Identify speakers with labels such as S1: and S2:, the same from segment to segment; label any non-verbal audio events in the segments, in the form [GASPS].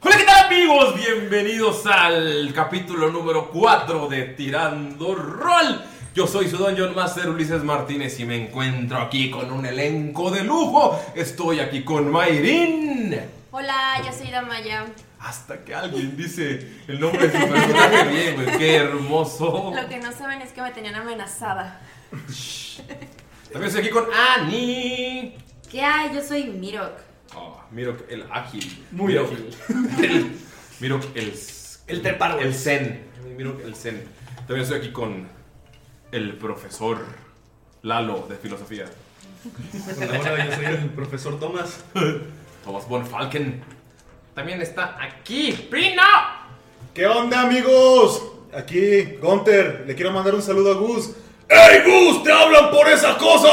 S1: Hola, ¿qué tal amigos? Bienvenidos al capítulo número 4 de Tirando Roll. Yo soy su Dungeon Master Ulises Martínez y me encuentro aquí con un elenco de lujo. Estoy aquí con Mayrin.
S2: Hola, yo soy Damaya.
S1: Hasta que alguien dice el nombre de su
S2: [LAUGHS]
S1: personaje bien, güey. Qué hermoso.
S2: Lo que no saben es que me tenían amenazada.
S1: También estoy aquí con Ani.
S2: ¿Qué hay? Yo soy Mirok.
S1: Oh, miro el ágil. Muy miro, ágil. miro el. El El zen. Miro el zen. También estoy aquí con el profesor Lalo de filosofía.
S3: Hola, hola, yo soy el profesor Tomás.
S1: Thomas von Falken. También está aquí, Pino.
S3: ¿Qué onda, amigos? Aquí, Gunter, le quiero mandar un saludo a Gus. ¡Ey, Gus! ¡Te hablan por esa cosa!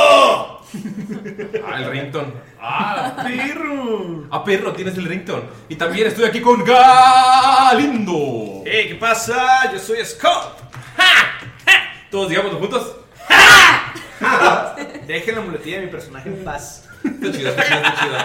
S1: Ah, el rington. Ah, perro. Ah, perro, tienes el rington. Y también estoy aquí con Galindo.
S4: Hey, Eh, ¿qué pasa? Yo soy Scott.
S1: Todos digamos juntos.
S4: [LAUGHS] Dejen la muletilla de mi personaje en paz.
S1: Está chido, está chido, está chido.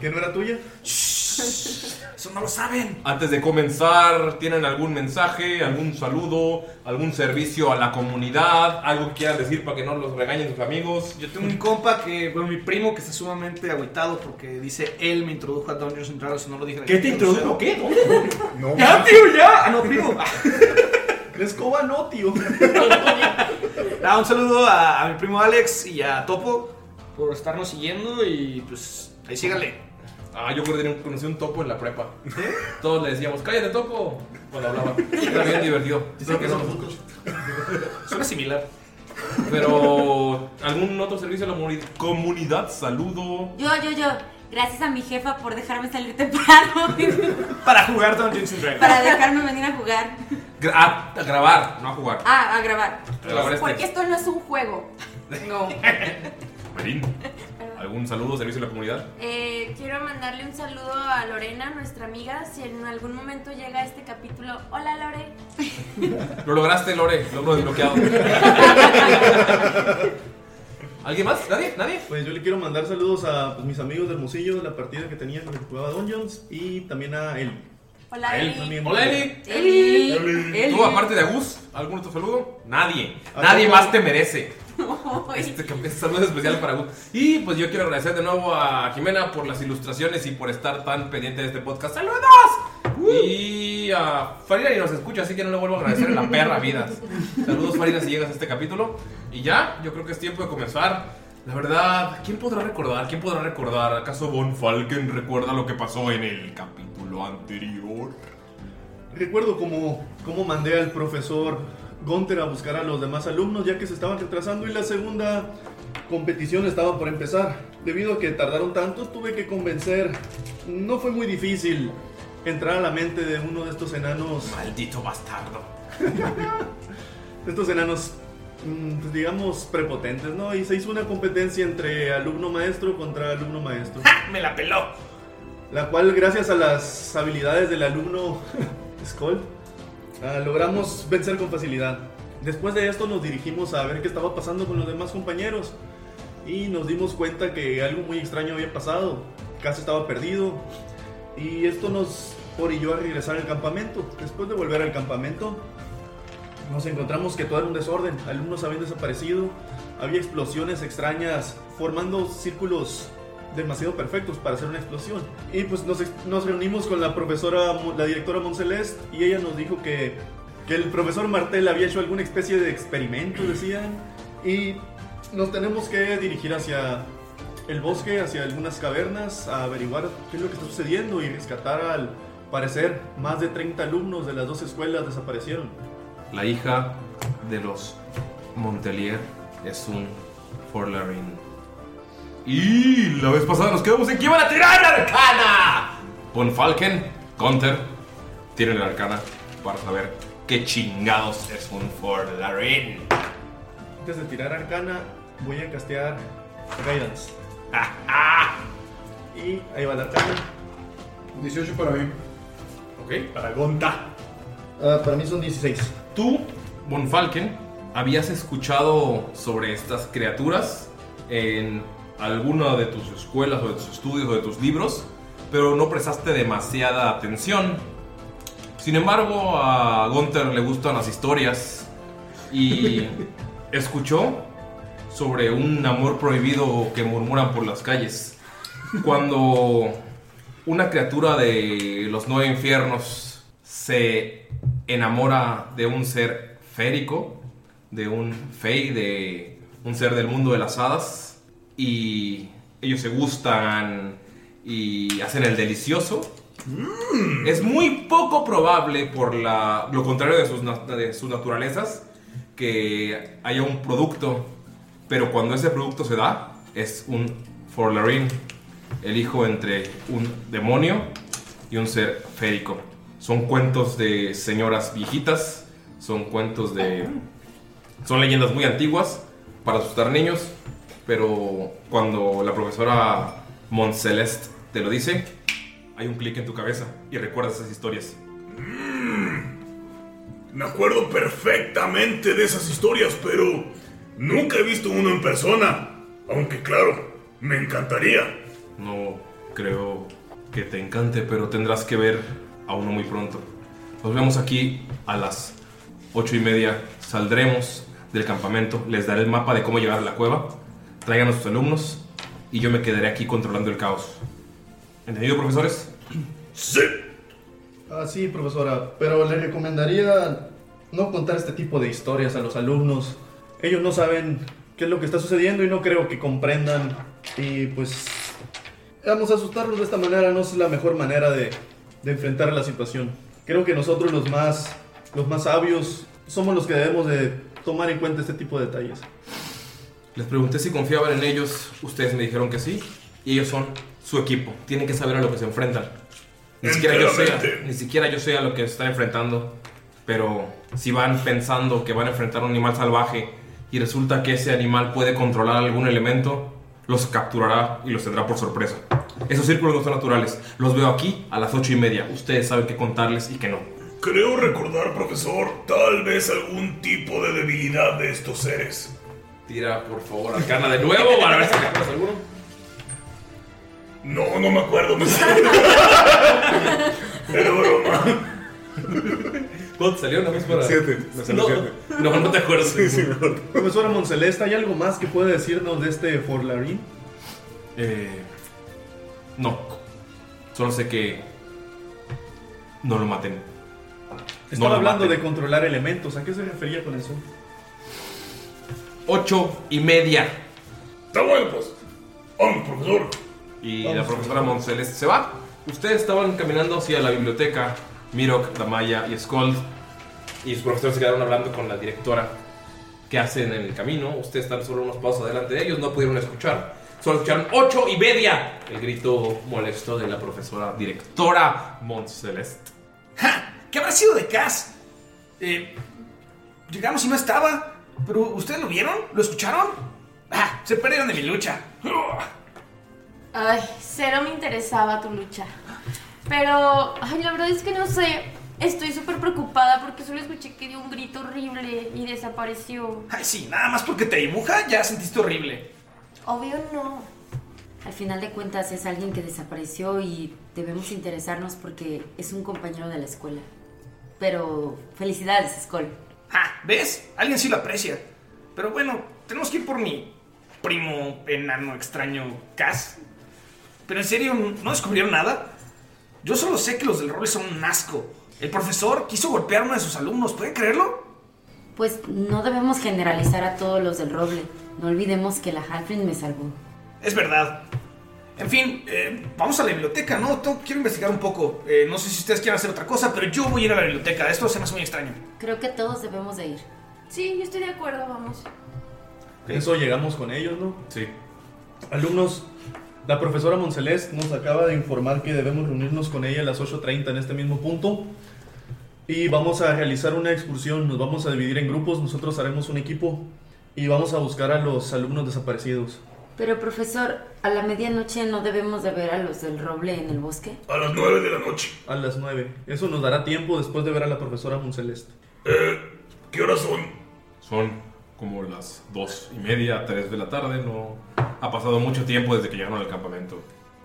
S3: ¿Que no era tuya?
S4: Eso no lo saben.
S1: Antes de comenzar, ¿tienen algún mensaje, algún saludo, algún servicio a la comunidad? ¿Algo que quieran decir para que no los regañen sus amigos?
S4: Yo tengo un compa que, bueno, mi primo que está sumamente agüitado porque dice él me introdujo a Dungeons and Dragons, no lo dije.
S1: ¿Qué te introdujo? ¿Qué?
S3: No.
S4: Ya, tío, ya. Ah, no, primo.
S3: La escoba no, tío.
S4: [LAUGHS] Ah, un saludo a, a mi primo Alex y a Topo por estarnos siguiendo y pues ahí síganle.
S1: Ah, yo conocí un- conocí un topo en la prepa. Todos le decíamos, cállate topo, cuando hablaba. Era bien divertido. Espero que no nos [LAUGHS] escuche.
S4: Suena similar.
S1: Pero, ¿algún otro servicio a la comuni- comunidad? Saludo.
S2: Yo, yo, yo. Gracias a mi jefa por dejarme salir
S5: [LAUGHS]
S2: temprano
S4: Para jugar Dungeons and Dragons.
S2: para dejarme venir a jugar.
S1: Gra- ah, a, a grabar, no a jugar.
S2: Ah, a grabar.
S1: Grabar este.
S2: Porque esto no es un juego. No.
S1: Marín, ¿algún saludo, servicio a la comunidad?
S2: [LAUGHS] Eh, quiero mandarle un saludo a Lorena, nuestra amiga. Si en algún momento llega este capítulo, hola Lore.
S1: Lo lograste, Lore. Logro desbloqueado. [LAUGHS] ¿Alguien más? ¿Nadie? ¿Nadie?
S3: Pues yo le quiero mandar saludos a pues, mis amigos del Hermosillo de la partida que tenían cuando jugaba Dungeons y también a él.
S2: [LAUGHS] Hola
S1: Eli.
S2: Eli.
S1: Hola, Eli.
S2: Eli.
S1: ¿Tú, aparte de Agus, algún otro saludo? Nadie.
S3: ¿A
S1: Nadie
S3: poco?
S1: más te merece.
S2: Ay.
S1: Este, cap- este saludo es especial para Agus. Y pues yo quiero agradecer de nuevo a Jimena por las ilustraciones y por estar tan pendiente de este podcast. ¡Saludos! Y a Farina ni nos escucha, así que no le vuelvo a agradecer en la perra vida. Saludos, Farina, si llegas a este capítulo. Y ya, yo creo que es tiempo de comenzar. La verdad, ¿quién podrá recordar? ¿Quién podrá recordar? ¿Acaso Von Falken recuerda lo que pasó en el capítulo anterior?
S3: Recuerdo cómo, cómo mandé al profesor Gonter a buscar a los demás alumnos ya que se estaban retrasando y la segunda competición estaba por empezar. Debido a que tardaron tanto, tuve que convencer. No fue muy difícil entrar a la mente de uno de estos enanos.
S1: Maldito bastardo.
S3: de estos enanos, mm, pues, digamos, prepotentes, ¿no? Y se hizo una competencia entre alumno-maestro contra alumno-maestro.
S4: Me la peló.
S3: La cual, gracias a las habilidades del alumno [LAUGHS] Skull, ah, logramos vencer con facilidad. Después de esto nos dirigimos a ver qué estaba pasando con los demás compañeros y nos dimos cuenta que algo muy extraño había pasado. Casi estaba perdido y esto nos orilló a regresar al campamento. Después de volver al campamento, nos encontramos que todo era un desorden. Alumnos habían desaparecido, había explosiones extrañas formando círculos demasiado perfectos para hacer una explosión. Y pues nos, ex- nos reunimos con la profesora, Mo- la directora Moncelest, y ella nos dijo que, que el profesor Martel había hecho alguna especie de experimento, decían, y nos tenemos que dirigir hacia el bosque, hacia algunas cavernas, a averiguar qué es lo que está sucediendo y rescatar al parecer más de 30 alumnos de las dos escuelas desaparecieron.
S1: La hija de los Montelier es un Forlarin. Y la vez pasada nos quedamos en que iban a tirar la arcana. Von Falken, Counter, tienen la arcana para saber qué chingados es un Forlarin.
S3: Antes de tirar arcana, voy a castear Guidance. y ahí va la arcana.
S6: 18 para mí.
S1: Ok.
S3: Para Gonta. Ah, para mí son 16.
S1: Tú, Von Falken, habías escuchado sobre estas criaturas en alguna de tus escuelas o de tus estudios o de tus libros, pero no prestaste demasiada atención. Sin embargo, a Gunther le gustan las historias y escuchó sobre un amor prohibido que murmuran por las calles. Cuando una criatura de los nueve infiernos se enamora de un ser férico, de un fey, de un ser del mundo de las hadas, y ellos se gustan y hacen el delicioso. Es muy poco probable, por la, lo contrario de sus, nat- de sus naturalezas, que haya un producto, pero cuando ese producto se da, es un Forlarin, el hijo entre un demonio y un ser férico. Son cuentos de señoras viejitas, son cuentos de... Son leyendas muy antiguas para asustar niños, pero cuando la profesora Montcelest te lo dice, hay un clic en tu cabeza y recuerdas esas historias.
S7: Me acuerdo perfectamente de esas historias, pero nunca he visto uno en persona. Aunque claro, me encantaría.
S1: No creo que te encante, pero tendrás que ver a uno muy pronto. Nos vemos aquí a las ocho y media. Saldremos del campamento. Les daré el mapa de cómo llegar a la cueva. Traigan a sus alumnos y yo me quedaré aquí controlando el caos. ¿Entendido, profesores?
S7: Sí.
S3: Ah, sí, profesora, pero le recomendaría no contar este tipo de historias a los alumnos. Ellos no saben qué es lo que está sucediendo y no creo que comprendan. Y pues vamos a asustarlos de esta manera, no es la mejor manera de, de enfrentar la situación. Creo que nosotros los más, los más sabios somos los que debemos de tomar en cuenta este tipo de detalles.
S1: Les pregunté si confiaban en ellos. Ustedes me dijeron que sí. Y ellos son su equipo. Tienen que saber a lo que se enfrentan. Ni siquiera yo sea,
S7: Enteramente.
S1: ni siquiera yo sé a lo que se están enfrentando. Pero si van pensando que van a enfrentar a un animal salvaje y resulta que ese animal puede controlar algún elemento, los capturará y los tendrá por sorpresa. Esos círculos no son naturales. Los veo aquí a las ocho y media. Ustedes saben qué contarles y qué no.
S7: Creo recordar, profesor, tal vez algún tipo de debilidad de estos seres.
S1: Tira, por favor, arcana de nuevo para ver si capturas alguno.
S7: No, no me acuerdo.
S1: [LAUGHS]
S7: Me Era broma.
S1: ¿Cuánto salió? ¿No para...?
S6: Siete, me salió
S1: No,
S6: siete.
S1: no, no te acuerdas.
S3: Profesora Moncelesta, ¿hay algo más que puede decirnos de este Forlarín?
S1: Eh, no. Solo sé que no lo maten.
S3: Estaba
S1: lo
S3: hablando
S1: maten.
S3: de controlar elementos, ¿a qué se refería con eso?
S1: Ocho y media.
S7: Está bueno, pues. Vamos, profesor.
S1: Y
S7: Vamos,
S1: la profesora Monceleste se va. Ustedes estaban caminando hacia la biblioteca, Mirok, Damaya y Skold. Y sus profesores se quedaron hablando con la directora. ¿Qué hacen en el camino? Ustedes están solo unos pasos adelante de ellos, no pudieron escuchar. Solo escucharon ocho y media. El grito molesto de la profesora directora Monceleste.
S4: ¿Qué habrá sido de Cass? Eh, llegamos y no estaba. ¿Pero ustedes lo vieron? ¿Lo escucharon? Ah, se perdieron de mi lucha.
S2: Ay, cero me interesaba tu lucha. Pero, ay, la verdad es que no sé. Estoy súper preocupada porque solo escuché que dio un grito horrible y desapareció.
S4: Ay, sí, nada más porque te dibuja ya sentiste horrible.
S5: Obvio no. Al final de cuentas es alguien que desapareció y debemos interesarnos porque es un compañero de la escuela. Pero felicidades, Skull.
S4: Ah, ¿ves? Alguien sí lo aprecia. Pero bueno, tenemos que ir por mi primo enano extraño Cass. Pero en serio, ¿no descubrieron nada? Yo solo sé que los del rol son un asco. El profesor quiso golpear a uno de sus alumnos, ¿pueden creerlo?
S5: Pues no debemos generalizar a todos los del roble. No olvidemos que la Halfling me salvó.
S4: Es verdad. En fin, eh, vamos a la biblioteca, ¿no? Tengo- quiero investigar un poco. Eh, no sé si ustedes quieren hacer otra cosa, pero yo voy a ir a la biblioteca. Esto se me hace muy extraño.
S5: Creo que todos debemos de ir.
S2: Sí, yo estoy de acuerdo, vamos.
S3: Eso llegamos con ellos, ¿no?
S1: Sí.
S3: Alumnos, la profesora Moncelés nos acaba de informar que debemos reunirnos con ella a las 8.30 en este mismo punto. Y vamos a realizar una excursión, nos vamos a dividir en grupos, nosotros haremos un equipo y vamos a buscar a los alumnos desaparecidos.
S5: Pero profesor, a la medianoche no debemos de ver a los del roble en el bosque.
S7: A las 9 de la noche.
S3: A las 9. Eso nos dará tiempo después de ver a la profesora Moncelés.
S7: ¿Qué horas son?
S1: Eh, Son como las dos y media, tres de la tarde. No ha pasado mucho tiempo desde que llegaron al campamento.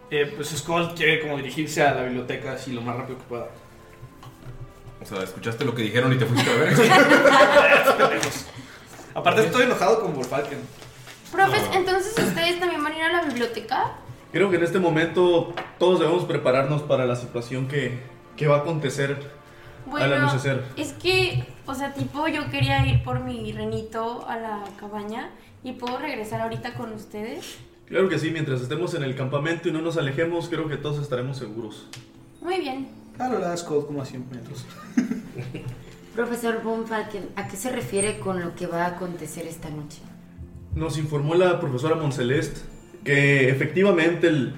S4: Eh, pues Skull quiere como dirigirse a la biblioteca así lo más rápido que pueda.
S1: O sea, escuchaste lo que dijeron y te fuiste a ver.
S2: [LAUGHS]
S4: Aparte estoy enojado con Wolfalken.
S2: Profes, entonces ustedes también van a ir a la biblioteca.
S3: Creo que en este momento todos debemos prepararnos para la situación que, que va a acontecer al
S2: Bueno,
S3: anochecer.
S2: es que, o sea, tipo, yo quería ir por mi renito a la cabaña y puedo regresar ahorita con ustedes.
S3: Claro que sí, mientras estemos en el campamento y no nos alejemos, creo que todos estaremos seguros.
S2: Muy bien.
S4: Claro, la Skull como a 100 metros.
S3: [LAUGHS]
S5: Profesor Von Falken, ¿a qué se refiere con lo que va a acontecer esta noche?
S3: Nos informó la profesora Moncelest que efectivamente el,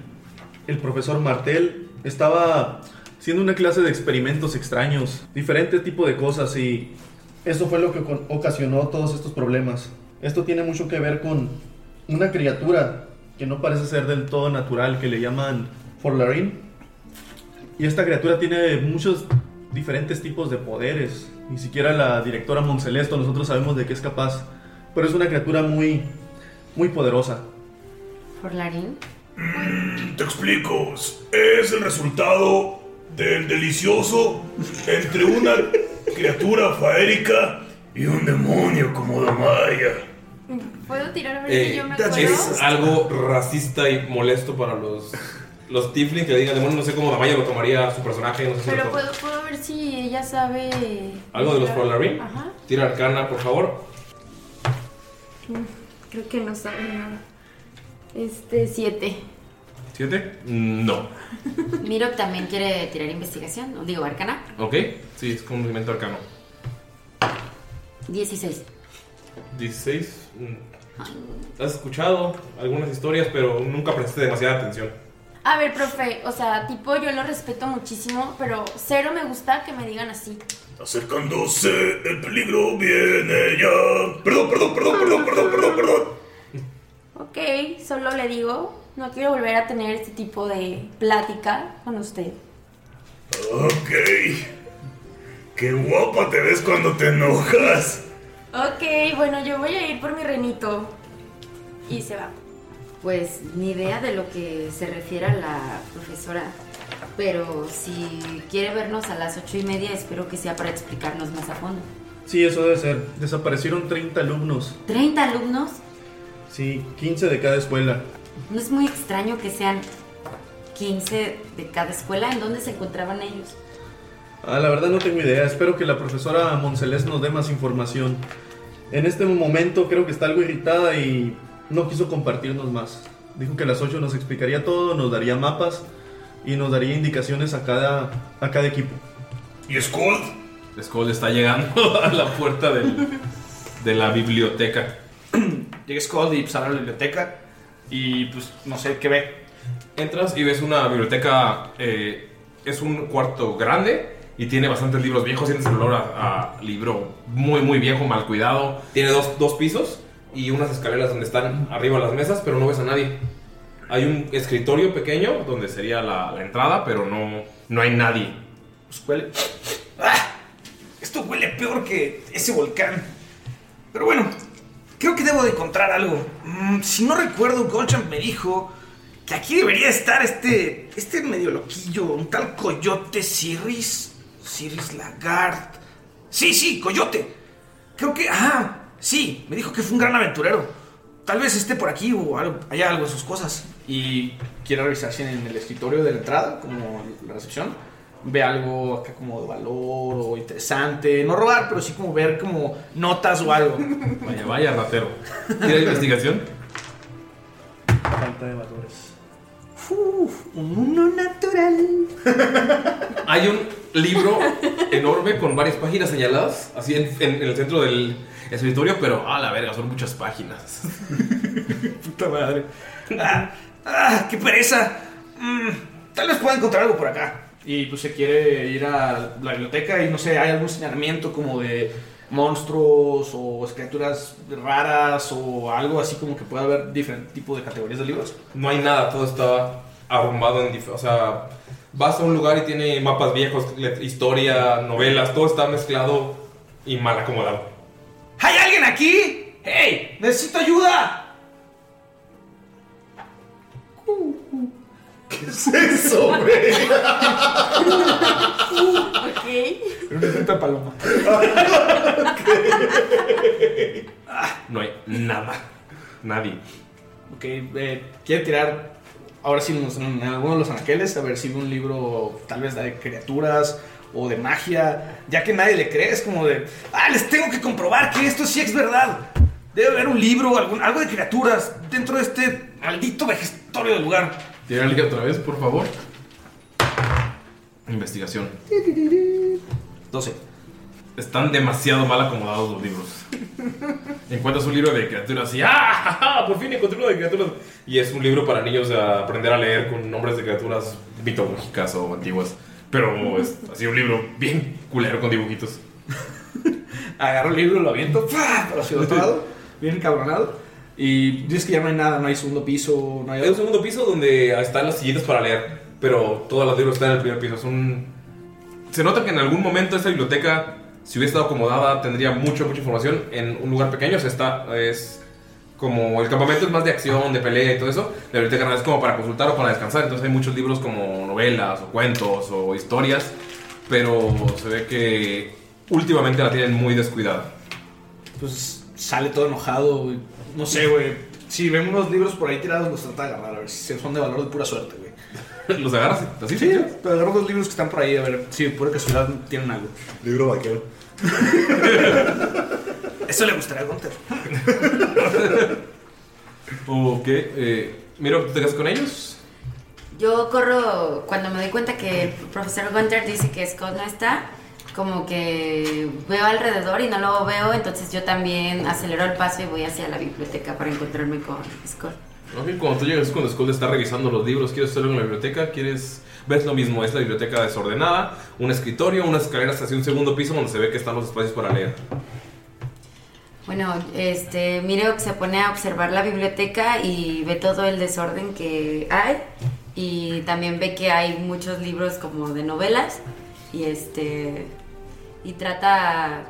S3: el profesor Martel estaba haciendo una clase de experimentos extraños, diferente tipo de cosas y eso fue lo que ocon- ocasionó todos estos problemas. Esto tiene mucho que ver con una criatura que no parece ser del todo natural, que le llaman Forlarin. Y esta criatura tiene muchos diferentes tipos de poderes. Ni siquiera la directora Moncelesto, nosotros sabemos de qué es capaz. Pero es una criatura muy, muy poderosa.
S5: ¿Forlarín?
S7: Te explico. Es el resultado del delicioso entre una criatura faérica y un demonio como Damaya.
S2: ¿Puedo tirar a ver
S1: Eh,
S2: si yo me acuerdo?
S1: es algo racista y molesto para los los tieflings que digan, bueno, no sé cómo Damaya lo tomaría su personaje, no sé si lo
S2: Pero
S1: to-
S2: puedo, puedo ver si ella sabe...
S1: algo de los Polarin.
S2: Ajá.
S1: Tira arcana, por favor.
S2: Mm, Creo que no sabe nada. Este, siete.
S1: ¿Siete? Mm, No.
S5: Miro también quiere tirar investigación, ¿no? digo, arcana.
S1: ¿Ok? Sí, es con movimiento arcano.
S5: 16.
S1: 16. mm. Has escuchado algunas historias, pero nunca prestaste demasiada atención.
S2: A ver, profe, o sea, tipo, yo lo respeto muchísimo, pero cero me gusta que me digan así.
S7: Acercándose, el peligro viene ya. Perdón, perdón, perdón, perdón, perdón, perdón, perdón.
S2: Ok, solo le digo, no quiero volver a tener este tipo de plática con usted.
S7: Ok. Qué guapa te ves cuando te enojas.
S2: Ok, bueno, yo voy a ir por mi renito. Y se va.
S5: Pues ni idea de lo que se refiere a la profesora. Pero si quiere vernos a las ocho y media, espero que sea para explicarnos más a fondo.
S3: Sí, eso debe ser. Desaparecieron 30 alumnos.
S5: ¿30 alumnos?
S3: Sí, 15 de cada escuela.
S5: ¿No es muy extraño que sean 15 de cada escuela? ¿En dónde se encontraban ellos?
S3: Ah, la verdad no tengo idea. Espero que la profesora Moncelés nos dé más información. En este momento creo que está algo irritada y no quiso compartirnos más. Dijo que a las 8 nos explicaría todo, nos daría mapas y nos daría indicaciones a cada, a cada equipo.
S7: ¿Y Skull?
S1: Skull está llegando [LAUGHS] a la puerta del- de la biblioteca.
S4: [CLEARS THROAT] Llega Scott y pues, abre la biblioteca y pues no sé qué ve.
S1: Entras y ves una biblioteca, eh, es un cuarto grande y tiene bastantes libros viejos, sientes el olor a, a libro muy muy viejo, mal cuidado. Tiene dos, dos pisos y unas escaleras donde están arriba las mesas, pero no ves a nadie. Hay un escritorio pequeño donde sería la, la entrada, pero no, no hay nadie.
S4: Pues huele. ¡Ah! Esto huele peor que ese volcán. Pero bueno, creo que debo de encontrar algo. Mm, si no recuerdo, Golchamp me dijo que aquí debería estar este. este medio loquillo, un tal coyote Sirris. Sirris Lagard. Sí, sí, coyote. Creo que. Ah, sí, me dijo que fue un gran aventurero. Tal vez esté por aquí o algo, haya algo de sus cosas. Y quiere revisar si en el escritorio de la entrada, como la recepción, ve algo acá como de valor o interesante. No robar, pero sí como ver como notas o algo.
S1: Vaya, vaya
S4: [LAUGHS]
S1: ratero. ¿Tiene investigación?
S4: Falta de valores. un uno natural.
S1: Hay un libro enorme con varias páginas señaladas, así en, en- en el centro del escritorio, pero a la verga, son muchas páginas.
S4: Puta madre. Ah, ah, qué pereza. Mm, tal vez pueda encontrar algo por acá. Y pues se quiere ir a la biblioteca y no sé, hay algún señalamiento como de monstruos o criaturas raras o algo así como que pueda haber diferente tipo de categorías de libros.
S1: No hay nada, todo está arrumbado en... dif- O sea, vas a un lugar y tiene mapas viejos, le- historia, novelas, todo está mezclado y mal acomodado.
S4: ¿Hay alguien aquí? ¡Hey! ¡Necesito ayuda!
S7: ¿Qué es eso, güey?
S2: ok.
S4: Una paloma.
S7: [LAUGHS]
S1: No hay nada. Nadie.
S4: Ok, eh, quiere tirar ahora sí en, los- en alguno de los anaqueles a ver si ve un libro tal vez de criaturas o de magia, ya que nadie le cree, es como de, ah, les tengo que comprobar que esto sí es verdad. Debe haber un libro, algún, algo de criaturas dentro de este maldito vegetorio del lugar.
S1: Tírale otra vez, por favor. Investigación.
S4: 12.
S1: Están demasiado mal acomodados los libros. Encuentras un libro de criaturas y ¡ah! ja, ja! Por fin encontré uno de criaturas. Y es un libro para niños de aprender a leer con nombres de criaturas mitológicas o antiguas. Pero es así un libro bien culero con dibujitos.
S4: Agarro el libro, lo aviento, ¡pah! Pero hacia el otro lado, bien cabronado. Y dices que ya no hay nada, no hay segundo piso, no hay...
S1: Hay un segundo piso donde están las sillitas para leer, pero todos los libros están en el primer piso. Es un... Se nota que en algún momento esta biblioteca, si hubiera estado acomodada, tendría mucha, mucha información en un lugar pequeño. O sea, está, es como el campamento es más de acción, de pelea y todo eso. La biblioteca no es como para consultar o para descansar. Entonces hay muchos libros como novelas o cuentos o historias, pero se ve que últimamente la tienen muy descuidada.
S4: pues sale todo enojado. güey. No sé, güey. Si ven unos libros por ahí tirados, los trata de agarrar, a ver si son de valor de pura suerte, güey.
S1: [LAUGHS] ¿Los agarras así?
S4: Sí, pero agarro los libros que están por ahí, a ver si por casualidad tienen algo.
S6: Libro vaquero.
S4: Eso le gustaría a
S1: [LAUGHS]
S4: Gunther.
S1: Ok, eh, miro, ¿te quedas con ellos?
S5: Yo corro cuando me doy cuenta que el profesor Gunter dice que Scott no está, como que veo alrededor y no lo veo, entonces yo también acelero el paso y voy hacia la biblioteca para encontrarme con Scott.
S1: Ok, cuando tú llegas cuando Skull está revisando los libros, ¿quieres hacerlo en la biblioteca? ¿Quieres...? Ves lo mismo, es la biblioteca desordenada, un escritorio, unas escaleras hacia un segundo piso donde se ve que están los espacios para leer.
S5: Bueno, este, Mireo se pone a observar la biblioteca y ve todo el desorden que hay y también ve que hay muchos libros como de novelas y este y trata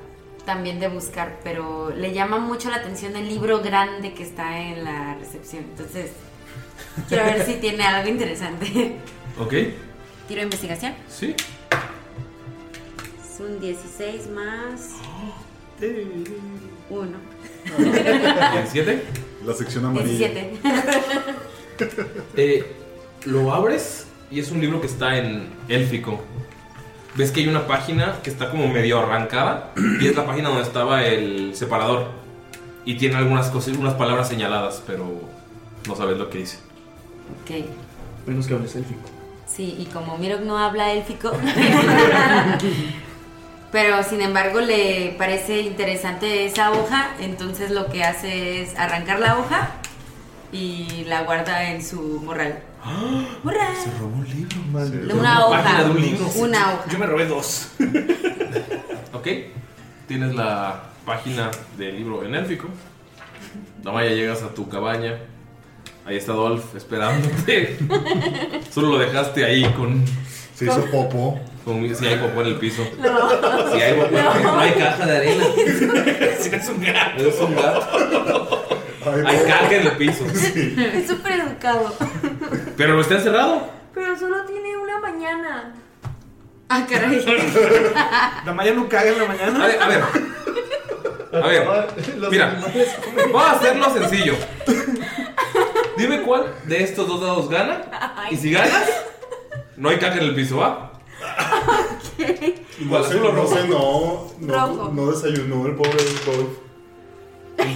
S5: también de buscar, pero le llama mucho la atención el libro grande que está en la recepción. Entonces, quiero ver si tiene algo interesante.
S1: ¿Ok?
S5: Tiro investigación.
S1: Sí.
S5: Es un 16 [GASPS] más 1.
S1: ¿Siete?
S6: La sección
S5: 17.
S1: Eh, lo abres y es un libro que está en élfico. Ves que hay una página que está como medio arrancada y es la página donde estaba el separador. Y tiene algunas cosas, unas palabras señaladas, pero no sabes lo que dice.
S5: [LAUGHS] Ok.
S3: Menos que hables élfico.
S5: Sí, y como Mirok no habla élfico, [LAUGHS] pero sin embargo le parece interesante esa hoja, entonces lo que hace es arrancar la hoja y la guarda en su
S1: [GASPS]
S5: morral. ¡Morral! [LAUGHS]
S4: Se
S1: robó un libro,
S5: De una hoja.
S1: Página de un libro.
S5: Una hoja.
S4: Yo me robé
S5: [LAUGHS]
S4: dos.
S1: Ok. Tienes la página del libro en élfico. Damaya, llegas a tu cabaña. Ahí está Dolph esperándote. Solo lo dejaste ahí con.
S6: Se hizo popó.
S1: Con, si hay popó en el piso.
S6: No.
S1: Si hay popó en el piso. No hay caja de arena.
S4: es un gato.
S1: Es un gato. Hay caja en el piso.
S2: Es súper educado.
S1: Pero está encerrado.
S2: Pero solo tiene una mañana.
S5: Ah, caray.
S4: [LAUGHS] La mañana no caga en la mañana.
S1: A ver, a ver. A ver, mira, vamos a hacerlo sencillo. Dime cuál de estos dos dados gana. Y si ganas, no hay caja en el piso, ¿va? Igual,
S6: no sé,
S1: azul o
S6: no,
S1: rojo.
S6: sé, no, no,
S2: Rojo.
S6: no desayunó el pobre Dolph.
S3: [LAUGHS]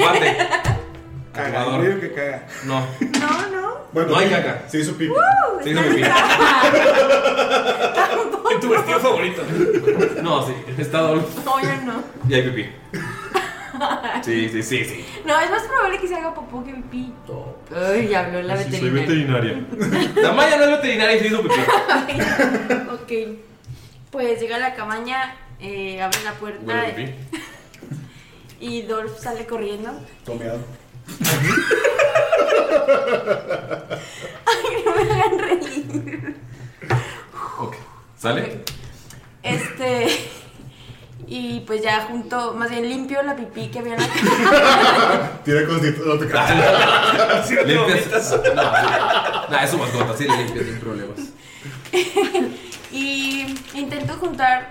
S1: Cagador.
S6: Cagador. que caga.
S1: No.
S2: No, no.
S6: Bueno,
S1: No hay
S6: sí,
S1: caca.
S6: Se hizo pipi.
S2: ¡Woo!
S1: Se hizo pipí. [LAUGHS]
S4: En tu vestido favorito.
S1: No, sí, está doble.
S2: No, yo no.
S1: Y hay pipí.
S5: Ah,
S1: Sí, sí, sí, sí.
S2: No, es más probable que se haga popó que en pi.
S5: Ay, habló la
S1: Sí,
S5: veterinaria.
S1: veterinaria. La Maya no es veterinaria y se hizo pipí.
S2: Ok. Pues llega a la cabaña, eh, abre la puerta
S1: Huele pipí.
S2: y Dolph sale corriendo. [LAUGHS]
S6: Tomeado.
S2: Ay, no me hagan reír.
S1: Ok. ¿Sale?
S2: Este. Y pues ya junto, más bien limpio la pipí que había en la
S6: Tira
S1: [LAUGHS]
S6: constitución. No te
S1: Limpias. No, no, es su mascota, sí le limpias sin problemas.
S2: Y intento juntar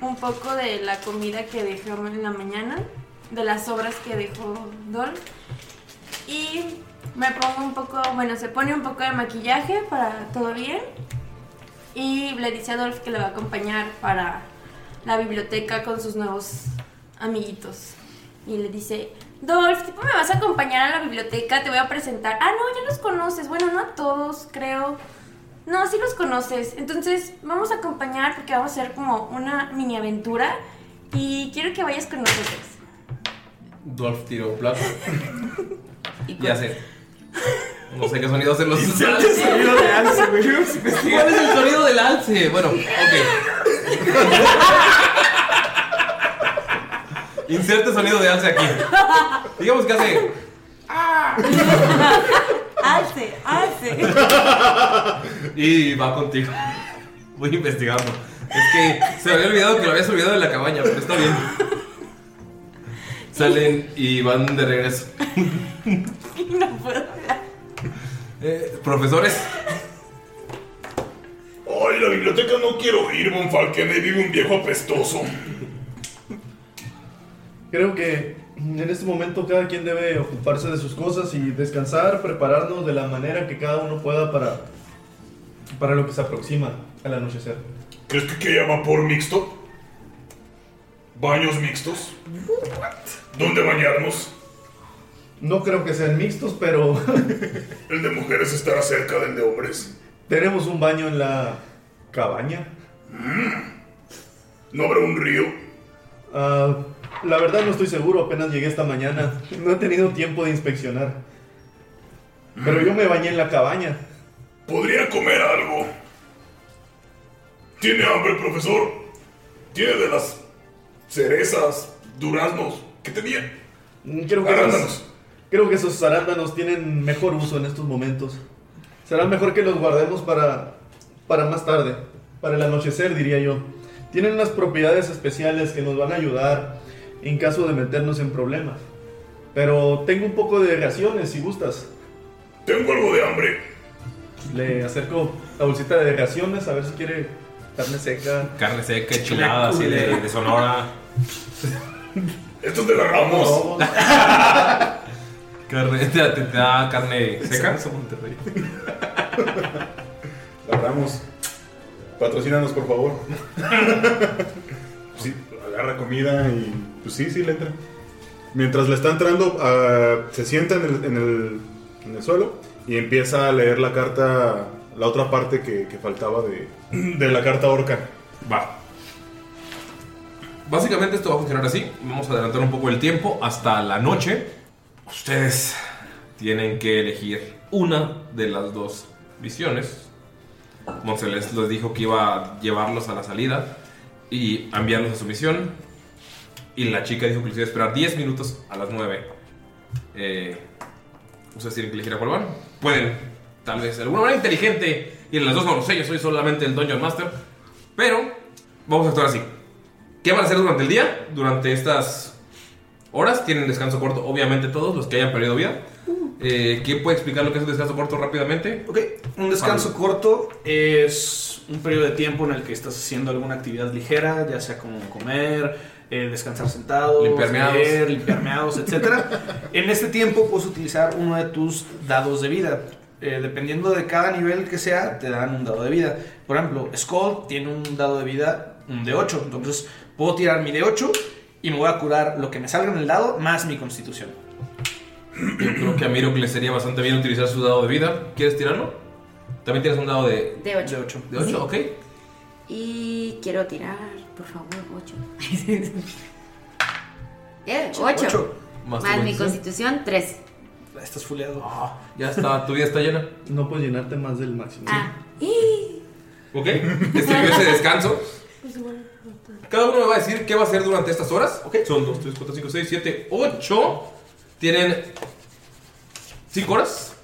S2: un poco de la comida que dejé en la mañana, de las sobras que dejó Dol. Y me pongo un poco, bueno, se pone un poco de maquillaje para todo bien. Y le dice a Dolph que le va a acompañar para la biblioteca con sus nuevos amiguitos. Y le dice, Dolph, tipo, me vas a acompañar a la biblioteca, te voy a presentar. Ah, no, ya los conoces. Bueno, no a todos, creo. No, sí los conoces. Entonces, vamos a acompañar porque vamos a hacer como una mini aventura. Y quiero que vayas con nosotros.
S1: Dolph tiró un plato. Y hace. No sé qué sonido
S4: [LAUGHS]
S1: hacen los alces.
S4: sonido de alce,
S1: [LAUGHS]
S4: güey.
S1: ¿Cuál es el sonido del alce? Bueno, ok. Inserte sonido de alce aquí. Digamos
S4: [LAUGHS]
S1: que hace.
S5: Alce, alce.
S1: Y va contigo. Voy investigando. Es que se me había olvidado que lo habías olvidado de la cabaña, pero está bien. Salen y van de regreso.
S2: No puedo hablar.
S1: Eh, profesores,
S7: Ay, la biblioteca no quiero ir, Von Falken. Ahí vive un viejo apestoso.
S3: Creo que en este momento cada quien debe ocuparse de sus cosas y descansar, prepararnos de la manera que cada uno pueda para, para lo que se aproxima al anochecer.
S7: ¿Crees que qué llama por mixto? ¿Baños mixtos? ¿Dónde bañarnos?
S3: No creo que sean mixtos, pero [LAUGHS]
S7: El de mujeres estará cerca del de hombres.
S3: tenemos un baño en la cabaña.
S7: ¿No habrá un río?
S3: Ah, la verdad no estoy seguro, apenas llegué esta mañana. No he tenido tiempo de inspeccionar. Pero yo me bañé en la cabaña.
S7: Podría comer algo. ¿Tiene hambre, profesor? ¿Tiene de las cerezas, duraznos que tenía?
S3: Creo que,
S7: Arándanos.
S3: esos, creo que esos arándanos tienen mejor uso en estos momentos. Será mejor que los guardemos para, para más tarde, para el anochecer, diría yo. Tienen unas propiedades especiales que nos van a ayudar en caso de meternos en problemas. Pero tengo un poco de raciones, si gustas.
S7: Tengo algo de hambre.
S3: Le acerco la bolsita de raciones a ver si quiere carne seca.
S1: carne seca, enchilada, así de, de Sonora.
S7: Esto te la Ramos.
S3: No,
S1: [LAUGHS] Carne, te, te- te da carne seca.
S4: Monterrey.
S6: Labramos. Patrocínanos, por favor. sí, agarra comida y. Pues sí, sí, le entra. Mientras le está entrando, ah, se sienta en el, en el- en el suelo y empieza a leer la carta, la otra parte que, que faltaba de, de la carta orca.
S1: Va. Básicamente esto va a funcionar así. Vamos a adelantar un poco el tiempo hasta la noche. Ustedes tienen que elegir una de las dos visiones. Monseles les dijo que iba a llevarlos a la salida y a enviarlos a su misión. Y la chica dijo que los iba a esperar 10 minutos a las 9. Eh, ustedes tienen que elegir a cuál van. Pueden, tal vez, de alguna manera inteligente ir a las dos. No lo sé, yo soy solamente el Dungeon Master. Pero vamos a actuar así. ¿Qué van a hacer durante el día? Durante estas horas tienen descanso corto, obviamente todos los que hayan perdido vida. Eh, ¿Quién puede explicar lo que es un descanso corto rápidamente?
S4: Ok, Un descanso corto es un periodo de tiempo en el que estás haciendo alguna actividad ligera, ya sea como comer, eh, descansar sentado,
S1: Limpiar meados.
S4: leer, limpiar meados,
S1: [LAUGHS]
S4: etc. en este tiempo puedes utilizar uno de tus dados de vida. Eh, dependiendo de cada nivel que sea, te dan un dado de vida. Por ejemplo, Skull tiene un dado de vida, un de 8. Entonces puedo tirar mi de 8 y me voy a curar lo que me salga en el dado más mi constitución.
S1: Yo creo que a Miro le sería bastante bien utilizar su dado de vida. ¿Quieres tirarlo? También tienes un dado de...
S5: [LAUGHS] De ocho.
S1: De 8, de ocho, ok.
S5: Y quiero tirar, por favor,
S1: [LAUGHS]
S5: 8. 8.
S1: Ocho. Más
S5: Eh, Más,
S1: tu
S5: mi
S1: constitución.
S5: constitución, 3.
S4: Estás fuleado.
S1: Ya está, tu vida está llena.
S3: No puedes llenarte más del máximo.
S5: Ah.
S1: Ok, distribuyó ese descanso.
S5: Pues
S1: Pues Cada uno me va a decir qué va a hacer durante estas horas. Ok, son 2, 3, 4, 5, 6, 7, 8. Tienen 5 horas.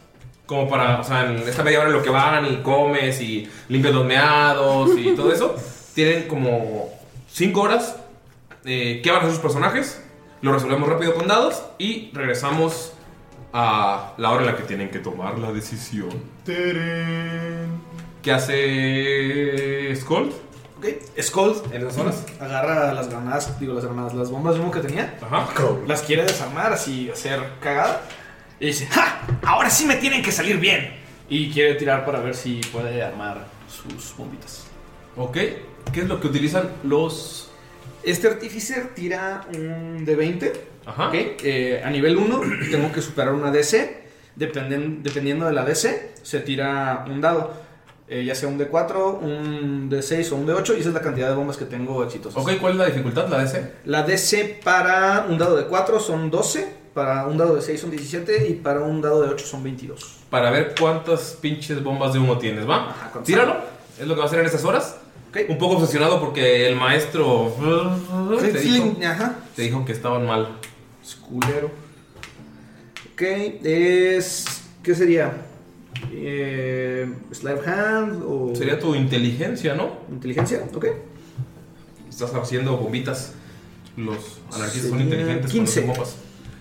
S1: Como para, o sea, en esta media hora en lo que van y comes y limpias los meados y todo [LAUGHS] eso. Tienen como 5 horas. Eh, ¿Qué van a hacer sus personajes? Lo resolvemos rápido con dados y regresamos a la hora en la que tienen que tomar la decisión. ¿Qué hace Scold?
S4: Ok, Scold
S1: en esas horas
S4: agarra las granadas, digo las granadas, las bombas de humo que tenía, las quiere desarmar así, hacer cagada. Y dice, ¡Ja! Ahora sí me tienen que salir bien. Y quiere tirar para ver si puede armar sus bombitas.
S1: Ok, ¿qué es lo que utilizan los...
S4: Este artificer tira un de 20.
S1: Ajá.
S4: Ok, eh, a nivel 1 [CLEARS THROAT] tengo que superar una DC. Dependen- dependiendo de la DC, se tira un dado. eh, ya sea un D4, un D6 o un D8. Y esa es la cantidad de bombas que tengo exitosas.
S1: Ok, ¿cuál es la dificultad, la DC?
S4: La DC para un dado de 4 son 12, para un dado de 6 son 17 y para un dado de 8 son 22.
S1: Para ver cuántas pinches bombas de humo tienes, ¿va? Tíralo, es lo que va a hacer en estas horas. Un poco obsesionado porque el maestro... Te dijo,
S4: Ajá.
S1: te dijo que estaban mal.
S4: Culero. Ok, es... ¿Qué sería? Eh, ¿Slide of hand o...?
S1: Sería tu inteligencia, ¿no?
S4: Inteligencia, ok.
S1: Estás haciendo bombitas. Los anarquistas son
S4: Sería
S1: inteligentes.
S4: 15.
S1: Con los bombas.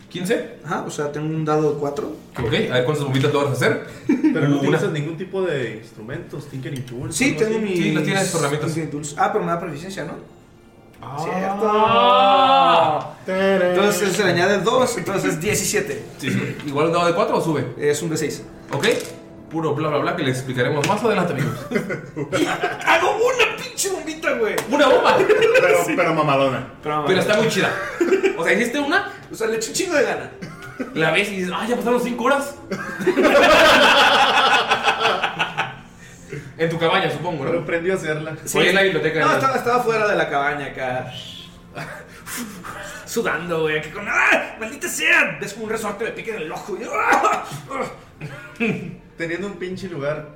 S1: 15.
S4: Ajá, o sea, tengo un dado de 4.
S1: Ok, a ver cuántas bombitas logras hacer.
S3: [LAUGHS] Pero no
S1: Una.
S3: utilizas ningún tipo de instrumentos, Tinkering Tools.
S4: Sí,
S3: algo
S4: tengo
S3: así.
S4: mi... Ah, pero me da proficiencia, ¿no?
S1: Ah.
S4: Cierto. Entonces se le añade 2, entonces 17.
S1: ¿Igual un dado de 4 o sube?
S4: Es un de 6.
S1: Ok, puro bla bla bla que les explicaremos más adelante, amigos.
S4: ¡Hago una pinche bombita, güey!
S1: ¡Una
S4: [LAUGHS]
S1: bomba!
S6: Pero, pero mamadona.
S1: Pero está muy chida. O sea, hiciste una,
S4: O sea, le eché un chingo de gana.
S1: la ves y dices, ¡ah, ya pasaron 5 [LAUGHS] horas! en tu cabaña, supongo, ¿no?
S3: Pero aprendí a hacerla.
S1: Fue en la biblioteca. de
S4: No,
S1: la-
S4: estaba, estaba fuera de la cabaña acá. Sudando, güey. Que con. ¡Ah! ¡Maldita sea! Ves como un resorte me pica en el ojo. y- ¡ah!
S3: [LAUGHS] Teniendo un pinche lugar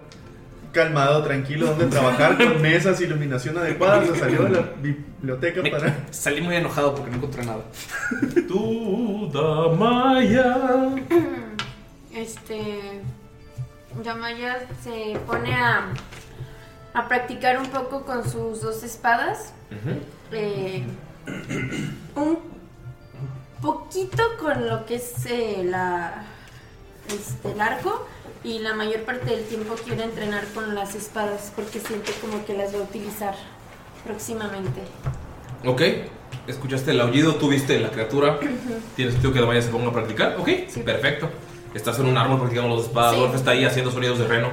S3: calmado, tranquilo, donde trabajar con mesas, iluminación adecuada, se salió de la biblioteca para...
S4: Salí muy enojado porque no encontré nada.
S1: Tú, Damaya.
S2: Este. Damaya se pone a, a practicar un poco con sus dos espadas. Eh, un poquito con lo que es eh, la, este, el arco. Y la mayor parte del tiempo quiere entrenar con las espadas porque siente como que las va a utilizar
S1: [LAUGHS]
S2: próximamente.
S1: Ok, escuchaste el aullido, tú viste la criatura. Tienes sentido que Damaya se ponga a practicar. Ok, perfecto. Estás en un árbol practicando los espadas.
S2: Sí.
S1: Dolph está ahí haciendo sonidos de reno.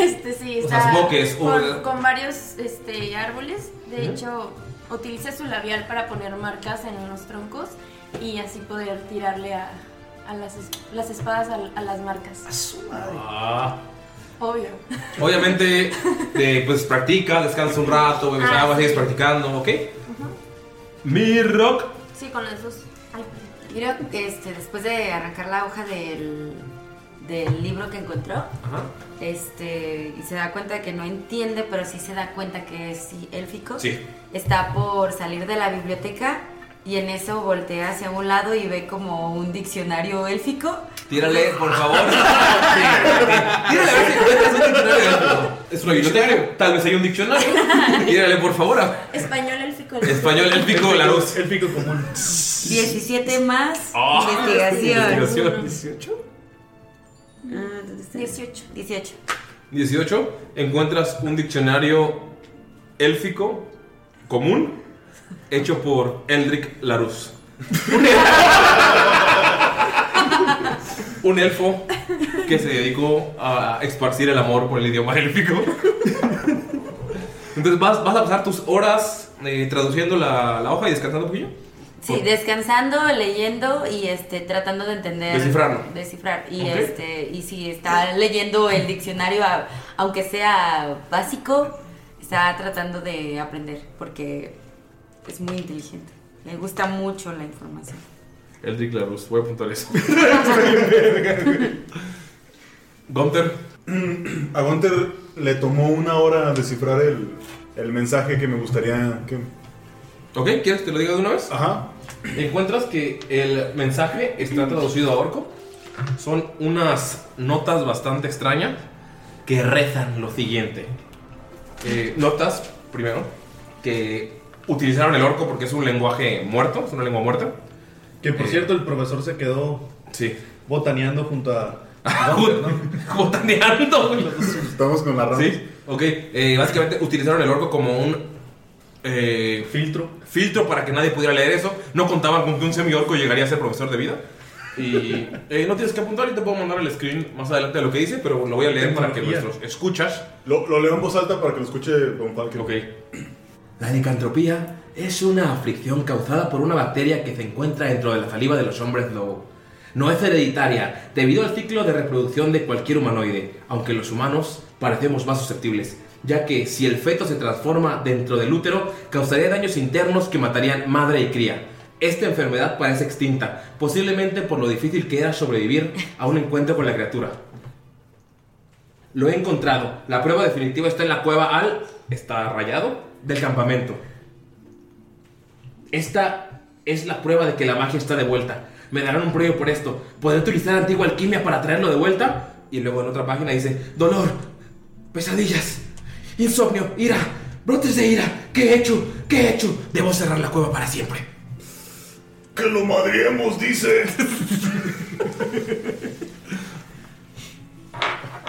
S2: Este sí,
S1: O sea,
S2: está
S1: supongo que es
S2: con,
S1: un-
S2: con varios este, árboles. De
S1: Ujú.
S2: hecho, utiliza su labial para poner marcas en los troncos y así poder tirarle a, a las, es- las espadas a, a las marcas. A
S4: su madre.
S1: Ah.
S2: Obvio.
S1: Obviamente, eh, pues practica, descansa un rato, bebes
S2: Ah,
S1: agua,
S2: sí.
S1: sigues practicando, ¿ok?
S2: Ujú.
S1: Mi rock.
S2: Sí, con esos. Ay,
S5: Mira, este, después de arrancar la hoja del, del libro que encontró, este, y se da cuenta de que no entiende, pero sí se da cuenta que es sí, élfico,
S8: Sí.
S5: está por salir de la biblioteca y en eso voltea hacia un lado y ve como un diccionario élfico.
S1: Tírale, por favor. [LAUGHS] Sí, sí. Tírale a ver si encuentras un diccionario. élfico. Es una biblioteca, tal vez hay un diccionario. Tírale, por favor. a-
S2: Español élfico.
S1: Español élfico, la luz.
S3: Élfico común.
S5: 17 más
S1: Ah,
S5: investigación.
S1: investigación.
S2: Ah,
S5: 18. 18.
S1: 18. Encuentras un diccionario élfico común hecho por Eldrick Larus. un elfo que se dedicó a esparcir el amor por el idioma élfico. Entonces vas, vas a pasar tus horas eh, traduciendo la, la hoja y descansando un poquillo.
S5: Sí, descansando, leyendo y este tratando de entender
S1: Descifrarlo.
S5: descifrar y
S1: Ok.
S5: este y si está leyendo el diccionario a- aunque sea básico, está tratando de aprender porque es muy inteligente. Le gusta mucho la información.
S1: Eldrick Larus, voy a apuntar eso. Gunter.
S6: A Gunter le tomó una hora descifrar el, el mensaje que me gustaría que.
S1: Ok, ¿quieres que te lo diga de una vez?
S6: Ajá.
S1: Encuentras que el mensaje está traducido a orco. Son unas notas bastante extrañas que rezan lo siguiente. Eh, notas, primero, que utilizaron el orco porque es un lenguaje muerto, es una lengua muerta.
S3: Que por
S1: Eh,
S3: cierto, el profesor se quedó
S1: sí.
S3: botaneando junto
S1: [LAUGHS]
S3: a.
S1: botaneando.
S6: Estamos con la rama.
S1: Sí, ok. Eh, básicamente utilizaron el orco como un filtro. Eh, Filtro para que nadie pudiera leer eso. No contaban con que un semi-orco llegaría a ser profesor de vida. Y eh, no tienes que apuntar y te puedo mandar el screen más adelante de lo que dice, pero lo voy a leer para que
S6: Tecnología.
S1: nuestros escuchas.
S6: Lo, lo leo en voz alta para que lo escuche Don Falken.
S1: Ok.
S9: La licantropía es una aflicción causada por una bacteria que se encuentra dentro de la saliva de los hombres lobo. No es hereditaria, debido al ciclo de reproducción de cualquier humanoide, aunque los humanos parecemos más susceptibles, ya que si el feto se transforma dentro del útero, causaría daños internos que matarían madre y cría. Esta enfermedad parece extinta, posiblemente por lo difícil que era sobrevivir a un encuentro con la criatura. Lo he encontrado. La prueba definitiva está en la cueva al. Está rayado. Del campamento. Esta es la prueba de que la magia está de vuelta. Me darán un premio por esto. Podré utilizar antigua alquimia para traerlo de vuelta. Y luego en otra página dice: Dolor, pesadillas, insomnio, ira, brotes de ira. ¿Qué he hecho? ¿Qué he hecho? Debo cerrar la cueva para
S1: [LAUGHS]
S9: siempre.
S7: Que lo madriemos, dice.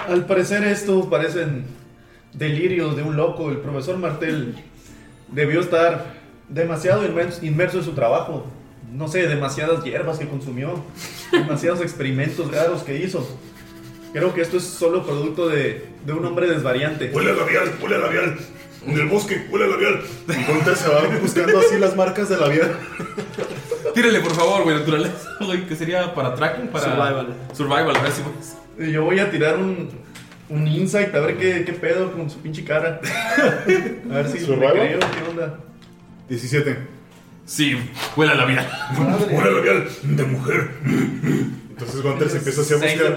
S3: Al parecer, esto parecen delirios de un loco. El profesor Martel debió estar demasiado inmers- inmerso en su trabajo. No sé, demasiadas hierbas que consumió, demasiados experimentos raros que hizo. Creo que esto es solo producto de, de un hombre desvariante.
S7: Huele a labial, huele a labial. En el bosque, huele a labial.
S6: Gunter se va buscando así las marcas de la vida.
S1: Tírale, por favor, güey, naturaleza, güey, que sería para tracking, para.
S3: Survival.
S1: Survival, a ver si puedes.
S3: Y Yo voy a tirar un, un insight a ver qué, qué pedo con su pinche cara. [LAUGHS] A ver si le
S6: ¿Survival?
S3: creo, qué onda.
S6: 17.
S1: Sí, huele a labial.
S7: Huele a labial de mujer.
S6: Entonces Gunter se pues empieza así a buscar.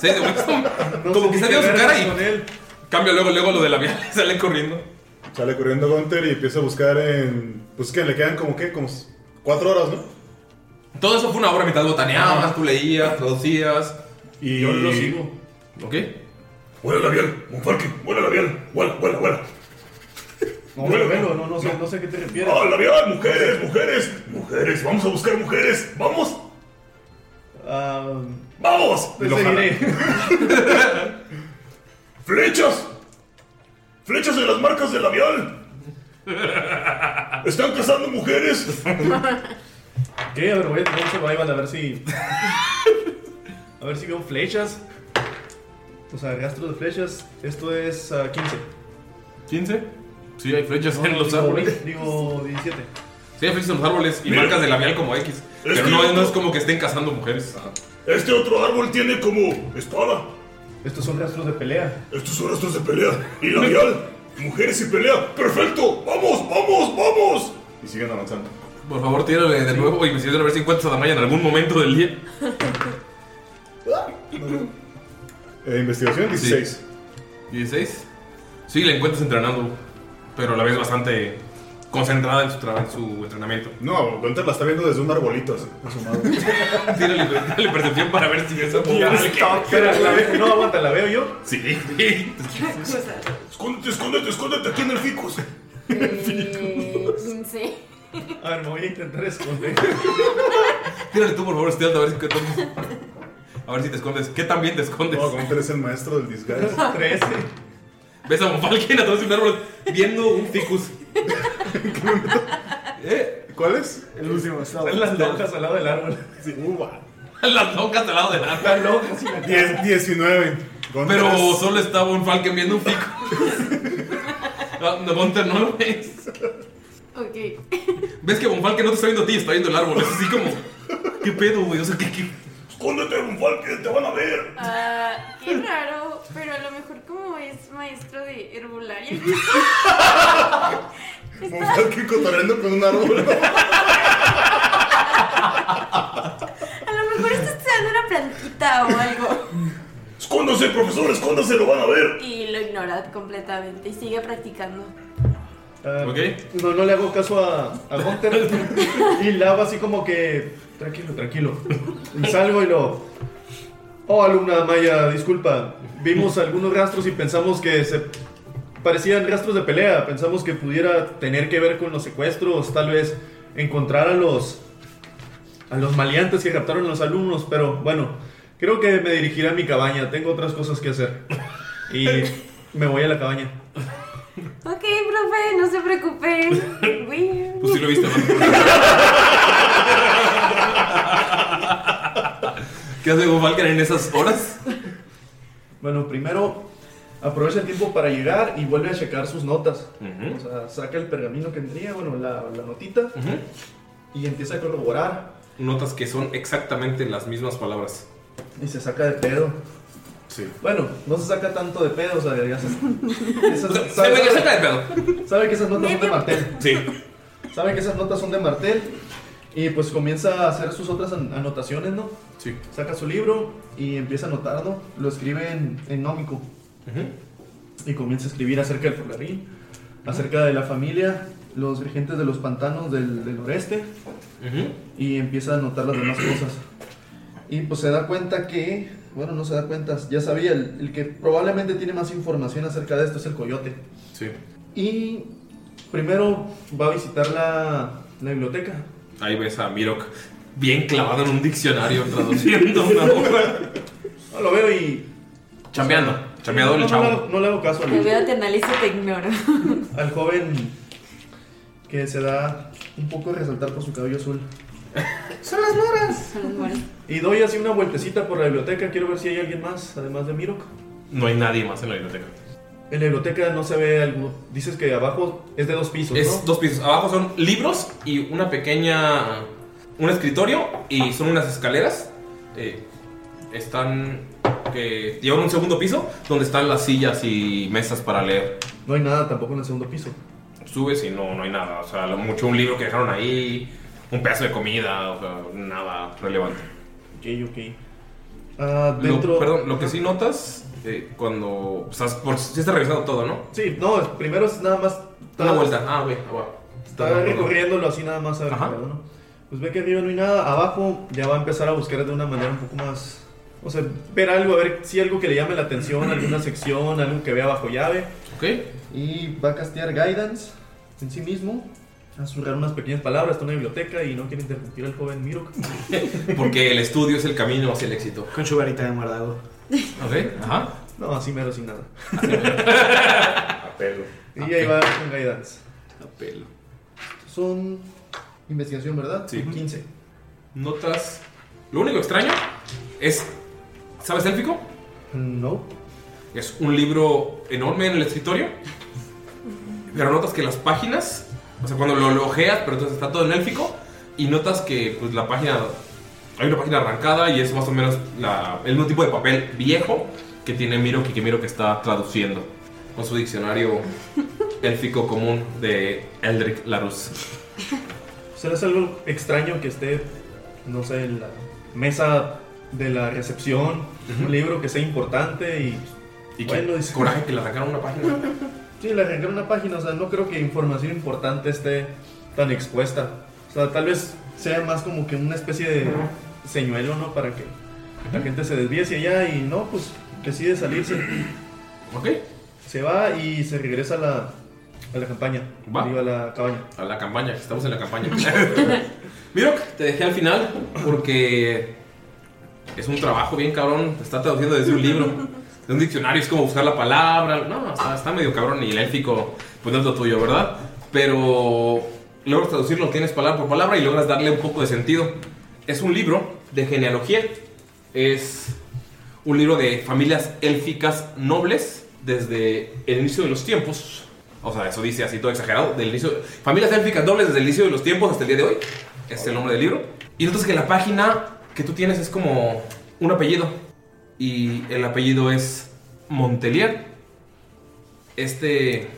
S1: Seis de wisdom. Como que salió su cara y. Cambia luego, luego lo de labial y sale corriendo.
S6: Sale corriendo Gunter y empieza a buscar en. Pues que le quedan como que, como s- cuatro horas,
S1: [LAUGHS]
S6: ¿no?
S1: Todo eso fue una obra mitad botaneabas, tú leías, traducías.
S6: Y
S7: Yo lo sigo.
S1: ¿Ok?
S7: Huele a labial, un parque, huele a labial. Huele, huele, huele.
S3: No,
S7: Huele,
S3: velo, no, no sé, no sé a qué te refieres.
S7: Ah, labial, mujeres, mujeres, mujeres. Vamos a buscar mujeres. Vamos. ¡Vamos!
S3: Te seguiré.
S7: [LAUGHS] ¡Flechas! ¡Flechas en las marcas del labial! ¡Están cazando mujeres!
S3: [LAUGHS] ¿Qué? A ver, voy a tirar un survival a ver si. A ver si veo flechas. O sea, gastro de flechas. Esto es ah, 15.
S1: ¿15? Sí, hay flechas
S3: No,
S1: en los
S3: digo,
S1: árboles.
S3: Digo 17.
S1: Sí, hay flechas en los árboles y
S7: Mira.
S1: marcas de labial como X.
S7: Es
S1: pero
S7: que
S1: no,
S7: yo-
S1: no es como que estén cazando mujeres.
S7: Este otro árbol tiene como espada. Estos son rastros de pelea. Estos son rastros de pelea. Y labial. Mujeres y pelea. Perfecto. Vamos, vamos, vamos.
S6: Y siguen avanzando.
S1: Por favor, tírale de nuevo y me sirve a ver si encuentras a Damaya en algún momento del día.
S6: Eh, investigación 16.
S1: Sí. ¿16? Sí, la encuentras entrenando, pero la ves bastante concentrada en su, tra- en su entrenamiento. [LAUGHS]
S6: No, Gunter la está viendo desde un arbolito así, asomado.
S1: Tírale, tírale percepción para ver si es
S6: Ya está, espera, la ve- no,
S1: aguanta, ¿la veo yo? Sí.
S7: Escóndete, escóndete, escóndete aquí en el ficus.
S5: Sí.
S3: A ver, me voy a intentar esconder.
S1: Tírale tú, por favor, Stealth, a ver si te escondes. A ver si te escondes. ¿Qué tan bien te escondes? No,
S6: Gunter es el maestro del
S3: [LAUGHS]
S6: disguise.
S1: 13. ¿Ves a Bonfalken atrás de un árbol viendo un
S6: [LAUGHS]
S1: ficus? ¿Eh?
S6: ¿Cuál es?
S1: El último estado.
S3: Están las locas al lado del árbol.
S7: [LAUGHS]
S6: Sí, uva.
S1: Las locas al lado del árbol. Las locas y la
S6: 10, 19. Gunter
S1: Pero
S6: es-
S1: solo estaba un Falken viendo un pico.
S6: [LAUGHS]
S1: Ah, no, Gunter, no lo ves.
S2: Ok.
S1: Ves que Bonfalken no te está viendo a ti, está viendo el árbol. Es así como, ¿qué pedo, güey? O sea, ¿qué, qué?
S7: Escóndete, Bonfalken, te van a ver.
S2: Ah, qué raro, pero a lo mejor como es maestro de herbolaria.
S6: Bonfalken cotorreando con un árbol.
S2: A lo mejor está estudiando una plantita o algo.
S7: Escóndase, profesor, escóndase, lo van a ver.
S2: Y lo ignora completamente y sigue practicando.
S3: ok. Ah, No, no le hago caso a, a Gunter. y la hago así como que. Tranquilo, tranquilo. Y salgo y lo. Oh, alumna Maya, disculpa. Vimos algunos rastros y pensamos que se. Parecían rastros de pelea. Pensamos que pudiera tener que ver con los secuestros. Tal vez encontrar a los. A los maleantes que captaron a los alumnos. Pero bueno, creo que me dirigiré a mi cabaña. Tengo otras cosas que hacer. Y me voy a la cabaña.
S2: Ok, profe, no
S7: [LAUGHS]
S2: se preocupen. Weird.
S1: Pues sí lo viste, ¿no? ¿Qué hace Bonfalken en esas horas?
S3: Bueno, primero aprovecha el tiempo para llegar y vuelve a checar sus notas. O sea, saca el pergamino que tenía, bueno, la, la notita, y empieza a corroborar.
S1: Notas que son exactamente las mismas palabras.
S3: Y se saca de pedo.
S1: Sí.
S3: Bueno, no se saca tanto de pedo, o sea,
S1: [LAUGHS]
S3: ya se...
S1: O sea, se me- se saca de
S3: pedo. Sabe que esas notas son de martel.
S1: Sí.
S3: Sabe que esas notas son de martel. Y pues comienza a hacer sus otras an- anotaciones, ¿no?
S1: Sí.
S3: Saca su libro y empieza a anotar, ¿no? Lo escribe en, en nómico. Y comienza a escribir acerca del fogarrín, acerca de la familia, los dirigentes de los pantanos del, del noreste. Y empieza a anotar las demás cosas. Y pues se da cuenta que, bueno, no se da cuenta, ya sabía, el, el que probablemente tiene más información acerca de esto es el coyote.
S1: Sí.
S3: Y primero va a visitar la, la biblioteca.
S1: [LAUGHS] Ahí ves a Mirok bien clavado en un diccionario traduciendo una obra.
S3: No, lo veo y...
S1: Chambeando, chambeador
S3: no,
S1: el
S3: no le
S1: chavo.
S3: hago- no le hago caso al,
S5: Te veo, te analizo, te ignoro.
S3: al joven que se da un poco a resaltar por su cabello azul.
S5: Son las moras. Son las moras.
S3: Y doy así una vueltecita por la biblioteca, quiero ver si hay alguien más, además de Mirok.
S1: No hay nadie más en la biblioteca.
S3: En la biblioteca no se ve algo. Dices que abajo es de dos pisos,
S1: Es
S3: ¿no?
S1: dos pisos. Abajo son libros y una pequeña. Un escritorio y son unas escaleras. eh, están. que llevan un segundo piso donde están las sillas y mesas para leer.
S3: No hay nada tampoco en el segundo piso.
S1: Subes y no, no hay nada. O sea, lo mucho un libro que dejaron ahí, un pedazo de comida, o sea, nada relevante.
S3: Ok, ok. Ah, dentro...
S1: Lo, perdón, lo que sí notas eh, cuando. O sea, por, sí está revisando todo, ¿no?
S3: Sí, no, es- primero es nada más...
S1: Una vuelta. Ah, güey,
S3: Está recorriéndolo así nada más a ver, pero bueno. Pues ve que arriba no hay nada, abajo ya va a empezar a buscar de una manera un poco más... O sea, ver algo, a ver si algo que le llame la atención, alguna sección, algo que vea bajo llave.
S1: Ok.
S3: Y va a castear Guidance en sí mismo. A susurrar unas pequeñas palabras, está en una biblioteca y no quiere interrumpir al
S1: [LAUGHS]
S3: joven Mirok.
S1: Porque el estudio es el camino hacia el éxito.
S4: Con su varita de guardado.
S1: Ok, ajá.
S3: No, así mero, sin nada.
S6: A pelo.
S3: Y ahí va con Guidance.
S1: A pelo.
S3: Son investigación, ¿verdad?
S1: Sí.
S3: 15.
S1: Notas. Lo único extraño es. ¿Sabes élfico?
S3: No.
S1: Es un libro enorme en el escritorio. Pero notas que las páginas O sea, cuando lo, lo ojeas, pero entonces está todo en élfico y notas que pues la página hay una página arrancada y es más o menos la- el mismo tipo de papel viejo que tiene Miro que Miro que está traduciendo con su diccionario élfico común de Eldrick Larus.
S3: ¿Será algo extraño que esté, no sé, en la mesa de la recepción, un libro que sea importante y...
S1: Y qué coraje que le arrancaron una página.
S3: Sí, le arrancaron una página, o sea, no creo que información importante esté tan expuesta. O sea, tal vez sea más como que una especie de señuelo, ¿no? Para que la gente se desvíe hacia allá y no, pues decide salirse.
S1: Ok.
S3: Se va y se regresa a la, a la campaña. Digo, a la cabaña.
S1: A la campaña, que estamos en la campaña. Miro, te dejé al final porque es un trabajo bien cabrón. Te está traduciendo desde un libro, de un diccionario, es como buscar la palabra. No, está, está medio cabrón y el élfico, pues no es lo tuyo, ¿verdad? Pero logras traducirlo, tienes palabra por palabra y logras darle un poco de sentido. Es un libro de genealogía. Es un libro de familias élficas nobles desde el inicio de los tiempos. O sea, eso dice así todo exagerado. Del inicio, familias élficas nobles desde el inicio de los tiempos hasta el día de hoy. Es el nombre del libro. Y notas que la página que tú tienes es como un apellido. Y el apellido es Montelier. Este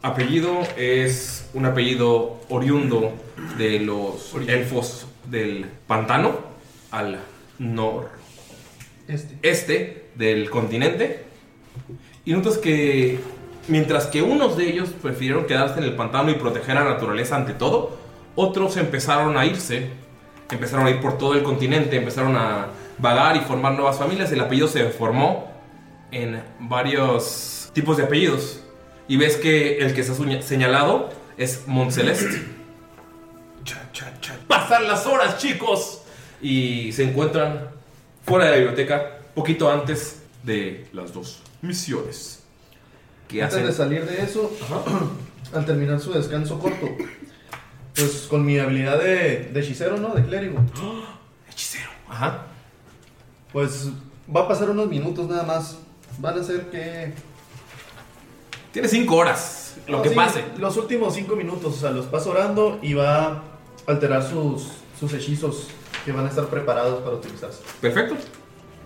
S1: apellido es un apellido oriundo de los elfos del pantano al norte
S3: Este.
S1: este del continente. Y notas que mientras que unos de ellos prefirieron quedarse en el pantano y proteger a la naturaleza ante todo, otros empezaron a irse, empezaron a ir por todo el continente, empezaron a vagar y formar nuevas familias. El apellido se formó en varios tipos de apellidos. Y ves que el que está suña- señalado es
S4: [CLEARS THROAT]
S1: Montceleste. Pasan las horas, chicos. Y se encuentran fuera de la biblioteca, poquito antes de las dos misiones. Que
S3: Antes
S1: hacen?
S3: de salir de eso, [CLEARS THROAT] al terminar su descanso corto, pues con mi habilidad de, de hechicero, ¿no? De clérigo.
S1: [GASPS] Hechicero. Ajá.
S3: Pues va a pasar unos minutos nada más. Van a ser que...
S1: Tiene cinco horas, lo
S3: No,
S1: que
S3: sí,
S1: pase.
S3: Los últimos cinco minutos, o sea, los pasa orando y va a alterar sus, sus hechizos que van a estar preparados para utilizarse.
S1: Perfecto.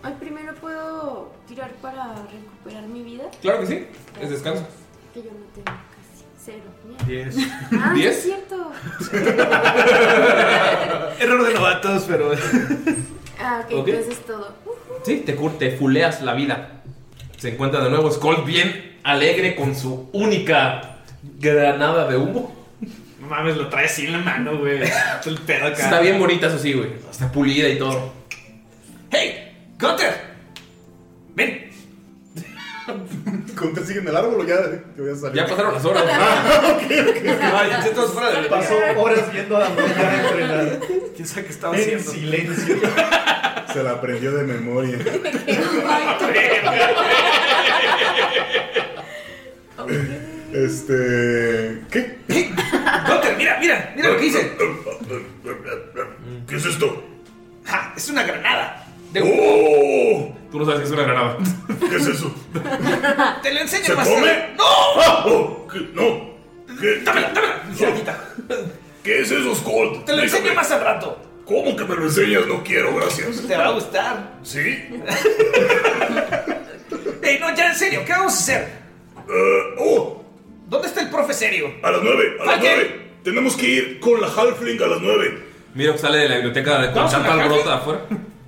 S2: Ay, primero puedo tirar para recuperar mi vida.
S1: Claro que sí, es descanso.
S2: Que yo no tengo casi cero.
S1: Diez.
S2: Ah, sí
S1: Diez.
S2: es cierto.
S4: [LAUGHS] Error de novatos, pero.
S2: Ah, ok,
S1: Ok.
S2: entonces todo.
S1: Sí, te, cur- te fuleas la vida. Se encuentra de nuevo Skull bien alegre con su única granada de humo.
S4: No mames, lo traes así en la mano, güey. Todo el pedo acá.
S1: Está bien bonita, eso sí, güey. Está pulida y todo. ¡Hey! ¡Gunther! ¡Ven!
S7: ¿Conté sigue en el árbol o ya,
S6: eh,
S7: ya voy a salir?
S1: Ya pasaron
S4: [LAUGHS]
S1: las
S6: [LAUGHS]
S1: horas.
S3: [LAUGHS]
S7: Ah, ok, ok.
S1: Ay, ya estás fuera de la
S3: Pasó horas viendo a la mujer entrenar.
S4: ¿Quién sabe qué estaba
S7: En
S4: haciendo?
S3: silencio.
S7: Se la aprendió de memoria. Este. ¿Qué?
S4: Gunter, mira, mira, mira lo que hice.
S7: [LAUGHS] ¿Qué es esto?
S4: Ja, es una granada.
S7: ¡Oh!
S1: Tú no sabes que es una granada.
S7: ¿Qué
S1: [LAUGHS]
S7: es eso?
S4: Te lo enseño
S7: ¿Se
S4: más
S7: come?
S4: ¡No!
S7: Ah, oh, ¿qué? ¡No! ¿Qué? ¡Dámela, dámela! ¿Qué es eso, Scott?
S4: Te lo enseño
S7: Déjame.
S4: más al rato.
S7: ¿Cómo que me lo enseñas? No quiero, gracias.
S4: Te va a gustar.
S7: ¿Sí?
S4: Ey, no, ya en serio, ¿qué vamos a hacer? Uh,
S7: oh.
S4: ¿Dónde está el profe serio?
S7: A las nueve, a las
S4: ¿Para qué?
S7: nueve. Tenemos que ir con la Halfling a las nueve.
S1: Mira que sale de la biblioteca con
S7: ¿Vamos a
S1: tanta
S7: la
S1: alborota afuera.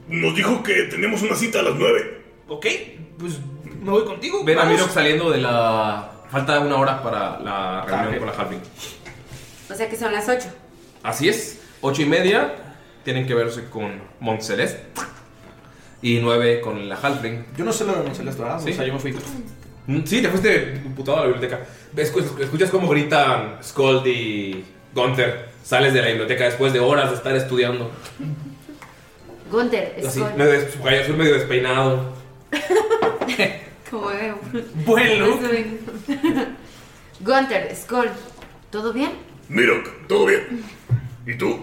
S7: Nos dijo que tenemos una cita a las nueve.
S4: Ok, pues me voy contigo.
S1: [LAUGHS] Ven a
S4: vamos.
S1: Mirok saliendo de la. Falta una hora para la
S7: Ah,
S1: reunión con la Halfling.
S5: O sea que son las 8.
S1: Así es. Ocho y media tienen que verse con Montceleste. Y nueve con la Halfling.
S4: Yo no sé lo de Montceleste, ¿verdad? O sea, yo me fui.
S1: Mm, Sí, te fuiste putado a la biblioteca. Ves- pues, Escuchas cómo gritan Scold y Gunther. Sales de la biblioteca después de horas de estar estudiando.
S5: Gunther, es
S1: Así,
S5: Col-
S1: medio, des- su cabello azul medio despeinado.
S5: como veo.
S4: Buen look.
S5: [LAUGHS] Gunther, Skull, ¿todo bien?
S7: Mirok, ¿todo bien? ¿Y tú?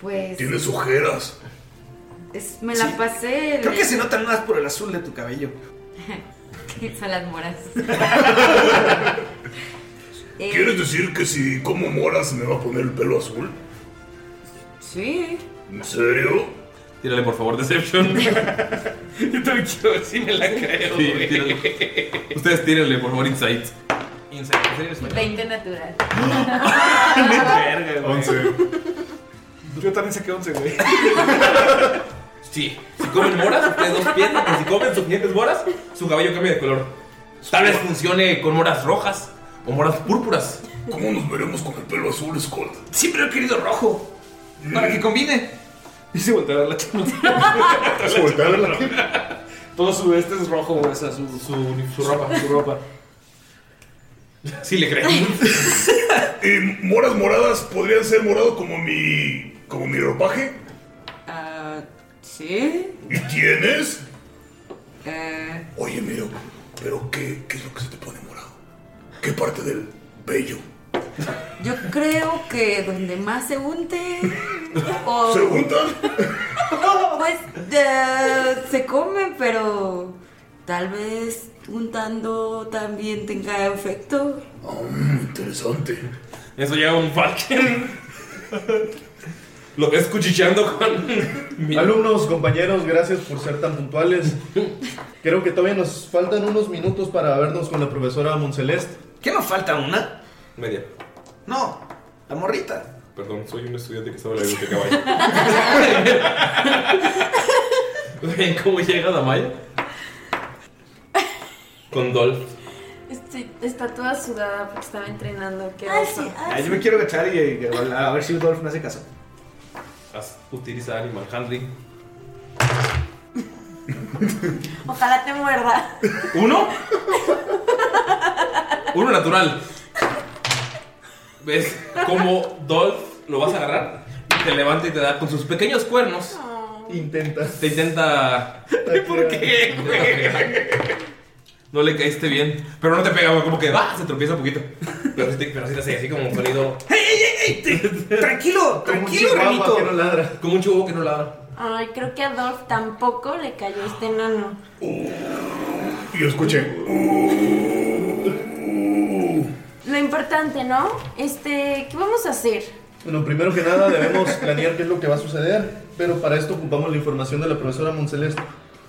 S5: Pues.
S7: Tienes ojeras.
S5: es- me la pasé.
S4: Creo que se
S5: [LAUGHS]
S4: notan más por el azul de tu cabello. [LAUGHS]
S5: Son las moras. Eh,
S7: ¿Quieres decir que si como moras me va a poner el pelo azul?
S5: Sí.
S7: ¿En serio?
S1: Tírale por favor Deception.
S4: Yo también quiero ver si me la creo,
S1: Sí,
S4: güey.
S1: tírale. Ustedes tírenle por favor Insight. Insight, ¿en serio es español?
S4: [LAUGHS]
S5: 20 natural.
S4: Verga, güey.
S1: 11.
S4: Yo también saqué 11, güey.
S1: [LAUGHS] Sí, si comen moras, ustedes dos pierden, pero si comen suficientes moras, su cabello cambia de color. Tal vez funcione con moras rojas o moras púrpuras.
S7: ¿Cómo nos veremos con el pelo azul, Scott?
S4: Siempre lo he querido rojo. Para que combine. Y se voltea a ver la
S5: [LAUGHS]
S4: chama.
S6: Se voltea a ver la
S4: Todo su este es rojo, güey. O sea, su, su, su ropa. Su ropa.
S1: Sí, le creo.
S7: [LAUGHS] Eh, moras moradas podrían ser morado como mi. como mi ropaje.
S5: Ah, sí.
S7: ¿Y tienes?
S5: Eh,
S7: Oye, miro, pero qué, ¿qué es lo que se te pone morado? ¿Qué parte del
S5: [LAUGHS]
S7: bello?
S5: yo creo que donde más se hunde. o-
S7: ¿Se untan?
S5: [LAUGHS] Pues eh, se comen, pero tal vez untando también tenga efecto.
S4: Oh.
S7: interesante.
S1: Eso llega un Falken. Lo ves cuchicheando con.
S3: Alumnos, compañeros, gracias por ser tan puntuales. Creo que todavía nos faltan unos minutos para vernos con la profesora Monceleste.
S4: ¿Qué nos falta una?
S1: Media.
S4: No, la morrita.
S1: Perdón, soy un estudiante que sabe la
S4: [LAUGHS]
S1: biblioteca vaya. ¿Ven cómo llega Damaya? Con Dolph.
S2: Estoy- Este, está toda sudada porque estaba entrenando. Qué oso.
S4: Ah, yo me quiero agachar y, y a ver si Dolph me hace caso.
S1: Haz- Utiliza Animal Handling.
S2: Ojalá te muerda.
S1: ¿Uno? Uno natural. ¿Ves cómo Dolph lo vas a agarrar? Te levanta y te da con sus pequeños cuernos.
S3: Intenta.
S1: Te intenta. ¿Por qué, [LAUGHS] No le caíste bien. Pero no te pega, como que va, se tropieza un poquito. Pero sí, te- pero sí te hace así como un sonido.
S4: Tranquilo,
S1: tranquilo, Renito. Como un chihuahua que no ladra.
S2: Ay, creo que a Dolph tampoco le cayó este enano.
S6: Yo escuché.
S2: Lo importante, ¿no? Este, ¿qué vamos a hacer?
S3: Bueno, primero que nada debemos planear qué es lo que va a suceder, pero para esto ocupamos la información de la profesora Monceleste.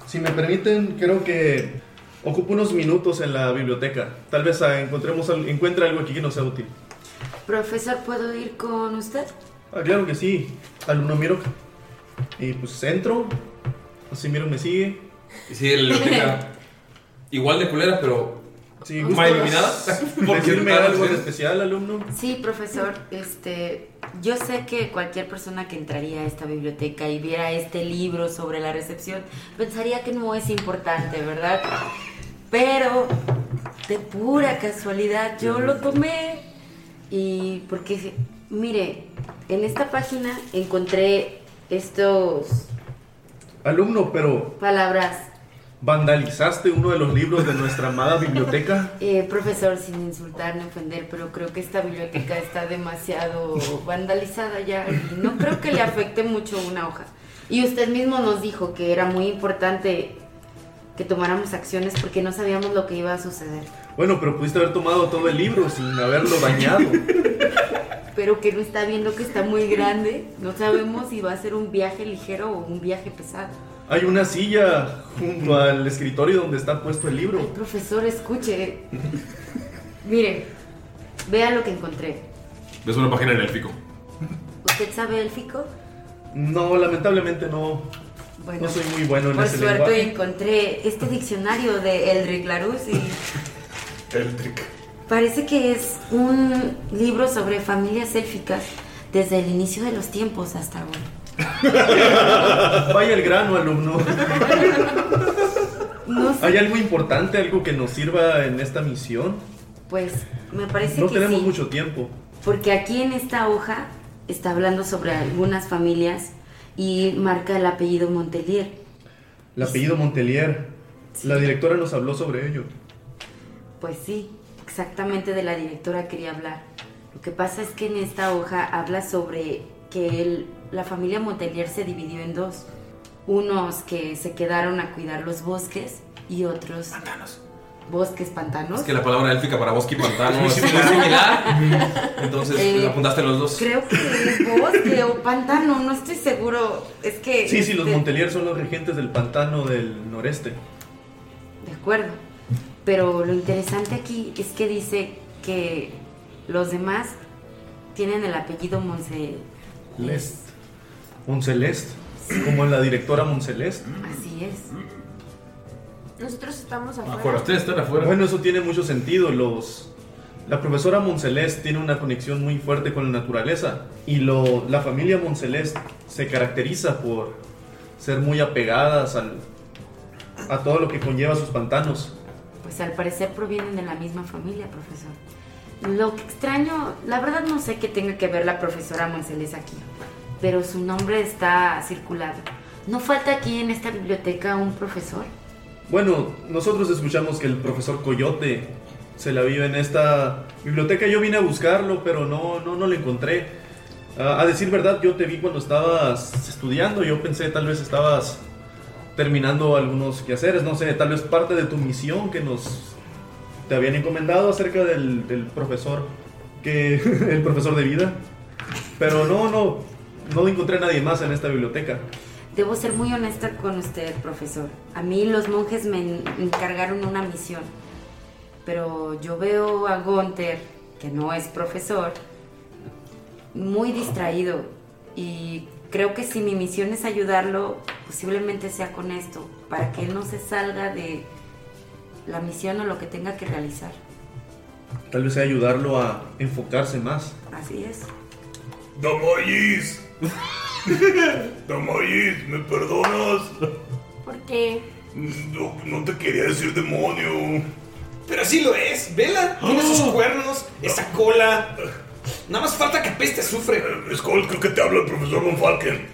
S3: Si me permiten, creo que ocupo unos minutos en la biblioteca. Tal vez ah, encontremos al- encuentre algo aquí que nos sea útil.
S5: Profesor, ¿puedo ir con usted?
S3: Ah, claro que sí, alumno Miro. Y pues entro, así Miro me sigue.
S1: Y sí, la biblioteca. Igual de culera, pero.
S3: Sí,
S1: más iluminada.
S3: [LAUGHS]
S1: Porque
S3: Decirme
S1: cada
S3: algo en
S1: vez-
S3: especial, alumno.
S5: Sí, profesor, este, yo sé que cualquier persona que entraría a esta biblioteca y viera este libro sobre la recepción pensaría que no es importante, ¿verdad? Pero de pura casualidad yo lo tomé y porque mire, en esta página encontré estos
S3: Alumno, pero
S5: palabras
S3: vandalizaste uno de los libros de nuestra amada biblioteca.
S5: Eh, profesor, sin insultar ni ofender, pero creo que esta biblioteca está demasiado vandalizada ya y no creo que le afecte mucho una hoja. Y usted mismo nos dijo que era muy importante que tomáramos acciones porque no sabíamos lo que iba a suceder.
S3: Bueno, pero pudiste haber tomado todo el libro sin haberlo dañado.
S5: Pero que no está viendo que está muy grande, no sabemos si va a ser un viaje ligero o un viaje pesado.
S3: Hay una silla junto al escritorio donde está puesto el libro.
S5: Profesor, escuche. Mire, vea lo que encontré.
S1: Ves una página en élfico.
S5: ¿Usted sabe élfico?
S3: No, lamentablemente no.
S5: Bueno,
S3: no soy muy bueno en
S5: Por
S3: ese
S5: suerte
S3: lenguaje.
S5: encontré este diccionario de Eldrick Larus y
S6: Eldrick.
S5: parece que es un libro sobre familias élficas desde el inicio de los tiempos hasta ahora.
S3: [LAUGHS] Vaya el grano, alumno.
S5: No
S3: ¿Hay
S5: sé,
S3: algo importante, algo que nos sirva en esta misión?
S5: pues me parece
S3: no
S5: que
S3: tenemos
S5: sí,
S3: mucho tiempo.
S5: porque aquí en esta hoja está hablando sobre algunas familias y marca el apellido Montelier.
S3: El apellido Montelier. La directora nos habló sobre ello.
S5: Pues sí, exactamente de la directora quería hablar. Lo que pasa es que en esta hoja habla sobre que el- la familia Montelier se dividió en dos. Unos que se quedaron a cuidar los bosques y otros... bosques, pantanos.
S1: Es que la palabra élfica para bosque y pantano
S3: [LAUGHS]
S5: Muy
S1: es muy
S5: similar. [LAUGHS]
S1: similar. Entonces
S5: Eh,
S1: apuntaste los dos.
S5: Creo que es bosque o pantano, no estoy seguro. Es que.
S3: Sí, sí, los
S5: este,
S3: Montelier son los regentes del pantano del noreste.
S5: De acuerdo. Pero lo interesante aquí es que dice que los demás tienen el apellido Monse.
S3: Lest. Moncelest. Como la directora Moncelest.
S5: Así es.
S2: Nosotros estamos afuera.
S3: Afuera.
S1: Ustedes están afuera.
S3: Bueno, eso tiene mucho sentido. Los, la profesora Moncelés tiene una conexión muy fuerte con la naturaleza. Y lo, la familia Moncelés se caracteriza por ser muy apegadas al, a todo lo que conlleva sus pantanos.
S5: Pues al parecer provienen de la misma familia, profesor. Lo que extraño, la verdad no sé qué tenga que ver la profesora Monceles aquí, pero su nombre está circulado. ¿No falta aquí en esta biblioteca un profesor?
S3: Bueno, nosotros escuchamos que el profesor Coyote se la vive en esta biblioteca. Yo vine a buscarlo, pero no, no, no lo encontré. Ah, a decir verdad, yo te vi cuando estabas estudiando. Yo pensé tal vez estabas terminando algunos quehaceres, no sé, tal vez parte de tu misión que nos te habían encomendado acerca del, del profesor, que [LAUGHS] el profesor de vida. Pero no, no, no encontré a nadie más en esta biblioteca.
S5: Debo ser muy honesta con usted, profesor. A mí los monjes me en- encargaron una misión, pero yo veo a Gunther, que no es profesor, muy distraído y creo que si mi misión es ayudarlo, posiblemente sea con esto, para que él no se salga de la misión o lo que tenga que realizar.
S3: Tal vez sea ayudarlo a enfocarse más.
S5: Así es.
S7: [LAUGHS] Damayis. Damayis, ¿me perdonas?
S2: ¿Por qué?
S7: No, no te quería decir demonio. ¡Ah!
S4: Pero así lo es, vela. Tiene esos cuernos, esa cola. Nada más falta que apeste sufre.
S7: Eh, Skull, creo que te habla el profesor Von Falken.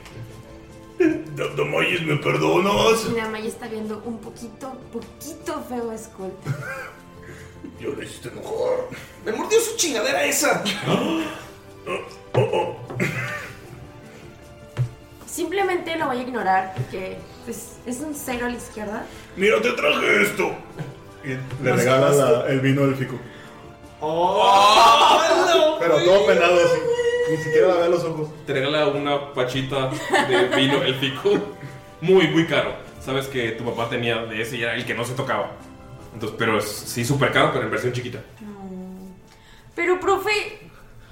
S7: Da- Damayis, ¿me perdonas?
S2: Mira, Maya está viendo un poquito, poquito feo a Skull.
S7: Yo le hiciste enojar.
S4: Me mordió su chingadera [GASPS] esa.
S2: Simplemente lo voy a ignorar porque pues, es un cero a la izquierda.
S7: Mira, te
S4: [LAUGHS]
S7: traje esto.
S6: [LAUGHS] Le regala la- el vino élfico. Pero todo pelado así. Ni siquiera la ve a los ojos. [LAUGHS]
S1: Te regala una pachita de vino élfico. Muy, muy caro. Sabes que tu papá tenía de ese y era el que no se tocaba. Entonces, pero es, sí, súper caro, pero en versión chiquita.
S2: Mm. Pero, profe,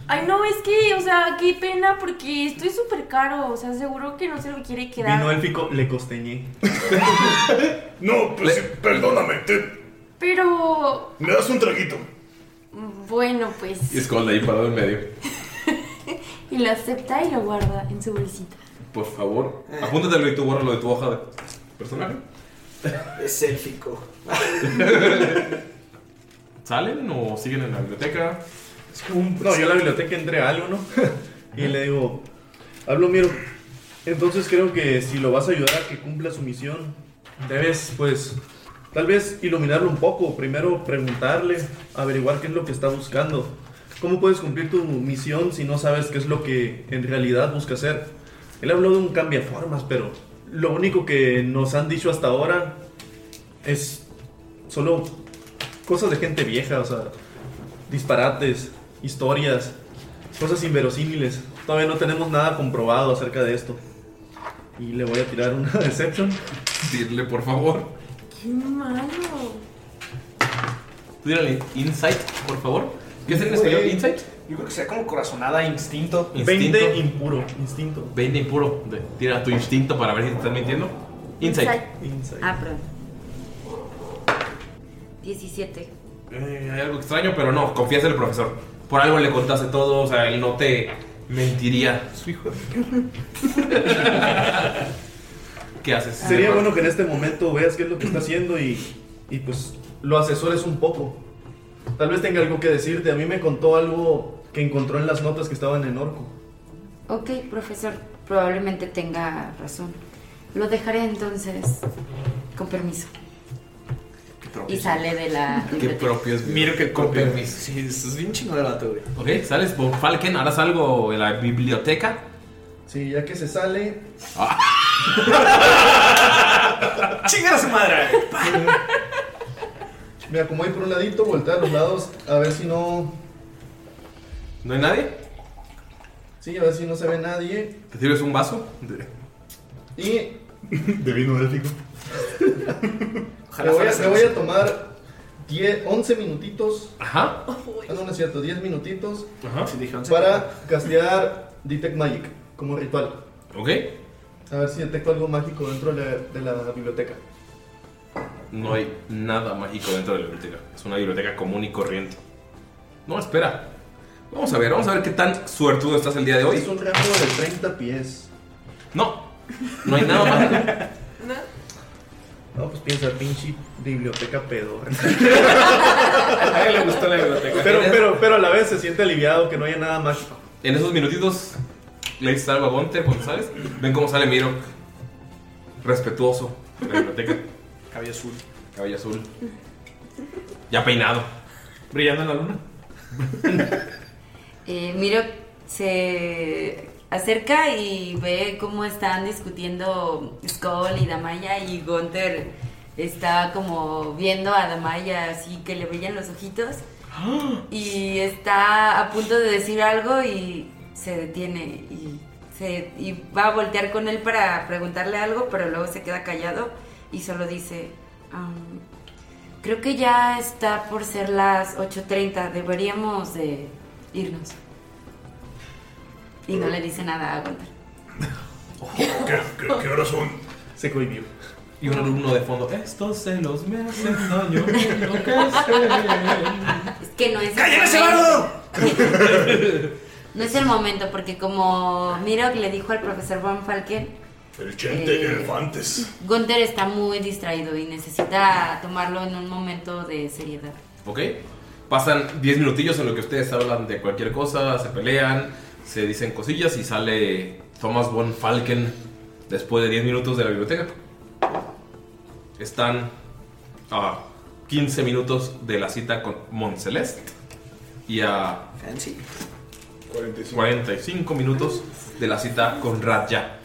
S2: ay, no, es que, o sea, qué pena porque estoy súper caro. O sea, seguro que no se lo quiere quedar.
S3: Vino élfico, le costeñé.
S7: no, pues sí, perdóname. te-
S2: Pero,
S7: me das un traguito.
S2: bueno, pues.
S1: Y Skull ahí parado en medio.
S2: Y lo acepta y lo guarda en su bolsita.
S1: Por favor, apúntatelo y tú bórralo de tu hoja de personaje.
S4: Es élfico.
S1: ¿Salen o siguen en la biblioteca?
S3: No, yo a la biblioteca entré a algo, ¿no? y le digo, hablo, miro. Entonces creo que si lo vas a ayudar a que cumpla su misión, debes, pues, tal vez iluminarlo un poco. Primero preguntarle, averiguar qué es lo que está buscando. ¿Cómo puedes cumplir tu misión si no sabes qué es lo que en realidad busca hacer? Él habló de un cambio de formas, pero lo único que nos han dicho hasta ahora es solo cosas de gente vieja, o sea, disparates, historias, cosas inverosímiles. Todavía no tenemos nada comprobado acerca de esto. Y le voy a tirar una [LAUGHS] deception.
S1: Dile, por favor.
S2: Qué malo.
S1: Tírale Insight, por favor. ¿Qué es en español?
S4: Güey.
S1: Insight.
S4: Yo creo que sea como corazonada, instinto.
S1: Veinte
S3: impuro, instinto.
S1: 20 impuro. De- Tira tu instinto para ver si te estás mintiendo. Insight.
S5: Ah, perdón. 17.
S1: Eh, hay algo extraño, pero no, confías en el profesor. Por algo le contaste todo, o sea, él no te mentiría. Su hijo [LAUGHS] ¿Qué haces?
S3: Sería bueno que en este momento veas qué es lo que está haciendo y, y, pues lo asesores un poco. Tal vez tenga algo que decirte. A mí me contó algo que encontró en las notas que estaban en Orco.
S5: Ok, profesor, probablemente tenga razón. Lo dejaré entonces, con permiso. Y sale de la...
S1: Qué propio es.
S4: Miro que con
S1: Propio.
S4: permiso. Sí, estás bien chingón de vato, güey.
S1: Ok, sales por Falken, harás algo en la biblioteca. Ah,
S3: Sí, ya que se sale.
S4: ¡Chingar a su madre!
S3: Me acomodo por un ladito, volteo a los lados, a ver si no.
S1: ¿No hay nadie?
S3: Sí, a ver si no se ve nadie.
S1: ¿Te sirves un vaso? De-
S3: Y
S6: De vino élfico.
S3: me voy, a, me voy a tomar 10, 11 minutitos. Ajá. Ah, no, no es cierto, 10 minutitos.
S1: Ajá.
S3: Para castear Detect Magic como ritual.
S1: Ok.
S3: A ver si detecto algo mágico dentro de la- de la biblioteca.
S1: No hay nada mágico dentro de la biblioteca. Es una biblioteca común y corriente. No, espera. Vamos a ver, vamos a ver qué tan suertudo estás el día de
S3: Es
S1: hoy.
S3: un rango de 30 pies.
S1: No, no hay nada mágico.
S3: No, pues piensa, pinche biblioteca pedorra.
S1: [LAUGHS] A él le gustó la biblioteca.
S3: Pero, pero, pero a la vez se siente aliviado que no haya nada mágico.
S1: En esos minutitos le dices algo a Gonter cuando sales. Ven cómo sale Miro. Respetuoso de la biblioteca. Cabello azul. Cabello azul. Ya peinado. Brillando en la luna.
S5: Eh, Miro se acerca y ve cómo están discutiendo Skull y Damaya y Gunther está como viendo a Damaya así que le brillan los ojitos y está a punto de decir algo y se detiene y, se- y va a voltear con él para preguntarle algo pero luego se queda callado y solo dice "Am, creo que ya está por ser las 8.30 deberíamos de irnos y no le dice nada a Gunther
S7: ¿Qué, qué, qué horas son?
S3: Se cohibió.
S1: Y un alumno de fondo. Estos celos me hacen [LAUGHS] daño.
S5: [LAUGHS] Es que no es. el
S4: ¡Cállate, ese
S5: momento.
S4: bardo!
S5: No es el momento, porque como Mirok le dijo al profesor Von Falken,
S7: El chente
S5: Eh.
S7: elefantes.
S5: Gunther está muy distraído y necesita tomarlo en un momento de seriedad.
S1: ¿Ok? Pasan 10 minutillos en lo que ustedes hablan de cualquier cosa, se pelean, se dicen cosillas y sale Thomas von Falken después de 10 minutos de la biblioteca. Están a 15 minutos de la cita con Montceleste y a 45. minutos de la cita con Radja.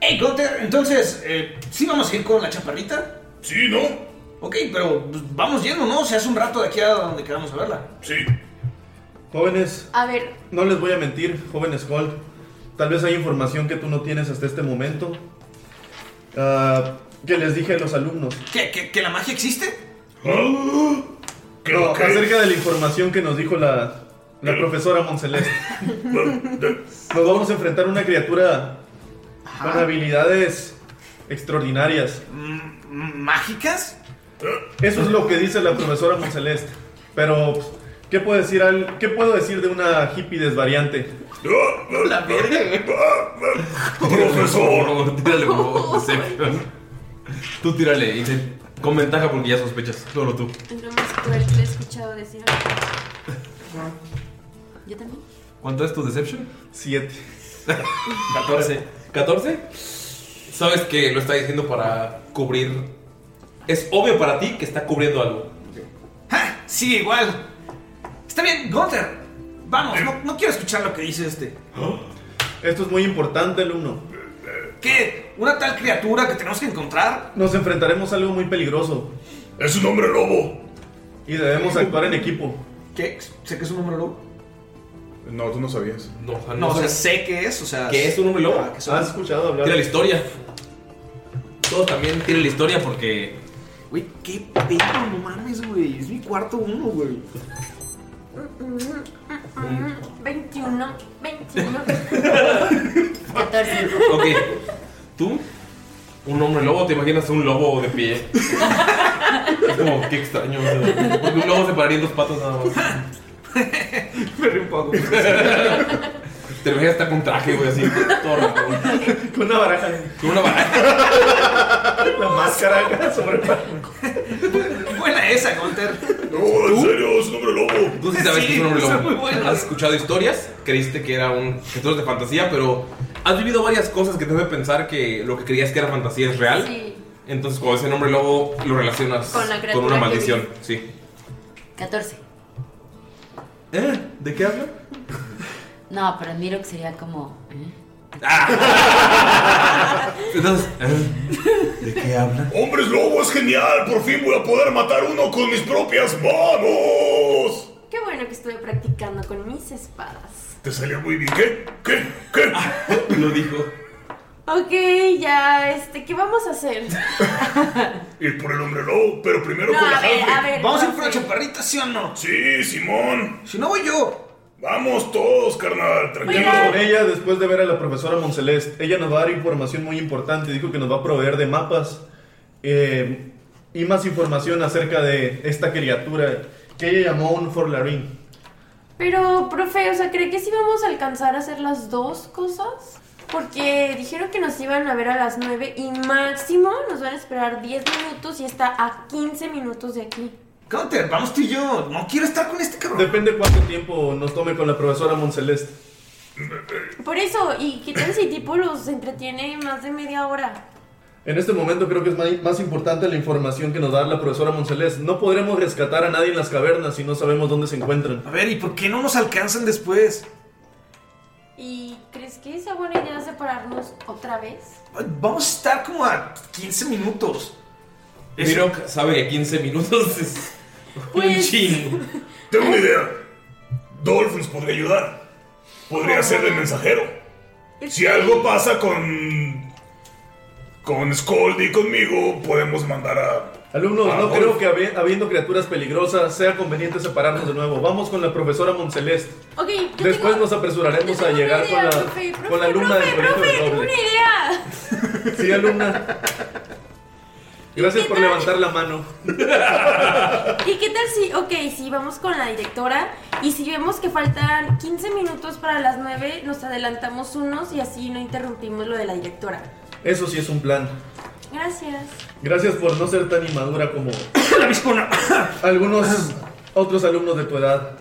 S4: Hey, Gunther, entonces, eh, ¿sí vamos a ir con la chaparrita? Sí, ¿no? Ok, pero pues, vamos yendo, ¿no? O sea, hace un rato de aquí a donde queramos a verla.
S7: Sí.
S3: Jóvenes,
S2: A ver,
S3: no les voy a mentir, joven Skull. Tal vez hay información que tú no tienes hasta este momento. Ah, que les dije a los alumnos.
S4: ¿Qué, qué, que la magia existe?
S7: ¿Qué-
S3: No,
S7: qué?
S3: acerca de la información que nos dijo la, la profesora Monceleste. Nos vamos a enfrentar a una criatura con habilidades extraordinarias.
S4: ¿Mágicas?
S3: Eso es lo que dice la profesora Monceleste. Pero, pues, ¿qué puedo decir, al, ¿qué puedo decir de una hippie desvariante?
S7: La Profesor.
S1: Tírale, por favor, Deception. Tú tírale, y te- con ventaja porque ya sospechas. Solo tú.
S2: es lo más cruel que le he escuchado decir.
S5: Yo también.
S1: ¿Cuánto es tu Deception?
S3: 7.
S1: 14. ¿14? Sabes que lo está diciendo para cubrir. Es obvio para ti que está cubriendo algo.
S4: Sí, igual. Está bien, Gunther. Vamos, no, no quiero escuchar lo que dice este.
S3: [GASPS] Esto es muy importante, alumno.
S4: ¿Qué? ¿Una tal criatura que tenemos que encontrar?
S3: Nos enfrentaremos a algo muy peligroso.
S7: Es un hombre lobo.
S3: Y debemos actuar en equipo.
S4: ¿Qué? ¿Sé que es un hombre lobo?
S6: No, tú no sabías.
S1: No, o sea,
S4: No, o sea, sé que es, o sea...
S1: ¿Qué es un hombre lobo?
S4: Ah, que son-
S3: ¿Has escuchado hablar?
S1: Tira la historia. Todos también tienen la historia porque.
S4: Güey, qué pedo, no mames, güey. Es mi cuarto uno, güey.
S2: mm, 21, 21.
S5: 14.
S1: Ok. Tú, un hombre lobo, te imaginas un lobo de pie. es como, qué extraño. o sea, Porque un lobo se pararía en dos patas nada más.
S4: [LAUGHS] Me río un poco.
S1: Te lo imaginas hasta con traje, güey, así. Todo raro.
S3: [LAUGHS] Con una baraja.
S1: Con una baraja.
S3: [LAUGHS] La máscara [LAUGHS] acá sobre
S4: Buena esa, Gunter.
S7: No, en serio, es un hombre lobo.
S1: Tú sí sabes que es un hombre
S4: Sí,
S1: lobo.
S4: está muy bueno.
S1: Has escuchado historias, creíste que era un que todo es de fantasía, pero has vivido varias cosas que te hacen pensar que lo que creías que era fantasía es real.
S2: Sí.
S1: Entonces, cuando ese nombre lobo lo relacionas
S2: Con la criatura
S1: una
S2: que
S1: maldición. Sí.
S5: 14.
S1: ¿De qué habla?
S5: No, pero Mirok sería como. ¿eh?
S1: Ah. Entonces,
S7: ¿De qué habla? ¡Hombres lobo es genial! ¡Por fin voy a poder matar uno con mis propias manos!
S2: Qué bueno que estuve practicando con mis espadas.
S7: Te salió muy bien. ¿Qué? ¿Qué? ¿Qué?
S1: Lo dijo.
S2: Ok, ya, este, ¿qué vamos a hacer?
S7: Ir por el hombre lobo, pero primero
S2: No,
S7: con la
S2: a ver,
S7: Jade.
S2: a ver,
S4: Vamos a ir
S2: no
S4: por la
S2: sé.
S4: chaparrita, ¿sí o no?
S7: Sí, Simón.
S4: Si no voy yo.
S7: Vamos todos, carnal.
S3: Tranquilos con ella después de ver a la profesora Moncelest. Ella nos va a dar información muy importante. Dijo que nos va a proveer de mapas eh, y más información acerca de esta criatura que ella llamó un Forlarín.
S2: Pero, profe, o sea, ¿cree que sí vamos a alcanzar a hacer las dos cosas? Porque dijeron que nos iban a ver a las 9 y máximo nos van a esperar 10 minutos y está a 15 minutos de aquí.
S4: Counter, vamos tú y yo. No quiero estar con este cabrón.
S3: Depende cuánto tiempo nos tome con la profesora Moncelest.
S2: Por eso, ¿y qué tal si tipo los entretiene más de media hora?
S3: En este momento creo que es ma- más importante la información que nos da la profesora Moncelés. No podremos rescatar a nadie en las cavernas si no sabemos dónde se encuentran.
S4: A ver, ¿y por qué no nos alcanzan después?
S2: ¿Y crees que sea buena idea separarnos otra vez?
S4: Vamos a estar como a 15 minutos.
S1: Mirok sabe que 15 minutos es un
S2: Pues-
S1: chingo.
S7: Tengo una idea. Dolph nos podría ayudar. Podría ser el mensajero. Si algo pasa con. con Scold y conmigo, podemos mandar a.
S3: Alumnos,
S7: Ah,
S3: no
S7: bueno.
S3: creo que habi- habiendo criaturas peligrosas sea conveniente separarnos de nuevo. Vamos con la profesora Moncelés.
S2: Ok, yo
S3: Después
S2: tengo-
S3: nos apresuraremos
S2: yo tengo
S3: a
S2: una
S3: llegar con
S2: idea,
S3: la,
S2: profe, profe,
S3: con la alumna
S2: profe,
S3: del
S2: profe,
S3: proyecto del
S2: tengo
S3: doble.
S2: una idea. [LAUGHS]
S3: Sí, alumna. Gracias por levantar la mano.
S2: ¿Y qué tal si, ok, si vamos con la directora y si vemos que faltan 15 minutos para las 9, nos adelantamos unos y así no interrumpimos lo de la directora?
S3: Eso sí es un plan.
S2: Gracias.
S3: Gracias por no ser tan inmadura como algunos otros alumnos de tu edad.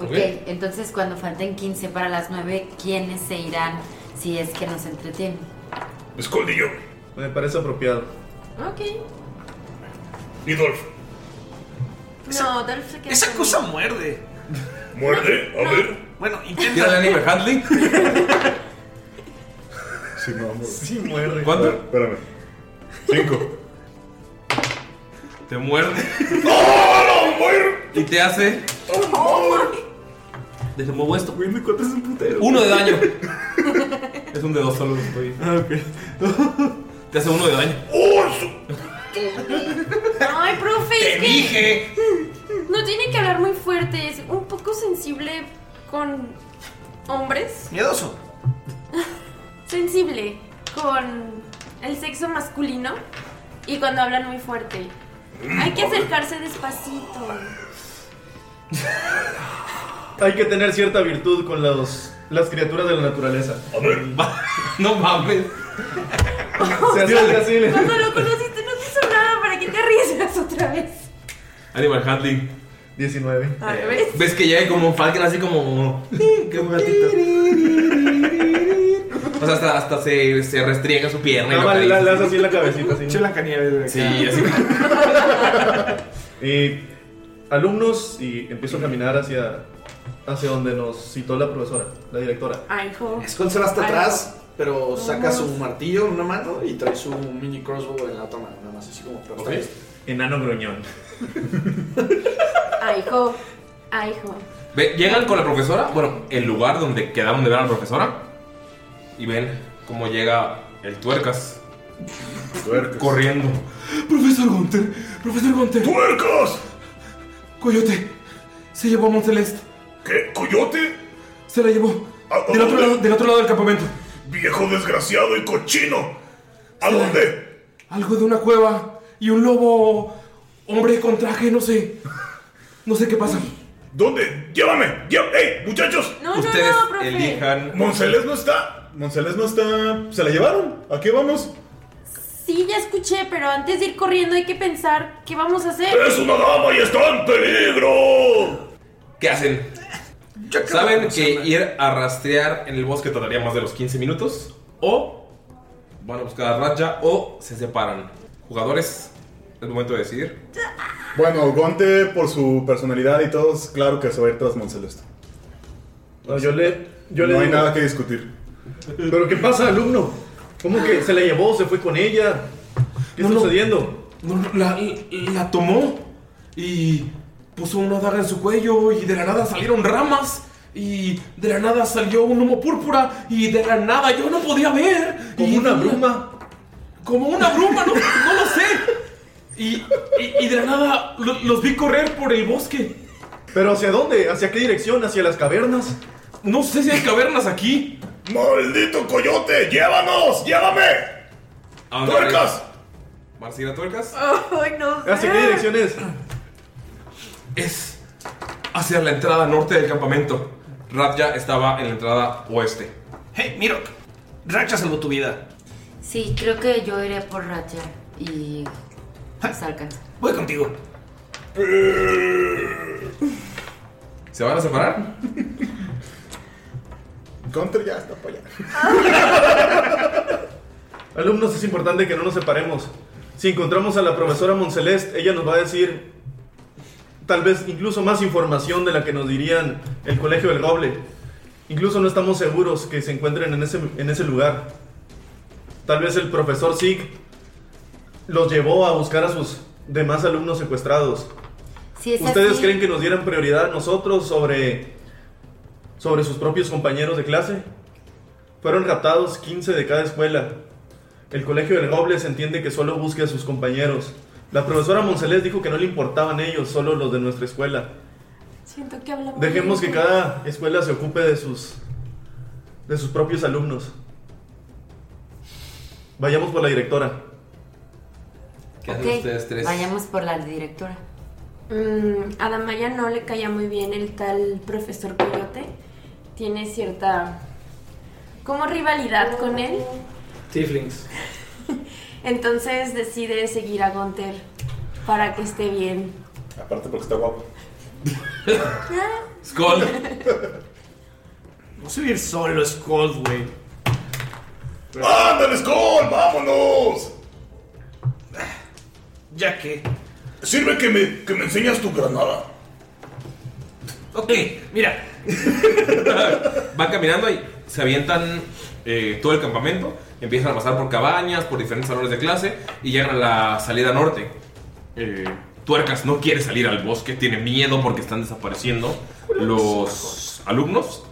S5: Ok, entonces cuando falten 15 para las 9, ¿quiénes se irán si es que nos entretienen?
S7: Scold y yo.
S3: Me parece apropiado.
S2: Ok.
S7: Y Dolph.
S2: No, Dolph se queda
S4: Esa
S2: conmigo.
S4: cosa muerde.
S7: ¿Muerde? A ver.
S4: Bueno,
S1: ¿Tienes
S4: intenta.
S1: anime handling?
S6: Sí, no, amor.
S3: Sí, muerde.
S1: ¿Cuánto?
S6: A ver, Espérame. Cinco.
S1: Te
S3: [LAUGHS]
S1: muerde. Y te hace.
S3: ¡Oh,
S1: Desde muevo esto.
S3: Güey, me cuentas un putero.
S1: Uno de
S3: [LAUGHS]
S1: daño. es un de dos solo. Estoy.
S3: Ah,
S1: [LAUGHS] Te hace uno de daño.
S2: Ay, profe,
S1: ¡Oh, Te
S2: es que
S1: dije.
S2: no tiene que hablar muy fuerte, es un poco sensible con hombres,
S4: Miedoso.
S2: sensible con el sexo masculino y cuando hablan muy fuerte. Hay que acercarse despacito.
S3: Hay que tener cierta virtud con los, las criaturas de la naturaleza.
S7: A ver,
S3: [LAUGHS]
S1: no mames.
S3: Se acerca así. le-
S2: Cuando lo conociste no te hizo nada, ¿para qué te [LAUGHS] arriesgas otra vez?
S1: Animal handling.
S3: 19.
S2: A ver.
S1: ¿Ves que llega como un Falcon así como. ¡Qué
S4: [LAUGHS]
S1: gatito! O sea, hasta, hasta se, se restriega su pierna. y
S3: Nada
S1: lo
S3: más le
S1: acaricia.
S3: le hace así en la cabecita. Así.
S1: Sí, así.
S3: [LAUGHS] Y alumnos, y empiezo a caminar hacia, hacia donde nos citó la profesora, la directora.
S2: Ay, jo.
S8: Skull se va hasta
S2: Ay,
S8: atrás, pero saca
S2: Vamos.
S8: su martillo en una mano y trae su mini crossbow en la otra mano, nada más así como pero está listo.
S3: Enano gruñón.
S2: Ay, jo. Ay, jo.
S1: Ve, llegan con la profesora, bueno, el lugar donde quedaron de ver a la profesora. Y ven cómo llega el tuercas. Corriendo. Profesor Gunter, profesor Gunter.
S7: ¡Tuercas!
S1: Coyote, se llevó a Montelest.
S7: ¿Qué? ¿Coyote?
S1: Se la llevó.
S7: Del otro, lado,
S1: del otro lado del campamento.
S7: Viejo desgraciado y cochino. ¿A dónde?
S1: Algo de una cueva y un lobo hombre con traje, no sé. No sé qué pasa.
S7: ¿Dónde? Llévame. Llé- ¡Ey, muchachos!
S2: No,
S6: Ustedes
S2: no, no, profe.
S7: Moncelés no está.
S6: Moncelés no está. Se la llevaron. ¿A qué vamos?
S2: Sí, ya escuché, pero antes de ir corriendo hay que pensar qué vamos a hacer.
S7: ¡Es una dama y está en peligro!
S1: ¿Qué hacen? ¿Saben que ir a rastrear en el bosque tardaría más de los 15 minutos? O van a buscar a Raja o se separan. Jugadores, es el momento de decidir.
S6: Bueno, Gonte, por su personalidad y todos, claro que se va a ir tras Moncelés.
S3: No, yo le, yo le
S6: No hay
S3: digo-
S6: nada que discutir.
S3: ¿Pero qué pasa, alumno? ¿Cómo que se la llevó? ¿Se fue con ella? ¿Qué está sucediendo?
S1: la, la tomó y puso una daga en su cuello y de la nada salieron ramas y de la nada salió un humo púrpura y de la nada yo no podía ver. Como una bruma. Como una bruma, no, no lo sé. Y, y- y de la nada lo- los vi correr por el bosque.
S3: ¿Pero hacia dónde? ¿Hacia qué dirección? ¿Hacia las cavernas?
S1: No sé si hay cavernas aquí.
S7: ¡Maldito coyote! ¡Llévanos! ¡Llévame! ¡Tuercas!
S1: ¿Marcina tuercas?
S2: Ay, no sé.
S3: es?
S1: Es hacia la entrada norte del campamento. Radja estaba en la entrada oeste.
S4: Hey, Mirok, Racha salvó tu vida.
S5: Sí, creo que yo iré por Racha y
S1: Ah.
S5: pues, se alcanza.
S4: Voy contigo.
S1: ¿Se van a separar?
S6: Counter ya está para allá.
S3: Alumnos, es importante que no nos separemos. Si encontramos a la profesora Moncelest, ella nos va a decir tal vez incluso más información de la que nos dirían el Colegio del Roble. Incluso no estamos seguros que se encuentren en ese, en ese lugar. Tal vez el profesor Sig los llevó a buscar a sus demás alumnos secuestrados.
S5: Si es
S3: ¿Ustedes
S5: así,
S3: creen que nos dieran prioridad a nosotros sobre, sobre sus propios compañeros de clase? Fueron raptados 15 de cada escuela. El colegio del Robles entiende que solo busque a sus compañeros. La profesora Moncelés dijo que no le importaban ellos, solo los de nuestra escuela.
S2: Siento que hablamos.
S3: Dejemos que cada escuela se ocupe de sus de sus propios alumnos. Vayamos por la directora.
S1: ¿Qué
S5: ok, Vayamos por la directora.
S2: Mm, a Damaya no le caía muy bien el tal profesor Coyote. Tiene cierta. como rivalidad con él.
S8: Tieflings.
S2: Entonces decide seguir a Gunther para que esté bien.
S6: Aparte porque está guapo.
S1: Skull.
S2: [LAUGHS]
S4: No se ir solo, Skull, güey.
S7: ¡Ándale, Skull! ¡Vámonos!
S4: ¿Ya que
S7: Sirve que me, que me enseñas tu granada.
S4: Ok, mira.
S1: Van caminando y se avientan eh, todo el campamento. Empiezan a pasar por cabañas, por diferentes salones de clase y llegan a la salida norte. Eh, Tuercas no quiere salir al bosque, tiene miedo porque están desapareciendo los alumnos.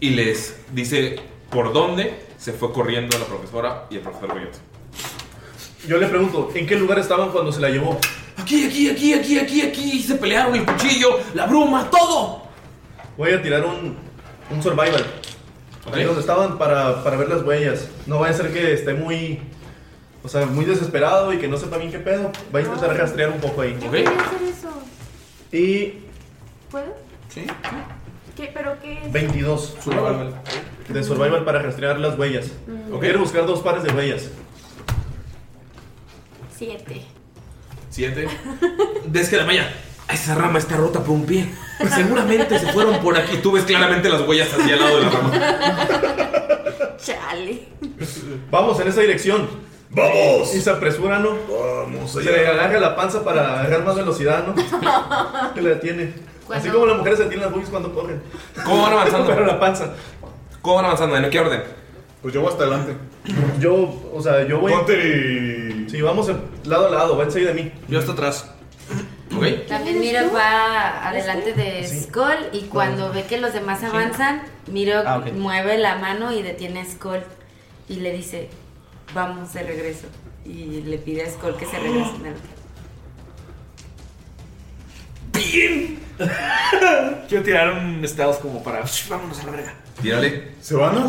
S1: Y les dice por dónde se fue corriendo la profesora y el profesor Coyote.
S3: Yo le pregunto, ¿en qué lugar estaban cuando se la llevó?
S1: Aquí, aquí, aquí, aquí, aquí, aquí. Se pelearon el cuchillo, la bruma, todo.
S3: Voy a tirar un, un survival. Ahí donde estaban para, para ver las huellas. No vaya a ser que esté muy. O sea, muy desesperado y que no sepa bien qué pedo. Va a intentar rastrear un poco ahí.
S2: ¿Qué hacer eso?
S3: Y
S2: ¿Puedo?
S3: Sí.
S2: ¿Qué? ¿Pero qué es?
S3: 22. De survival para rastrear las huellas.
S2: Mm.
S3: Ok. Quiero buscar dos pares de huellas.
S2: Siete.
S1: Siete. Desde la malla. Esa rama está rota por un pie. Seguramente se fueron por aquí. Tú ves claramente las huellas hacia el lado de la rama.
S2: Chale.
S3: Vamos en esa dirección.
S7: ¡Vamos!
S3: Y se apresuran, ¿no?
S7: Vamos
S3: Se le alarga la panza para agarrar más velocidad, ¿no? Que le detiene. Así como las mujeres se tienen las boobies cuando corren.
S1: ¿Cómo van avanzando?
S3: [LAUGHS] Pero la panza.
S1: ¿Cómo van avanzando? ¿En qué orden?
S6: Pues yo voy hasta adelante.
S3: Yo, o sea, yo voy. Sí, vamos en- lado a lado, va enseguida de mí.
S4: Yo hasta atrás.
S5: También Miro va adelante de Skull y cuando ve que los demás avanzan, Miro
S10: Ah, ok.
S5: mueve la mano y detiene a Skull y le dice, vamos de regreso. Y le pide a Skull que se regresen al
S4: ¡Bien! [LAUGHS] Quiero tirar un stealth como para. "Shh, Vámonos a la verga.
S1: Tírale.
S6: ¿Se van a?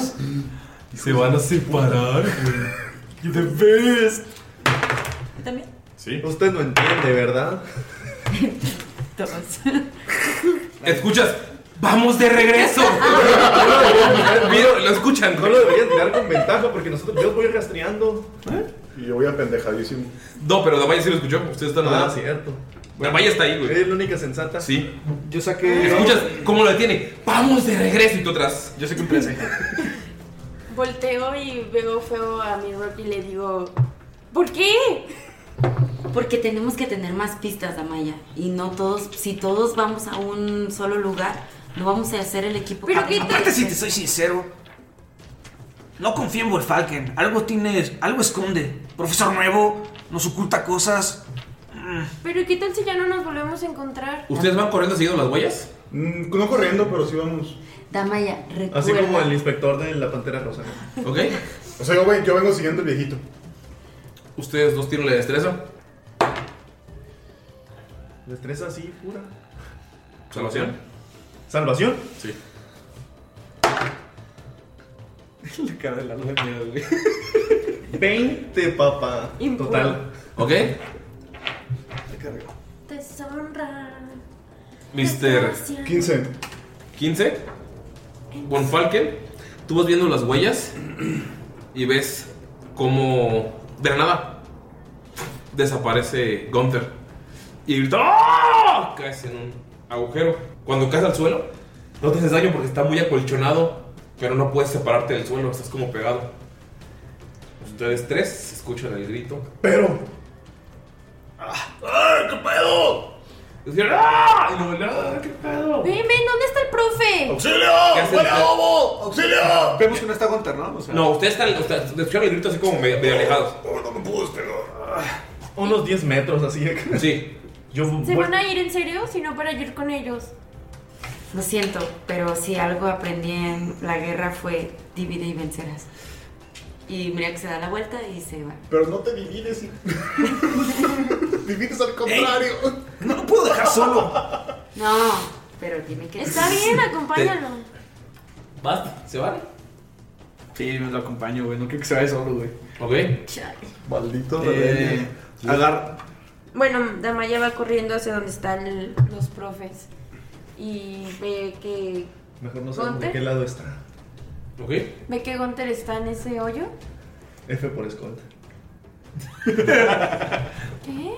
S6: Se
S1: van a separar.
S6: You the best.
S5: ¿También?
S6: Sí.
S3: Usted no entiende, ¿verdad?
S1: Escuchas. ¡Vamos de
S3: [LAUGHS]
S1: regreso! Miro, lo escuchan.
S3: No lo deberían tirar con ventaja porque nosotros, yo voy rastreando.
S6: Y yo voy a pendejadísimo.
S1: No, pero Damaya sí lo escuchó. Ustedes están
S3: Ah,
S1: adelante.
S3: cierto.
S1: Damaya está ahí, güey.
S3: Es la única sensata.
S1: Sí.
S3: Yo saqué.
S1: Escuchas cómo lo detiene. ¡Vamos de regreso! Y tú atrás.
S4: Yo sé que un placer.
S2: [GASPS] Volteo y veo feo a mi Rock y le digo. ¿Por qué?
S5: Porque tenemos que tener más pistas, Damaya. Y no todos, si todos vamos a un solo lugar, No vamos a hacer el equipo.
S4: Pero Aparte, si te soy sincero, no confío en Wolfalken. Algo tienes, algo esconde. Profesor nuevo, nos oculta cosas.
S2: Pero ¿qué tal si ya no nos volvemos a encontrar?
S1: ¿Ustedes van corriendo siguiendo las huellas?
S6: Mm, No corriendo, pero sí vamos.
S5: Damaya, recuerda.
S3: Así como el inspector de la Pantera Rosa.
S1: ¿Ok?
S6: O sea, yo, ven- yo vengo siguiendo el viejito.
S1: Ustedes dos tienen la destreza.
S3: Destreza así, pura.
S1: Salvación.
S3: ¿Salvación?
S1: Sí.
S3: [LAUGHS] La cara de la luna güey. [LAUGHS] 20, papá.
S2: Impuro.
S3: Total.
S1: ¿Ok?
S2: Deshonra.
S1: Mister.
S2: 15.
S1: 15. Von Falken, tú vas viendo las huellas y ves cómo de la nada desaparece Gunther. Y grita, "¡Ah!", caes en un agujero. Cuando caes al suelo, no te haces daño porque está muy acolchonado, pero no puedes separarte del suelo, estás como pegado. Ustedes tres escuchan el grito.
S6: Pero.
S1: ¡Ay, qué pedo! Y dicen, "¡Ah!", y luego, "¡Ah, qué pedo!".
S2: Ven, ven, ¿dónde está el profe?
S1: ¿Qué haces?
S7: ¡Auxilio!
S4: Vemos que no está Gunter, ¿no? O sea,
S1: No, ustedes están, ustedes escucharon el grito así como medio, medio alejados.
S3: Unos 10 metros así.
S1: Sí.
S3: Yo
S2: ¿Se
S3: voy.
S2: van a ir en serio? Si no, para ir con ellos.
S5: Lo siento, pero si algo aprendí en la guerra fue divide y vencerás. Y mira que se da la vuelta y se va.
S6: Pero no te divides. divides al contrario.
S4: no lo puedo dejar solo.
S5: No, pero tiene que.
S2: Está bien, acompáñalo.
S1: ¿Vas? ¿Se van?
S8: Sí, me lo acompaño, güey. No creo que se vaya solo, güey.
S1: Ok.
S6: Maldito
S8: eh, agar- [LAUGHS]
S2: Bueno, Damaya va corriendo hacia donde están el- los profes. Y ve que.
S3: Mejor no sabemos de
S2: ¿Gonter?
S3: qué lado está.
S1: ¿Ok?
S2: Ve que Gunter está en ese hoyo.
S3: F por escolta.
S2: ¿Qué?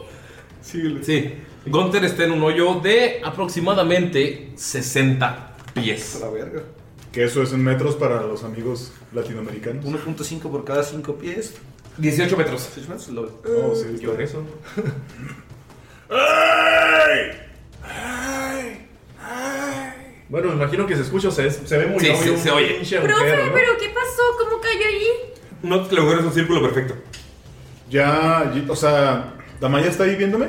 S1: Sí. Gunther está en un hoyo de aproximadamente 60 pies.
S6: la verga. Que eso es en metros para los amigos latinoamericanos.
S4: 1.5 por cada 5 pies.
S1: 18 metros.
S4: 18 metros, lo
S6: Oh, sí, está bien.
S3: eso. Bueno, me imagino que se escucha, se, se ve muy
S1: Sí,
S3: obvio,
S1: sí,
S3: un
S1: se oye.
S3: pinche agujero,
S2: Profe,
S3: ¿no?
S2: ¿pero qué pasó? ¿Cómo cayó ahí? [LAUGHS]
S1: No, el agujero es un círculo perfecto.
S6: Ya, y- o sea, ¿Damaya está ahí viéndome?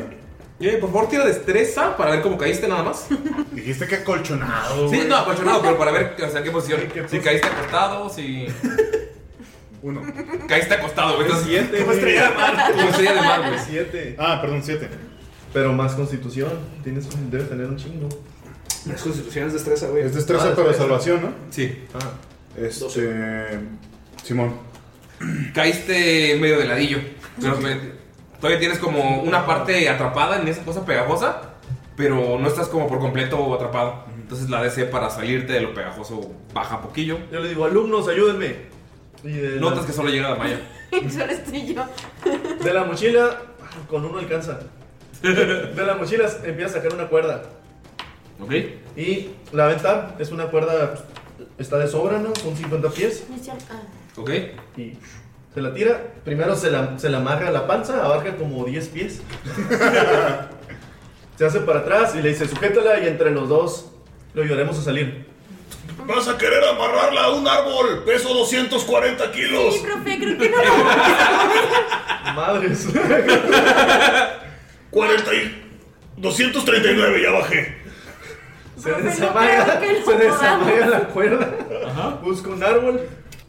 S1: Eh, por favor, tira destreza para ver cómo caíste nada más.
S4: Ah,
S6: Dijiste que acolchonado.
S1: Sí,
S6: güey.
S1: no, apasionado, pero para ver o sea, en qué posición. Si caíste acostado, si.
S6: [LAUGHS] Uno.
S1: Caíste acostado, güey. Entonces,
S3: Siete,
S1: Como
S3: güey.
S1: estrella de mar. Como estrella de mar, güey.
S3: Siete.
S6: Ah, perdón, siete.
S3: Pero más constitución. Tienes, un- debes tener un chingo.
S8: Es constitución, es destreza, güey.
S6: Es destreza, pero salvación, ¿no?
S1: Sí.
S4: Ah.
S6: Este. Simón.
S1: Caíste medio de ladillo. Pero me- todavía tienes como una parte atrapada en esa cosa pegajosa, pero no estás como por completo atrapado. Entonces la DC para salirte de lo pegajoso baja poquillo.
S3: Yo le digo, alumnos, ayúdenme. Y de
S1: Notas que solo llega la
S2: [LAUGHS]
S1: malla.
S2: Solo estoy yo.
S3: De la mochila, con uno alcanza. De la mochila empieza a sacar una cuerda.
S1: ¿Ok?
S3: Y la venta es una cuerda, está de sobra, ¿no? Son 50 pies.
S1: ¿Ok?
S3: Y se la tira. Primero se la, se la amarra a la panza, abarca como
S1: [LAUGHS]
S3: 10 pies. se hace para atrás y le dice, sujétala y entre los dos lo ayudaremos a salir.
S7: Vas a querer amarrarla a un árbol. Peso 240 kilos.
S2: Sí, profe, creo que no lo vamos a
S3: Madres.
S7: 40 y 239, ya bajé.
S3: Se desamarra,
S2: creo que no
S3: se desamarra
S2: podamos.
S3: la cuerda. Busco un árbol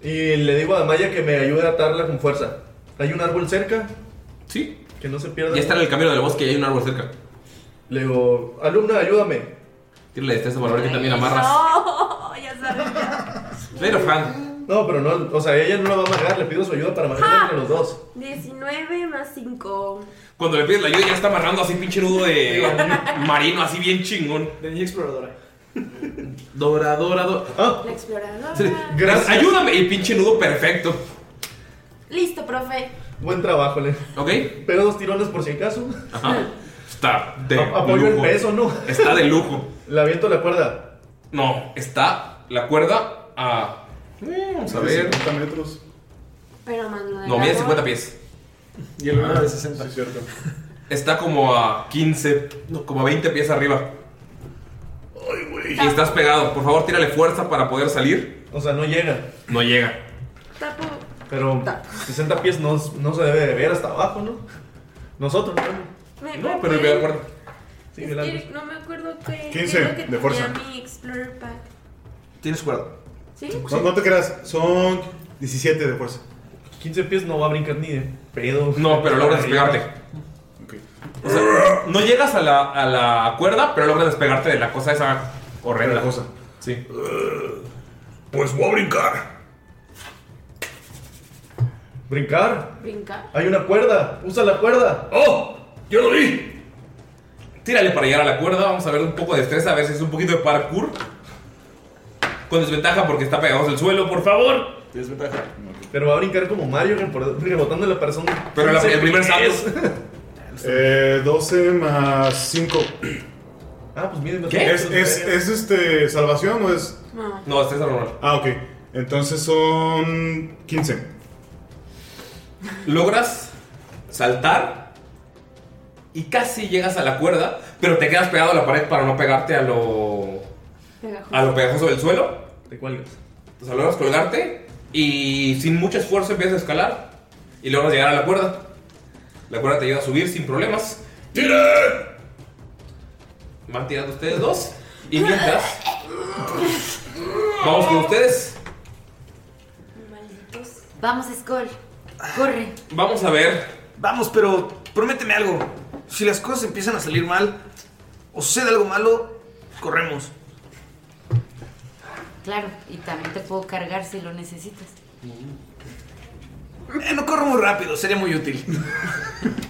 S3: y le digo a Damaya que me ayude a atarla con fuerza. Hay un árbol cerca.
S1: Sí.
S3: Que no se pierda.
S1: Ya está en el camino del bosque y hay un árbol cerca.
S3: Le digo, alumna, ayúdame.
S1: Tírale destreza para ver que también amarras.
S2: No, Oh, ya sabes.
S1: Pero fan.
S3: No, pero no, o sea, ella no la va a amarrar, le pido su ayuda [LAUGHS] para amarrarla
S2: Ah.
S3: entre los dos.
S2: 19 más 5.
S1: Cuando le pides la ayuda ya está amarrando así pinche nudo de marino, así bien chingón.
S4: De niña exploradora.
S1: Dora, dora, dora. Ah,
S2: La exploradora.
S1: sí. Gracias. Ayúdame. El pinche nudo perfecto.
S2: Listo, profe.
S3: Buen trabajo, le.
S1: ¿Ok?
S3: Pero dos tirones por si acaso.
S1: Ajá. Está de
S3: A- apoyo el
S1: lujo.
S3: peso, ¿no?
S1: Está de lujo.
S3: Le aviento la cuerda.
S1: No, está la cuerda a. eh, Vamos a ver.
S6: 50 metros.
S2: Pero más lo del
S1: No, mide
S2: árbol.
S1: 50 pies.
S4: Y el lugar de 60.
S6: Ah, Sí, cierto.
S1: Está como a 15, no, como a 20 pies arriba.
S7: Ay, güey.
S1: Y estás pegado. Por favor, tírale fuerza para poder salir.
S3: O sea, no llega.
S1: No llega.
S2: Tapo.
S3: Pero 60 pies no, no se debe de ver hasta abajo, ¿no? Nosotros, ¿no?
S2: Me- me
S3: No, pero ve
S2: pueden-
S3: al guardia. Sí, ve al
S2: Es que no me acuerdo qué.
S6: 15
S2: qué es lo que
S6: de
S2: tenía
S6: fuerza.
S2: mi Explorer Pack.
S6: Tienes cuerda.
S2: ¿Sí?
S6: No, no te creas, son 17 de fuerza.
S3: 15 pies no va a brincar ni de pedo.
S1: No, pero logras despegarte. O sea, no llegas a la, a la cuerda, pero logras despegarte de la cosa esa horrenda. cosa. Sí.
S7: Pues voy a brincar.
S3: ¿Brincar?
S2: Brinca.
S3: Hay una cuerda. Usa la cuerda.
S7: ¡Oh! ¡Yo lo vi!
S1: Tírale para llegar a la cuerda. Vamos a ver un poco de destreza, a ver si es un poquito de parkour. Con desventaja porque está pegado al suelo, por favor.
S8: Desventaja.
S3: Pero va a brincar como Mario rebor- rebotando la persona.
S1: Pero la- el primer salto.
S6: Eh, 12 más 5.
S3: [LAUGHS] Ah, pues miren,
S6: ¿Qué? ¿Es, es, es, este salvación o es.?
S2: No.
S1: No, este es normal.
S6: Ah, ok. Entonces son 15.
S1: Logras saltar y casi llegas a la cuerda, pero te quedas pegado a la pared para no pegarte a lo,
S2: Pegajoso.
S1: a lo pegajoso del suelo.
S3: Te cuelgas.
S1: O sea, logras colgarte y sin mucho esfuerzo empiezas a escalar y logras llegar a la cuerda. La cuerda te ayuda a subir sin problemas. ¡Tiren! Van tirando ustedes dos y mientras vamos con ustedes.
S5: Vamos, Skull. Corre.
S1: Vamos a ver.
S4: Vamos, pero prométeme algo. Si las cosas empiezan a salir mal o sucede algo malo, corremos.
S5: Claro, y también te puedo cargar si lo necesitas.
S1: Mm.
S4: Eh, no corro muy rápido, sería muy
S1: [LAUGHS]
S4: útil.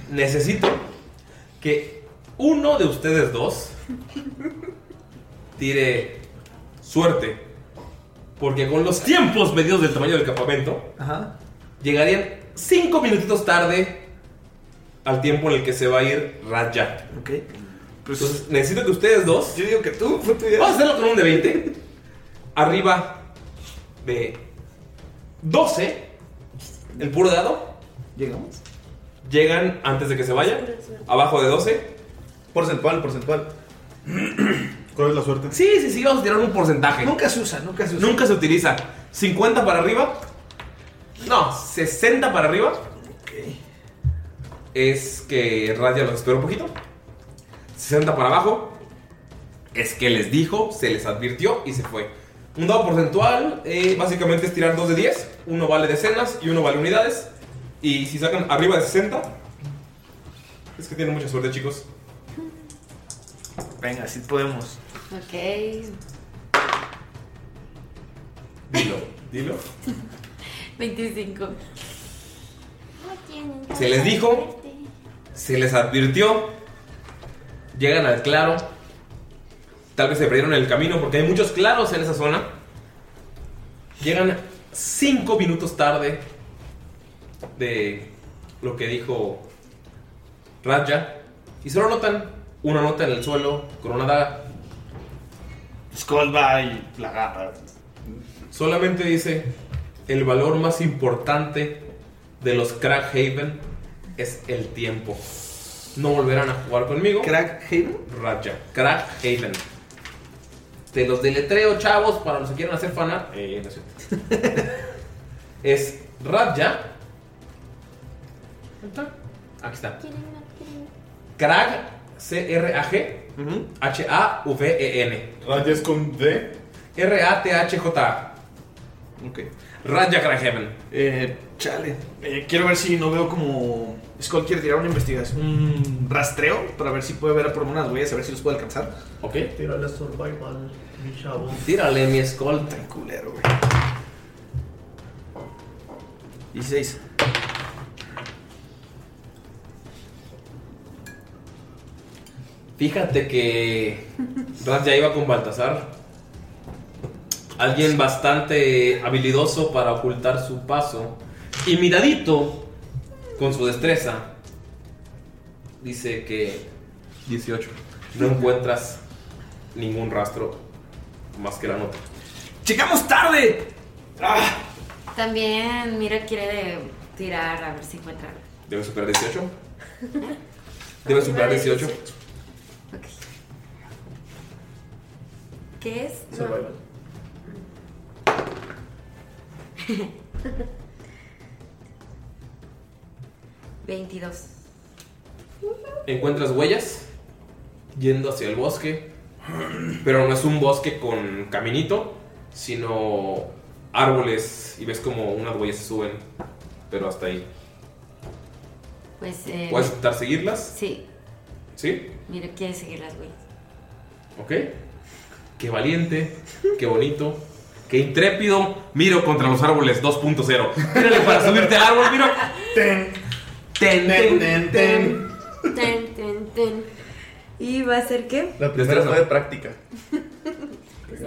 S1: Necesito que uno de ustedes dos tire suerte. Porque con los tiempos medidos del tamaño del campamento,
S4: Ajá.
S1: llegarían cinco minutitos tarde al tiempo en el que se va a ir Raja.
S4: Ok.
S1: Entonces, necesito que ustedes dos. Yo digo que tú, Vamos a hacerlo con un de 20. Arriba de 12, el puro dado.
S4: ¿Llegamos?
S1: Llegan antes de que se vayan. Abajo de 12.
S3: Porcentual, porcentual.
S6: ¿Cuál es la suerte?
S1: Sí, sí, sí, vamos a tirar un porcentaje.
S4: Nunca se usa, nunca se usa.
S1: Nunca se utiliza. 50 para arriba. No, 60 para arriba. Es que Radia los esperó un poquito. 60 para abajo. Es que les dijo, se les advirtió y se fue. Un dado porcentual, eh, básicamente es tirar 2 de 10. Uno vale decenas y uno vale unidades. Y si sacan arriba de 60, es que tienen mucha suerte, chicos.
S4: Venga, si podemos.
S5: Ok.
S1: Dilo, dilo.
S5: 25.
S1: Se les dijo, se les advirtió, llegan al claro, tal vez se perdieron el camino porque hay muchos claros en esa zona, llegan cinco minutos tarde de lo que dijo Raja y solo notan una nota en el suelo con una daga.
S4: Skull va y la agarra.
S1: Solamente dice, el valor más importante de los Crackhaven es el tiempo. No volverán a jugar conmigo.
S4: ¿Crackhaven?
S1: Raja. Crackhaven. Te los deletreo, chavos, para los que quieran hacer fanar. Eh, no es cierto. [LAUGHS] es Raja. Aquí está. Crack, C-R-A-G, H-A-V-E-N.
S6: Raja Ah, es con D.
S1: R-A-T-H-J-A.
S4: Ok.
S1: Raja Crackhaven.
S4: Eh, chale. Eh, quiero ver si no veo como. Skull quiere tirar una investigación. Un rastreo para ver si puede ver por unas huellas, a ver si los puede alcanzar.
S1: Ok.
S3: Tírale a survival, mi chavo.
S1: Tírale mi Skull.
S4: Tan culero, güey. 16.
S1: Fíjate que Raz ya iba con Baltasar. Alguien bastante habilidoso para ocultar su paso. Y miradito, con su destreza, dice que 18. No encuentras ningún rastro más que la nota.
S4: ¡Llegamos tarde! ¡Ah!
S5: También, mira, quiere tirar a ver si encuentra.
S3: [LAUGHS]
S5: algo.
S1: Debe superar 18. Debe superar 18.
S5: ¿Qué es? No.
S6: Survival.
S5: [LAUGHS] Veintidós.
S1: Encuentras huellas yendo hacia el bosque, pero no es un bosque con caminito, sino árboles y ves como unas huellas se suben, pero hasta ahí.
S5: Pues. eh,
S1: ¿Puedes intentar seguirlas?
S5: Sí.
S1: ¿Sí?
S5: Mira, quiere seguir las huellas.
S1: ¿Ok? Qué valiente, qué bonito, qué intrépido. Miro contra los árboles 2.0. Mírale para subirte al Este árbol, miro. Ten. Ten, ten, ten, ten.
S5: Ten, ten, ten. ¿Y va a ser qué?
S3: La primera fue de práctica.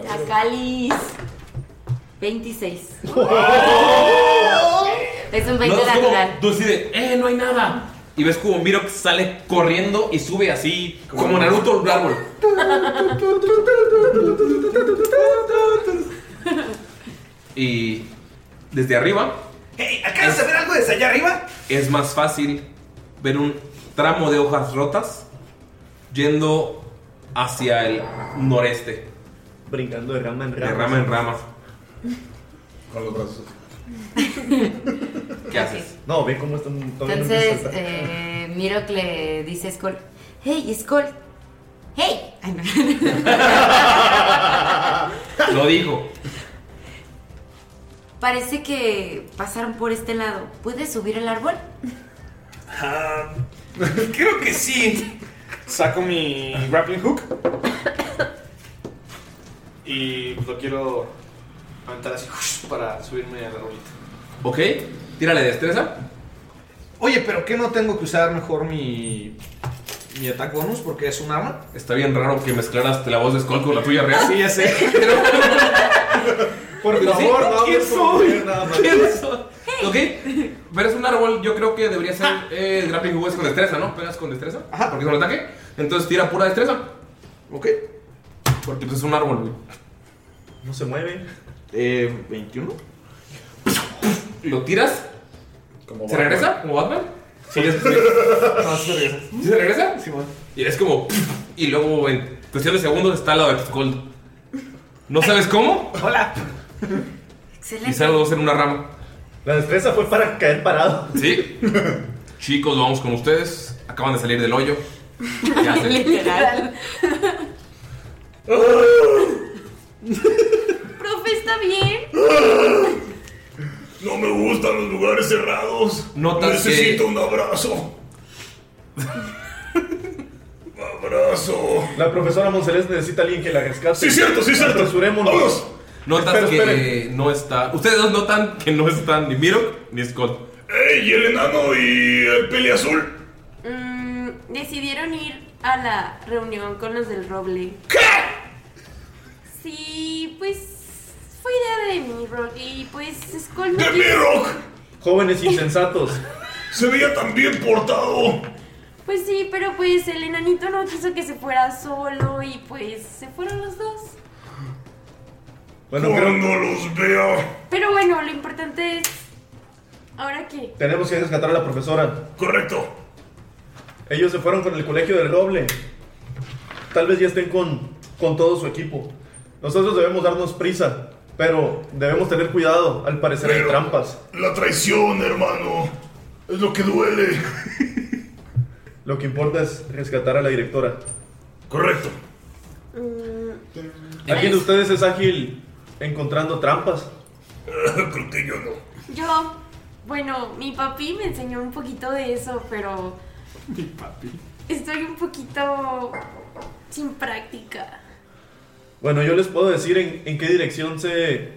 S5: Cacalis.
S3: [LAUGHS]
S5: 26.
S1: ¡Oh!
S5: Es un
S1: No,
S5: 20
S1: es como-
S5: natural.
S1: tú decides, ¡eh, no hay nada! Y ves como Miro sale corriendo y sube así, como Naruto al árbol. Y desde arriba
S4: ¡Hey! Eh, ¿Acabas de ver algo desde allá arriba?
S1: es más fácil ver un tramo de hojas rotas yendo hacia el noreste.
S3: Brincando de rama en rama.
S1: De rama en rama.
S6: Con los brazos.
S1: ¿Qué haces?
S3: No, ve cómo están. todavía no
S5: Entonces,
S3: empieza a saltar.
S5: eh, Mirok le dice a Skull: ¡Hey, Skull!
S3: [LAUGHS]
S5: ¡Hey! Ay,
S1: [LAUGHS]
S5: no.
S1: Lo dijo.
S5: Parece que pasaron por este lado. ¿Puedes subir el árbol?
S4: Ah, creo que sí. Saco mi grappling hook.
S8: Y lo quiero aventar así para subirme al arbolito.
S1: Ok, tírale destreza.
S4: Oye, pero ¿qué no tengo que usar mejor mi. mi ataque bonus porque es un arma?
S1: Está bien raro que mezclaras la voz de Skull con la tuya real.
S4: Sí, ya [LAUGHS] sé.
S3: Por
S1: Pero sí,
S3: favor, no
S1: ¿quién
S3: hables como
S1: soy?
S3: mujer nada más.
S1: ¿Quién soy? Ok, pero es un árbol, yo creo que debería ser eh, grappling hook es con destreza, ¿no? ¿Pegas con destreza? Ajá. Porque es un ataque. Entonces tira pura destreza. Ok. Porque pues, es un árbol, güey.
S3: No se mueve.
S1: Eh, 21. ¿Lo tiras?
S6: Como
S1: ¿Se
S6: Batman.
S1: regresa? ¿Como Batman? Sí, es- sí.
S4: No, sí se regresa.
S1: ¿Sí se regresa? Y es como. Y luego en cuestión de segundos está al lado de Skull. ¿No sabes cómo?
S4: Hola.
S1: Y salen los dos en una rama.
S3: La destreza fue para caer parado.
S1: Sí. Chicos, vamos con ustedes. Acaban de salir del hoyo. ¿Qué hacen?
S2: Literal. Profe, ¿está bien?
S7: No me gustan los lugares cerrados.
S1: Notas que-
S7: Necesito un abrazo. abrazo.
S3: La profesora Monselés necesita a alguien que la rescate.
S7: Sí, cierto, sí, cierto.
S3: Apresurémonos.
S7: Vámonos.
S1: Notas
S3: Espera,
S1: que
S3: espera.
S1: no está. Ustedes dos notan que no están ni Miro ni Scott.
S7: ¡Ey! Y el enano y el peliazul.
S2: Mm, decidieron ir a la reunión con los del Roble. ¿Qué? Sí, pues fue idea de mi rock y pues Skull no
S7: ¡De mi
S2: quiso-
S7: rock!
S3: Jóvenes insensatos.
S7: Se veía tan bien portado.
S2: Pues sí, pero pues el enanito no quiso que se fuera solo y pues se fueron los dos.
S3: Bueno,
S7: Cuando los vea.
S2: Pero bueno, lo importante es ahora qué.
S3: Tenemos que rescatar a la profesora.
S7: Correcto.
S3: Ellos se fueron con el colegio del doble. Tal vez ya estén con, con todo su equipo. Nosotros debemos darnos prisa, pero debemos tener cuidado. Al parecer hay
S7: Pero-
S3: trampas.
S7: La traición, hermano. Es lo que duele.
S3: [LAUGHS] Lo que importa es rescatar a la directora.
S7: Correcto.
S3: ¿Alguien de ustedes es ágil encontrando trampas?
S7: [LAUGHS] Creo que yo no.
S2: Yo, bueno, mi papi me enseñó un poquito de eso, pero
S4: Mi papi.
S2: estoy un poquito sin práctica.
S3: Bueno, yo les puedo decir en, en qué dirección se.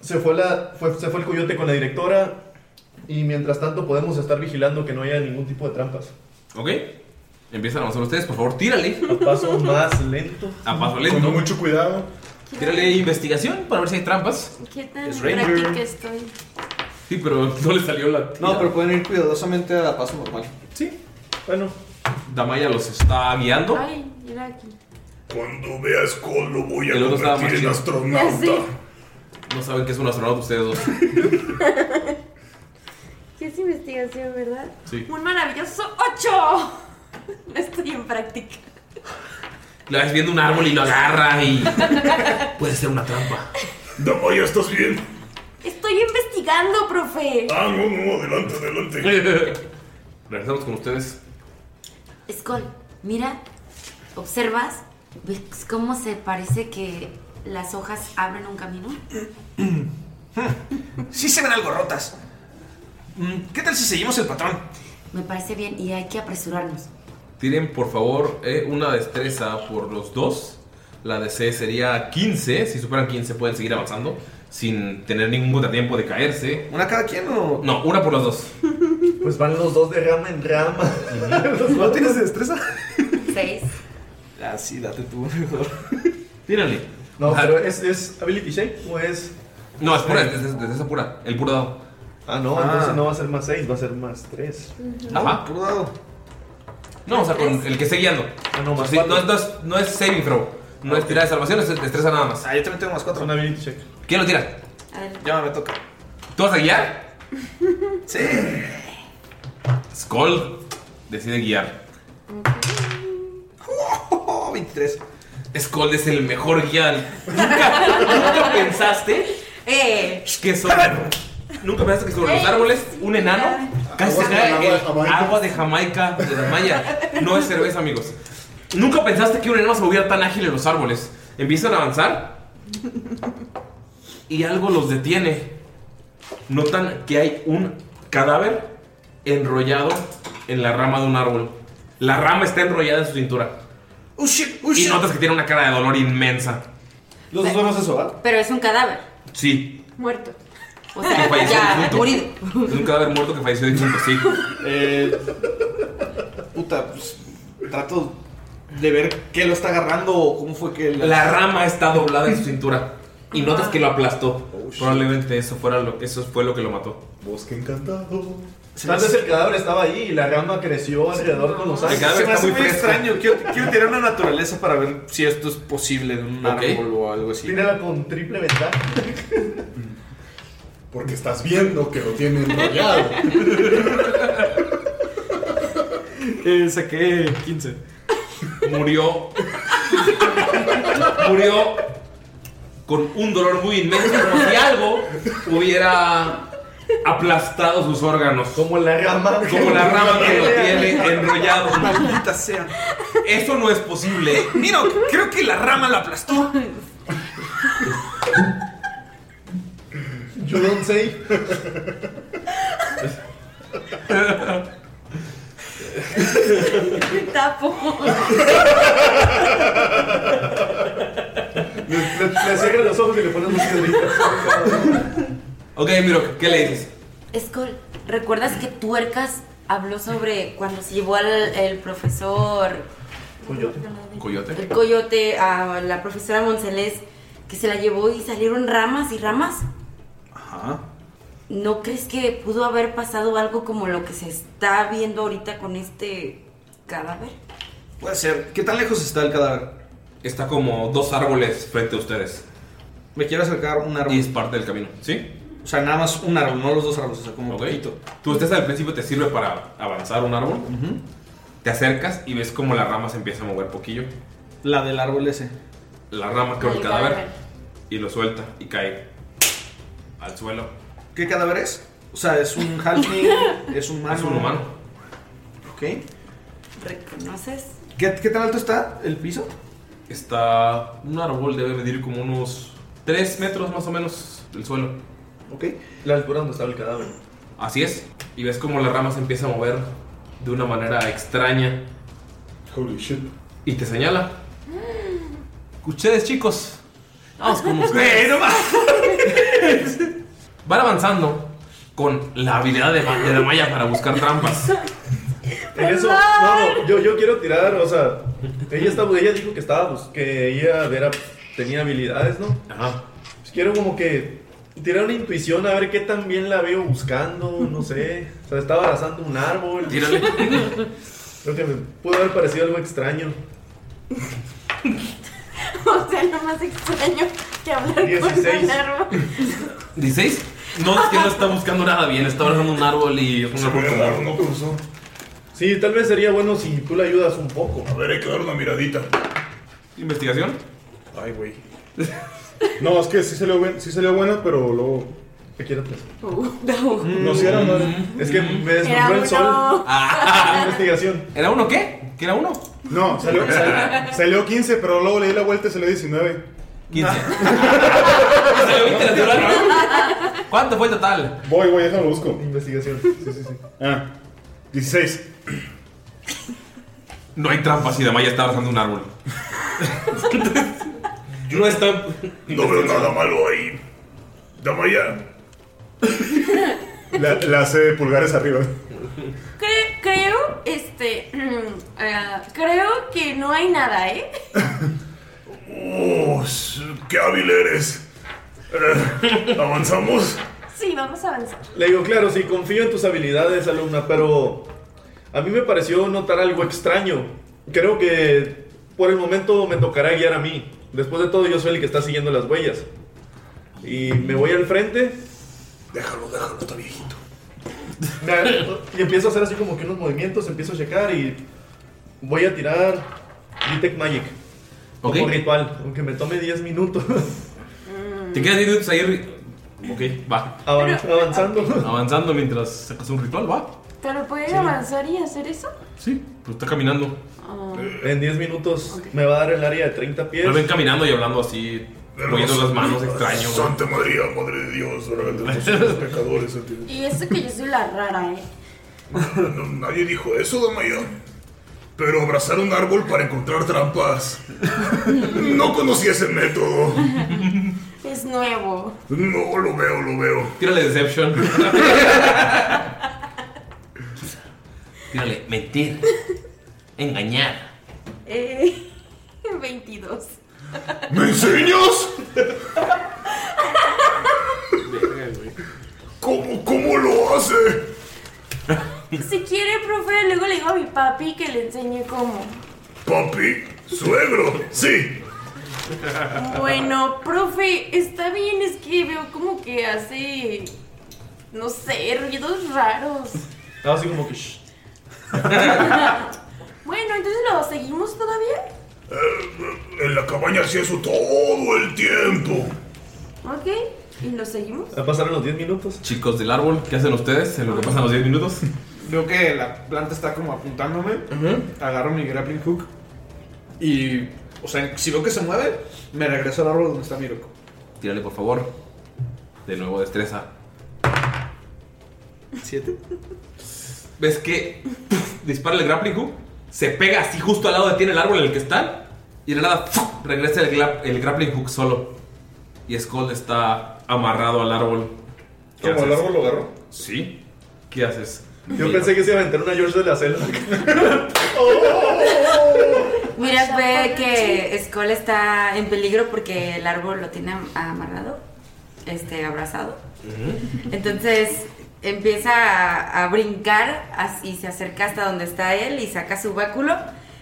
S3: Se fue, la, fue- se fue el coyote con la directora. Y mientras tanto, podemos estar vigilando que no haya ningún tipo de trampas.
S1: ¿Ok? Empiezan a avanzar ustedes, por favor, tírale.
S3: A paso más lento.
S1: A paso lento.
S6: Con mucho cuidado.
S1: Tírale investigación para ver si hay trampas.
S2: ¿Qué tan
S1: Es Ranger.
S2: práctica estoy?
S1: Sí, pero no le salió la.
S8: No, pero pueden ir cuidadosamente a paso normal.
S1: Sí.
S3: Bueno.
S1: Damaya los está guiando.
S2: Ay, era aquí.
S7: Cuando vea a Skull lo voy a
S1: El otro estaba
S7: convertir en
S1: más
S7: astronauta.
S1: No saben que es un astronauta ustedes dos.
S2: ¿Qué es investigación, verdad?
S1: Sí.
S2: [LAUGHS] Un maravilloso 8. No estoy en práctica.
S1: Lo ves viendo un árbol y lo agarra y. Puede ser una trampa.
S7: No, ya estás bien.
S2: [LAUGHS] Estoy investigando, profe.
S7: Ah, no, no, adelante, adelante.
S1: Regresamos con ustedes.
S5: Skull, mira, observas, ves cómo se parece que las hojas abren un camino.
S4: Mm, Sí se ven algo rotas. Mm, ¿Qué tal si seguimos el patrón?
S5: Me parece bien y hay que apresurarnos.
S1: Tiren, por favor, eh, una destreza por los dos. La DC sería 15. Si superan 15, pueden seguir avanzando sin tener ningún contratiempo de caerse.
S4: ¿Una cada quien o.?
S1: No, una por los dos.
S3: Pues van los dos de rama en rama.
S4: [LAUGHS]
S3: [LAUGHS]
S4: ¿No tienes destreza?
S5: Seis.
S4: Ah, sí, date tú mejor.
S1: Tírale.
S3: No,
S7: Ah.
S3: pero ¿es, es Ability Shape o es.?
S1: No, es pura, es, es- es esa pura. El puro dado.
S3: Ah, no, entonces no va a ser más 6, va a ser más 3.
S4: Ah,
S1: Ajá.
S3: puro dado.
S1: No, o sea, con el que esté guiando.
S3: Ah, no, más
S1: Sí,
S3: cuatro.
S1: no, es- no es, no es saving throw. No es tirada de salvación, es destreza nada más.
S4: Ah, yo también tengo más cuatro.
S3: Una ability check.
S1: ¿Quién lo tira?
S4: Ya me toca.
S1: ¿Tú vas a guiar?
S4: Sí.
S1: Skull decide guiar. [LAUGHS]
S4: Oh, 23.
S1: Skull es el mejor guía. ¿Nunca, nunca pensaste
S5: ¡Eh!
S1: que sobre. Nunca pensaste que sobre los árboles un enano casi se
S10: Agua de
S1: cae el
S10: Jamaica.
S1: agua de Jamaica de la Maya. No es cerveza, amigos. Nunca pensaste que un enano se moviera tan ágil en los árboles. Empiezan a avanzar y algo los detiene. Notan que hay un cadáver enrollado en la rama de un árbol. La rama está enrollada en su cintura.
S4: Oh, shit, oh,
S1: Y
S4: shit.
S1: notas que tiene una cara de dolor inmensa.
S5: Los dos ah? vemos
S1: eso,
S5: Pero es un cadáver.
S1: Sí,
S5: Muerto. O
S1: que
S5: sea,
S1: falleció
S5: ya,
S1: difunto.
S5: murido.
S1: Es un cadáver muerto que falleció difunto, sí.
S4: Eh, Puta, pues. Trato de ver qué lo está agarrando o cómo fue que.
S1: La rama está doblada en su cintura. Y notas que lo aplastó. Probablemente eso, fuera lo, eso fue lo que lo mató.
S6: Bosque encantado.
S3: Tal vez el cadáver estaba ahí y la rama creció alrededor con los
S4: Se
S3: años.
S4: me hace muy, extraño. Quiero, quiero tirar una naturaleza para ver si esto es posible en un
S1: Ok.
S4: árbol o algo así.
S3: Tírala con triple ventaja.
S6: Porque estás viendo que lo tiene enrollado.
S4: Eh, saqué 15.
S1: Murió. Murió con un dolor muy inmenso, como si algo hubiera aplastado sus órganos. Como
S3: la rama.
S1: Como la rama que [LAUGHS] lo tiene enrollado.
S4: Maldita sea.
S1: Eso no es posible.
S4: Mira, creo que la rama la aplastó.
S3: [LAUGHS] You don't say.
S5: Tapo.
S3: Le, le- le cierran los ojos y le ponen música de
S1: Ok, Miro, ¿qué le dices?
S5: Skull, ¿recuerdas que Tuercas habló sobre cuando se llevó al el profesor
S3: Coyote.
S5: el
S1: Coyote.
S5: coyote a la profesora Moncelés que se la llevó y salieron ramas y ramas?
S4: Ajá.
S5: ¿No crees que pudo haber pasado algo como lo que se está viendo ahorita con este cadáver?
S4: Puede ser. ¿Qué tan lejos está el cadáver?
S1: Está como dos árboles frente a ustedes.
S4: Me quiero acercar un árbol.
S1: Y es parte del camino, ¿sí?
S4: O sea, nada más un árbol, no los dos árboles, o sea, como poquito.
S1: Tu destreza al principio te sirve para avanzar un árbol. Te acercas y ves como la rama se empieza a mover poquillo.
S4: La del árbol ese.
S1: La rama con el
S4: El
S1: cadáver
S4: cadáver.
S1: y lo suelta y cae al suelo.
S4: ¿Qué cadáver es? O sea, es un halfling, es un humano.
S1: Es un humano.
S4: Ok.
S5: ¿Reconoces?
S4: ¿Qué, qué tan alto está el piso?
S1: Está un árbol, debe medir como unos 3 metros más o menos del suelo.
S4: Ok.
S3: La altura donde estaba el cadáver.
S1: Así es. Y ves como la rama se empieza a mover de una manera extraña.
S6: Holy shit.
S1: Y te señala. Ustedes, chicos. Vamos con ustedes.
S4: Bueno,
S1: Van avanzando con la habilidad de, ma- de la malla para buscar trampas.
S3: En eso, no, no, yo, yo quiero tirar, o sea, ella, estaba, ella dijo que estaba, bus- que ella era- tenía habilidades, ¿no?
S1: Ajá.
S3: Pues quiero como que tirar una intuición a ver qué tan bien la veo buscando, no sé. O sea, estaba abrazando un árbol.
S1: Tírale.
S3: [LAUGHS] Creo que me pudo haber parecido algo extraño.
S2: [LAUGHS] O sea, lo más extraño que hablar con
S1: 16.
S2: un árbol.
S1: ¿16? No, es que no está buscando nada bien. Está abrazando un árbol y un árbol como-
S3: Sí, tal vez sería bueno si tú la ayudas un poco.
S7: A ver, hay que dar una miradita.
S1: ¿Investigación?
S6: Ay, güey. No, es que sí salió, buen- sí salió buena, pero luego. ¿Qué quieres pensar?
S5: no.
S6: No, sí era
S1: Mm.
S6: madre.
S3: Es que me
S6: Era
S3: deslumbró el sol.
S6: uno.
S3: Ah, investigación.
S1: ¿Era uno qué? ¿Que era uno?
S6: No, salió,
S3: [LAUGHS]
S6: salió, salió 15, pero luego le di la vuelta y salió 19. [LAUGHS]
S1: 15. ¿Salió 20 natural? ¿Cuánto fue el total?
S6: Voy, voy, déjame lo busco.
S3: Investigación. Sí, sí, sí.
S6: Ah, 16.
S1: No hay trampas y Damaya está abrazando un árbol.
S7: [LAUGHS] No está. No veo nada malo ahí. Damaya.
S6: La, la hace pulgares arriba.
S2: Cre- creo, este. [CLEARS THROAT] mm, ah, creo que no hay nada, ¿eh? [LAUGHS]
S7: Oh, s- qué hábil eres. Eh, ¿Avanzamos?
S2: Sí, vamos a avanzar.
S3: Le digo, claro, sí, confío en tus habilidades, alumna, pero a mí me pareció notar algo extraño. Creo que por el momento me tocará guiar a mí. Después de todo, yo soy el que está siguiendo las huellas. Y me voy al frente.
S7: Déjalo, déjalo, está viejito.
S3: y empiezo a hacer así como que unos movimientos, empiezo a checar y voy a tirar Detect Magic. Como
S1: Ok. Pues
S3: ritual, aunque me tome 10 minutos.
S1: [LAUGHS] Te quedas 10 minutos ahí. ri- Ok, va.
S3: avanzando.
S1: Avanzando mientras sacas un ritual, va.
S2: ¿Pero pueden
S1: Sí.
S2: avanzar y hacer eso?
S1: Sí. Pues está caminando.
S2: Ah.
S3: En 10 minutos me va a dar el área de 30 pies.
S1: Lo ven caminando y hablando así, moviendo las manos extraño.
S7: Santa María, Madre de Dios,
S1: [LAUGHS]
S7: regálanos los pecadores. ante-
S2: Y eso que yo soy la rara, ¿eh?
S7: No, nadie dijo eso, Damaya. Pero abrazar un árbol para encontrar trampas. No conocía ese método.
S2: Es nuevo.
S7: No, lo veo, lo veo.
S1: Tírale Deception. Tírale, mentir. Engañar.
S2: Eh, [LAUGHS] 22.
S7: ¿Me enseñas? ¿Cómo, cómo lo hace?
S2: Si quiere, profe, luego le digo a mi papi que le enseñe cómo.
S7: Papi, suegro, sí.
S2: Bueno, profe, está bien, es que veo como que hace. No sé, ruidos raros.
S3: Estaba así como que. "Shh".
S2: [LAUGHS] Bueno, entonces lo seguimos todavía.
S7: Eh, En la cabaña hacía eso todo el tiempo.
S2: Ok, y lo seguimos.
S1: Pasaron los 10 minutos. Chicos del árbol, ¿qué hacen ustedes en lo que pasan los 10 minutos?
S4: Veo que la planta está como apuntándome. Agarro mi grappling hook. Y, o sea, si veo que se mueve, me regreso al árbol donde está Miroko.
S1: Tírale, por favor. De nuevo, destreza.
S4: ¿Siete?
S1: ¿Ves que puf, dispara el grappling hook? Se pega así justo al lado de ti en el árbol en el que están. Y de la nada ¡fuf! regresa el, gla- el grappling hook solo. Y Skull está amarrado al árbol. ¿Qué
S6: ¿Cómo, el
S1: haces?
S6: árbol lo agarró?
S1: Sí. ¿Qué haces?
S3: Yo pensé que se iba a aventar una George de la selva.
S5: Mira, ve que Skull está en peligro porque el árbol lo tiene am- amarrado, este, abrazado. Entonces empieza a, a brincar as- y se acerca hasta donde está él y saca su báculo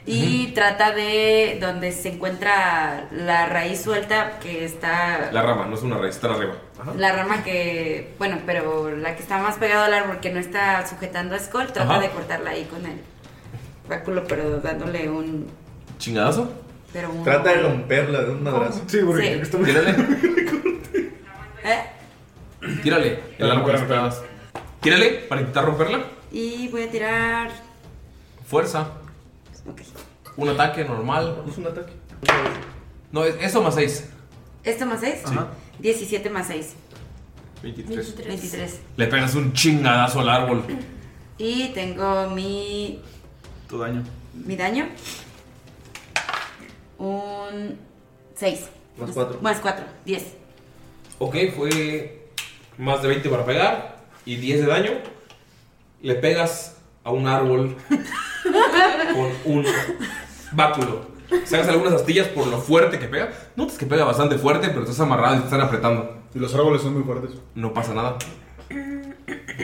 S5: y trata de donde se encuentra la raíz suelta que está...
S1: La rama, no es una raíz, está arriba. Ajá.
S5: la rama que, bueno, pero la que está más pegada al árbol que no está sujetando a Skull, trata
S1: Ajá.
S5: de cortarla ahí con el báculo, pero dándole un...
S1: ¿Chingadazo?
S5: Pero un
S3: Trata de romperla de un madrazo.
S5: Sí, porque Sí. creo que está muy-
S1: Tírale.
S5: ¿Eh?
S1: Tírale. El árbol está. Tírale para intentar romperla.
S5: Y voy a tirar.
S1: Fuerza. Un ataque normal.
S3: Es un ataque.
S1: No, es- eso más 6.
S5: ¿Esto más 6?
S1: Ajá.
S5: 17 más 6.
S1: 23.
S5: 23.
S1: Le pegas un chingadazo al árbol.
S5: Y tengo mi,
S1: Tu daño.
S5: mi daño. Un 6.
S1: Más cuatro.
S5: Más 4. 10.
S1: Ok, fue más de 20 para pegar y 10 de daño. Le pegas a un
S5: [LAUGHS]
S1: árbol con un báculo. Sacas algunas astillas por lo fuerte que pega. Notas que pega bastante fuerte, pero estás amarrado y te están apretando.
S6: Y los árboles son muy fuertes.
S1: No pasa nada.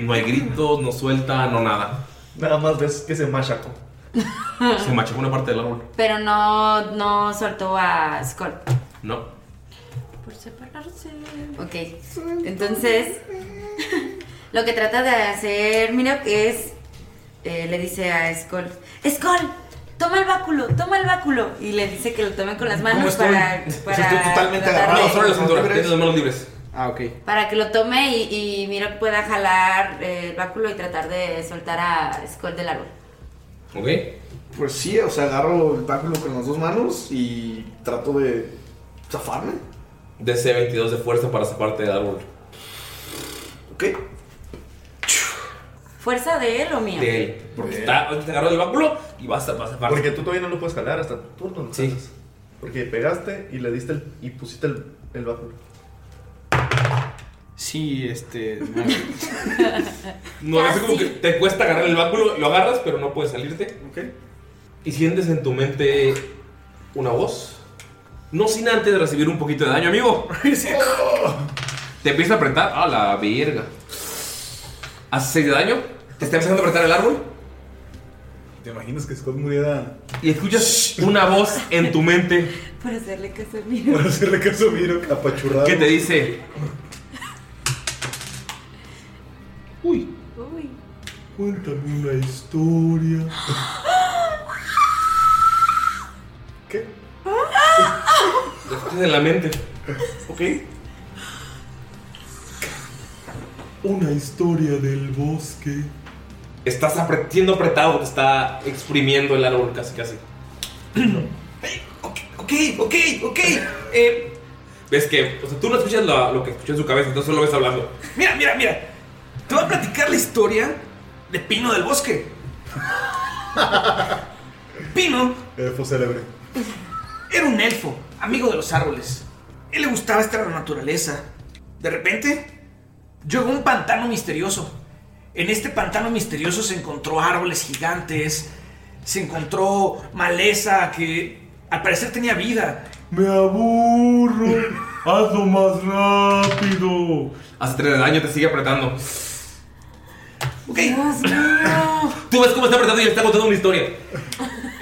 S1: No hay gritos, no suelta, no nada.
S3: Nada más ves que se machacó.
S5: [LAUGHS]
S1: Se machacó una parte del árbol.
S5: Pero no, no soltó a Skull.
S1: No.
S2: Por separarse.
S5: Ok. Entonces, lo que trata de hacer Mira es. eh, le dice a Skull: ¡Skull! toma el báculo, toma el báculo. Y le dice que lo tome con las manos
S1: estoy?
S5: para, para,
S1: estoy totalmente
S5: tratar
S1: agarrado
S5: de-
S1: sobre la cintura. Tienes las manos libres.
S10: Ah, ok.
S5: para que lo tome y, y Miro pueda jalar eh, el báculo y tratar de soltar a Skull del árbol.
S1: ¿Ok?
S8: Pues sí, o sea, agarro el báculo con las dos manos y trato de zafarme.
S1: DC 22 de fuerza para zafarte del árbol.
S5: ¿Fuerza de él o mía?
S1: De él. Porque está, te agarró el báculo y vas a, vas a zafarte.
S3: Porque tú todavía no lo puedes jalar hasta tu turno. ¿no?
S1: Sí.
S3: Porque pegaste y le diste el, y pusiste el, el báculo.
S10: Sí,
S3: [LAUGHS]
S10: este.
S1: No, es como que te cuesta agarrar el báculo, lo agarras, pero no puedes salirte. Y sientes en tu mente una voz. No sin antes de recibir un poquito de daño, amigo. Te empieza a apretar. A la verga. Hace 6 de daño. Te está empezando a apretar el árbol.
S6: ¿Te imaginas que Scott muriera?
S1: Y escuchas una voz en tu mente
S5: Para hacerle
S1: [LAUGHS]
S5: caso a
S6: Para
S5: Miro.
S6: hacerle caso a Miro, apachurrado.
S1: que te dice:
S5: Uy.
S6: Cuéntame una historia.
S1: Lo escuchas en la mente.
S6: Ok. Una historia del bosque.
S1: Estás apre- siendo apretado, te está exprimiendo el árbol casi, casi.
S4: Ok, ok, ok. Eh,
S1: Ves que, o sea, tú no escuchas lo, lo que escuchó en su cabeza, entonces solo ves hablando.
S4: mira, mira, mira. Te voy a platicar la historia de Pino del Bosque. Pino
S6: Elfo Eh, célebre.
S4: Era un elfo, amigo de los árboles. Él le gustaba estar en la naturaleza. De repente, llegó a un pantano misterioso. En este pantano misterioso se encontró árboles gigantes, se encontró maleza que al parecer tenía vida.
S10: Me aburro. Hazlo más rápido.
S1: Hace tres de daño, te sigue apretando.
S4: [LAUGHS]
S1: Tú ves cómo está apretando y le está contando una historia.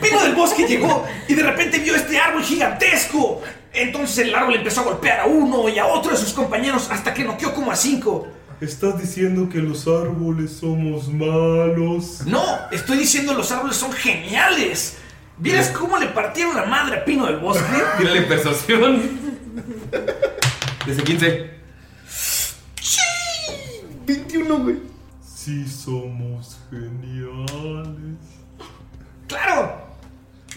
S4: Pino del bosque llegó y de repente vio este árbol gigantesco. Entonces el árbol empezó a golpear a uno y a otro de sus compañeros hasta que noqueó como a cinco.
S10: ¿Estás diciendo que los árboles somos malos?
S4: No, estoy diciendo los árboles son geniales. ¿Vieras cómo le partieron la madre a Pino del
S1: Pues,
S4: [LAUGHS] Bosque?
S1: Tírale persuasión. Desde 15.
S10: 21, güey. Sí, somos geniales.
S4: ¡Claro!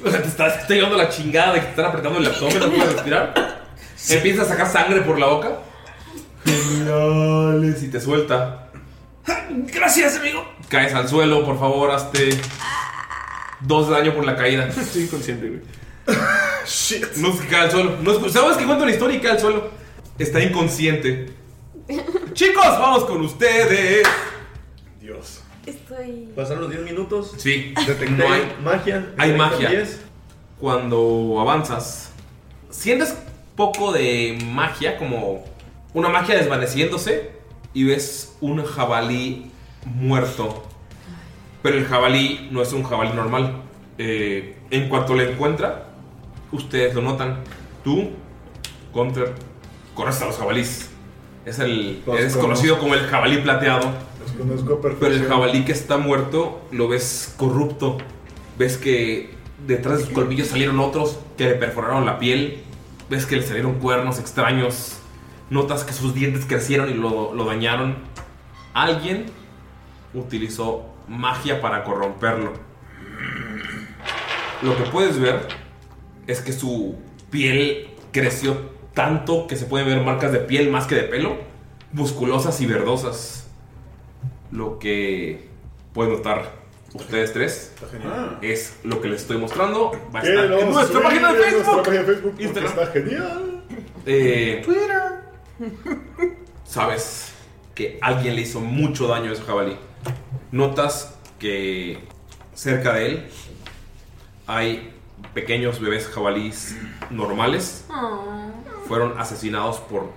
S1: O sea, te está, te está llevando la chingada de que te están apretando el abdomen, no puedes respirar. Empieza a sacar sangre por la boca.
S10: Geniales.
S1: Y te suelta.
S4: Ah, Gracias, amigo.
S1: Caes al suelo, por favor, hazte. Dos de daño por la caída. [LAUGHS] Estoy inconsciente, güey. Shit. No se cae al suelo. No, es- ¿Sabes que cuento la historia y cae al suelo? Está inconsciente. Chicos, vamos con ustedes.
S6: Dios.
S2: Estoy.
S3: Pasaron los 10 minutos.
S1: Sí,
S3: Detecté
S1: no hay
S3: magia.
S1: Hay
S3: Detecté
S1: magia.
S3: 10.
S1: Cuando avanzas, sientes poco de magia, como una magia desvaneciéndose, y ves un jabalí muerto. Pero el jabalí no es un jabalí normal. Eh, en cuanto le encuentra, ustedes lo notan. Tú, contra, corres a los jabalís. Es el,
S6: Los
S1: es
S6: conozco.
S1: conocido como el jabalí plateado.
S6: Los conozco a
S1: Pero
S6: perfección.
S1: el jabalí que está muerto lo ves corrupto. Ves que detrás de sus colmillos salieron otros que le perforaron la piel. Ves que le salieron cuernos extraños. Notas que sus dientes crecieron y lo, lo dañaron. Alguien utilizó magia para corromperlo. Lo que puedes ver es que su piel creció tanto que se pueden ver marcas de piel más que de pelo, musculosas y verdosas lo que pueden notar ustedes tres
S6: genial.
S1: es lo que les estoy mostrando. Va a
S6: Que
S1: estar
S6: lo
S1: en nuestra
S6: suene
S1: página de
S6: en nuestra
S1: Facebook.
S6: página de Facebook porque está genial.
S1: Eh, sabes que alguien le hizo mucho daño a ese jabalí. Notas que cerca de él hay pequeños bebés jabalís normales. Fueron asesinados por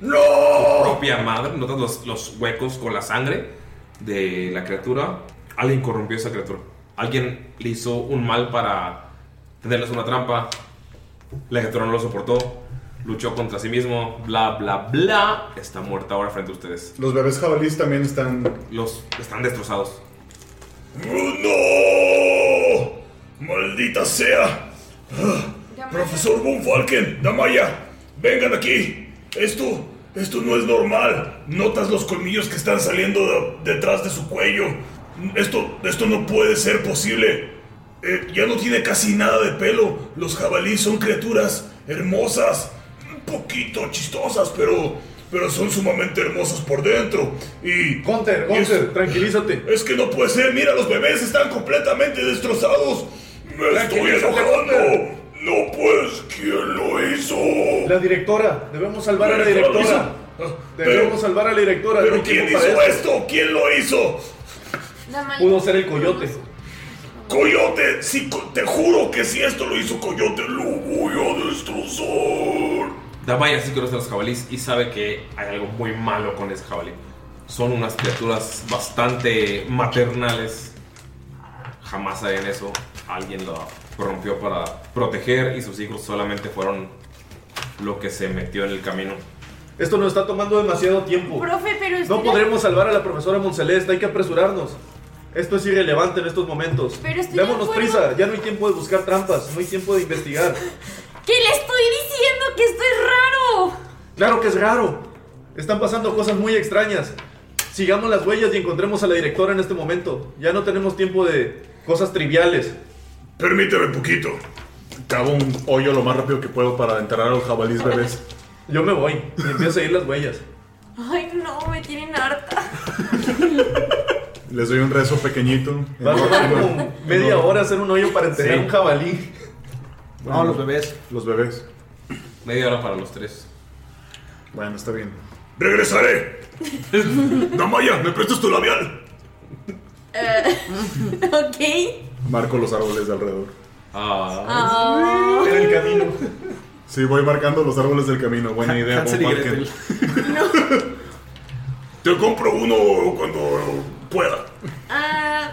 S1: su propia madre. Notas los, los huecos con la sangre de la criatura. Alguien corrompió a esa criatura. Alguien le hizo un mal para tenerles una trampa. La criatura no lo soportó. Luchó contra sí mismo. Bla, bla, bla. Está muerta ahora frente a ustedes.
S6: Los bebés jabalís también están.
S1: Los están destrozados.
S7: ¡No! ¡Maldita sea! Ah, Profesor Von Falken, Damaya, vengan aquí. Esto, esto no es normal. Notas los colmillos que están saliendo de- detrás de su cuello. Esto, esto no puede ser posible. Eh, ya no tiene casi nada de pelo. Los jabalíes son criaturas hermosas, un poquito chistosas, pero, pero son sumamente hermosas por dentro. Y
S3: Conter, Conter, tranquilízate.
S7: Es que no puede ser. Mira, los bebés están completamente destrozados. Me estoy
S3: Tranquilízate,
S7: enojando. No puedes. ¿Quién lo hizo?
S3: La directora, debemos salvar a la
S7: Directora,
S3: directora. Debemos salvar a la directora.
S7: ¿Pero
S3: no hay
S7: quién
S3: tiempo
S7: hizo
S3: para
S7: esto? ¿Quién lo hizo?
S3: Pudo ser el coyote.
S7: Coyote, sí, co- te juro que si esto lo hizo Coyote, lo voy a destrozar.
S1: Damaya sí conoce a los jabalíes y sabe que hay algo muy malo con ese jabalí. Son unas criaturas bastante maternales. Jamás harían eso. Alguien lo corrompió para proteger y sus hijos solamente fueron lo que se metió en el camino.
S3: Esto nos está tomando demasiado tiempo.
S2: Profe, pero
S3: No
S2: espera.
S3: podremos salvar a la profesora Monceleste, hay que apresurarnos. Esto es irrelevante en estos momentos.
S2: Pero estoy de
S3: Démonos
S2: acuerdo.
S3: prisa, ya no hay tiempo de buscar trampas, no hay tiempo de investigar.
S2: ¿Qué le estoy diciendo que esto es raro?
S3: Claro que es raro. Están pasando cosas muy extrañas. Sigamos las huellas y encontremos a la directora en este momento. Ya no tenemos tiempo de cosas triviales.
S7: Permíteme poquito.
S6: Cabo un hoyo lo más rápido que puedo para enterrar a los jabalís bebés.
S3: Yo me voy y empiezo a seguir las huellas.
S2: Ay, no, me tienen harta. [LAUGHS]
S6: Les doy un rezo pequeñito.
S3: Va a tomar como media hora hacer un hoyo para enterrar
S6: Sí.
S3: un jabalí.
S6: Bueno,
S1: bebés.
S6: Los bebés.
S1: Media hora para los tres.
S6: Bueno, está bien.
S7: Regresaré. [LAUGHS] Damaya, ¿me prestas tu labial?
S2: Eh, [LAUGHS] ok.
S6: Marco los árboles de alrededor.
S2: Ah.
S3: En el camino.
S6: Sí, voy marcando los árboles del camino. Buena idea,
S7: Hansel
S6: Von
S7: y
S6: Falken.
S7: [LAUGHS] Te compro uno cuando pueda.
S2: Ah,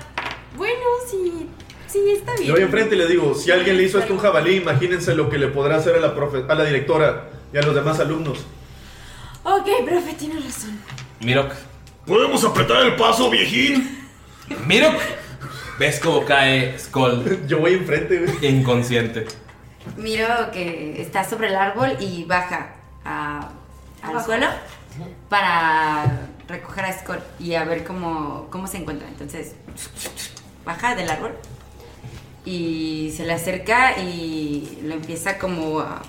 S2: bueno, sí. Sí, está bien.
S3: Yo voy enfrente y le digo, si alguien le hizo esto a un jabalí, imagínense lo que le podrá hacer a la, profe- a la directora y a los demás alumnos.
S2: Ok, profe, tienes razón.
S1: Mirok.
S7: ¿Podemos apretar el paso, viejín?
S1: Mirok. ¿Ves cómo cae Skull?
S3: Yo voy enfrente,
S1: Inconsciente.
S5: Miro que está sobre el árbol y baja a- al suelo para recoger a Scott y a ver cómo, cómo se encuentra. Entonces, baja del árbol y se le acerca y lo empieza como a,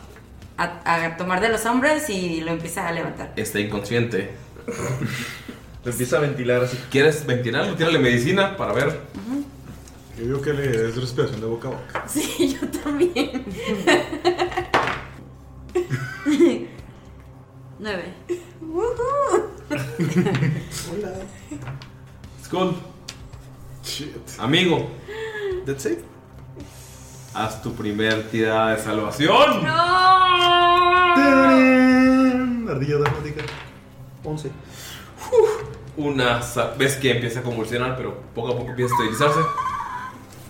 S5: a- a tomar de los hombros y lo empieza a levantar. [LAUGHS]
S1: Está inconsciente.
S3: Lo empieza a ventilar así.
S1: ¿Quieres ventilarlo? Tírale medicina para ver.
S6: Yo digo que le des respiración de boca a boca.
S5: Sí, yo también. Nueve.
S2: Hola.
S1: Skull. Amigo. That's it. Haz tu primer tirada de salvación.
S6: ¡No! Ardilla dramática.
S3: 11.
S1: Una. sa- Ves que empieza a convulsionar, pero poco a poco empieza a estabilizarse.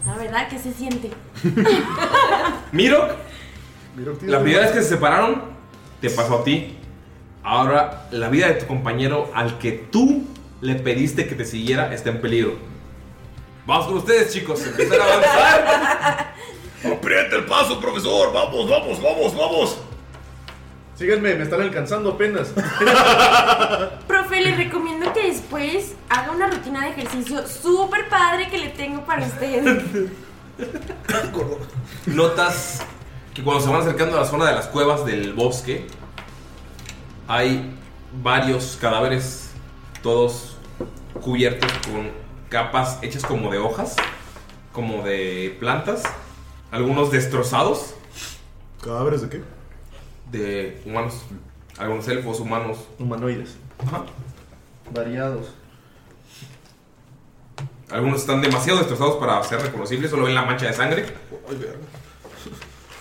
S2: La verdad que se siente.
S1: Mirok.
S6: tira
S1: La primera
S6: de
S1: vez
S6: más.
S1: que se separaron, te pasó a ti. Ahora la vida de tu compañero al que tú le pediste que te siguiera está en peligro. Vamos con ustedes, chicos. Empiezan a avanzar.
S7: Aprieta el paso, profesor. Vamos, vamos, vamos, vamos.
S3: Síganme, me están alcanzando apenas.
S2: Profe, le recomiendo que después haga una rutina de ejercicio súper padre que le tengo para
S1: [LAUGHS]
S2: usted.
S1: Notas que cuando se van acercando a la zona de las cuevas del bosque, hay varios cadáveres, todos cubiertos con capas hechas como de hojas, como de plantas, algunos destrozados.
S6: ¿Cadáveres de qué?
S1: De humanos, algunos elfos humanos.
S3: Humanoides.
S1: Ajá.
S3: Variados.
S1: Algunos están demasiado destrozados para ser reconocibles, solo ven la mancha de sangre.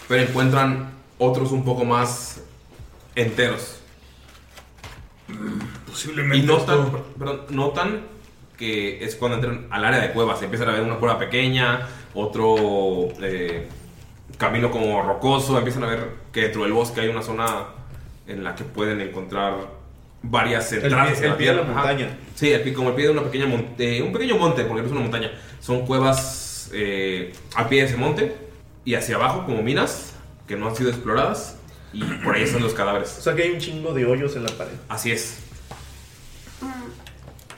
S1: Pero encuentran otros un poco más enteros.
S7: Posiblemente.
S1: Y notan, perdón, notan que es cuando entran al área de cuevas. Empiezan a ver una cueva pequeña, otro eh, camino como rocoso. Empiezan a ver que dentro del bosque hay una zona en la que pueden encontrar varias
S3: El
S1: entradas.
S3: pie-
S1: a
S3: el pie de la
S1: tierra.
S3: montaña.
S1: Ajá. Sí, el pie- como el pie de una pequeña mon- eh, un pequeño monte, porque no es una montaña. Son cuevas eh, al pie de ese monte. y hacia abajo como minas que no han sido exploradas y por ahí están los cadáveres.
S3: O sea que hay un chingo de hoyos en la pared.
S1: Así es.
S2: Mm,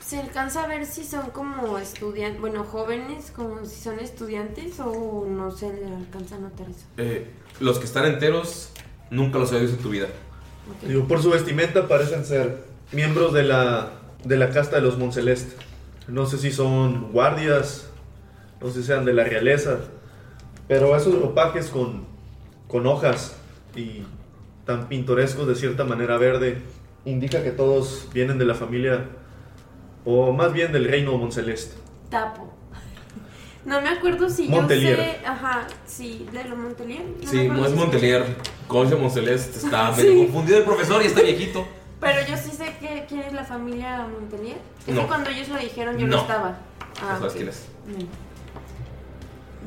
S2: ¿Se alcanza a ver si son como estudiantes, bueno, jóvenes, como si son estudiantes o no se le alcanza a notar eso?
S1: Eh, los que están enteros [LAUGHS] nunca los habías visto en tu vida.
S2: Ok.
S3: Digo, por su vestimenta parecen ser miembros de la, de la casta de los Monceleste. No sé si son guardias, no sé si sean de la realeza, pero esos ropajes con, con hojas y tan pintorescos de cierta manera verde indica que todos vienen de la familia, o más bien del reino Monceleste.
S2: Tapo. No me acuerdo si
S1: Montelier.
S2: yo sé. Ajá, sí, de lo Montelier. No me
S1: Sí,
S2: acuerdo
S1: no es
S2: si-
S1: Montelier. Coche Monceleste
S2: [LAUGHS]
S1: está
S2: Sí.
S1: medio confundido el profesor y está viejito.
S2: Pero yo sí sé que, quién es la familia Montelier. Es
S1: No.
S2: que cuando ellos lo dijeron yo no,
S1: No.
S2: estaba. Ah,
S1: No sabes
S2: ok.
S1: quién es.
S2: Mm.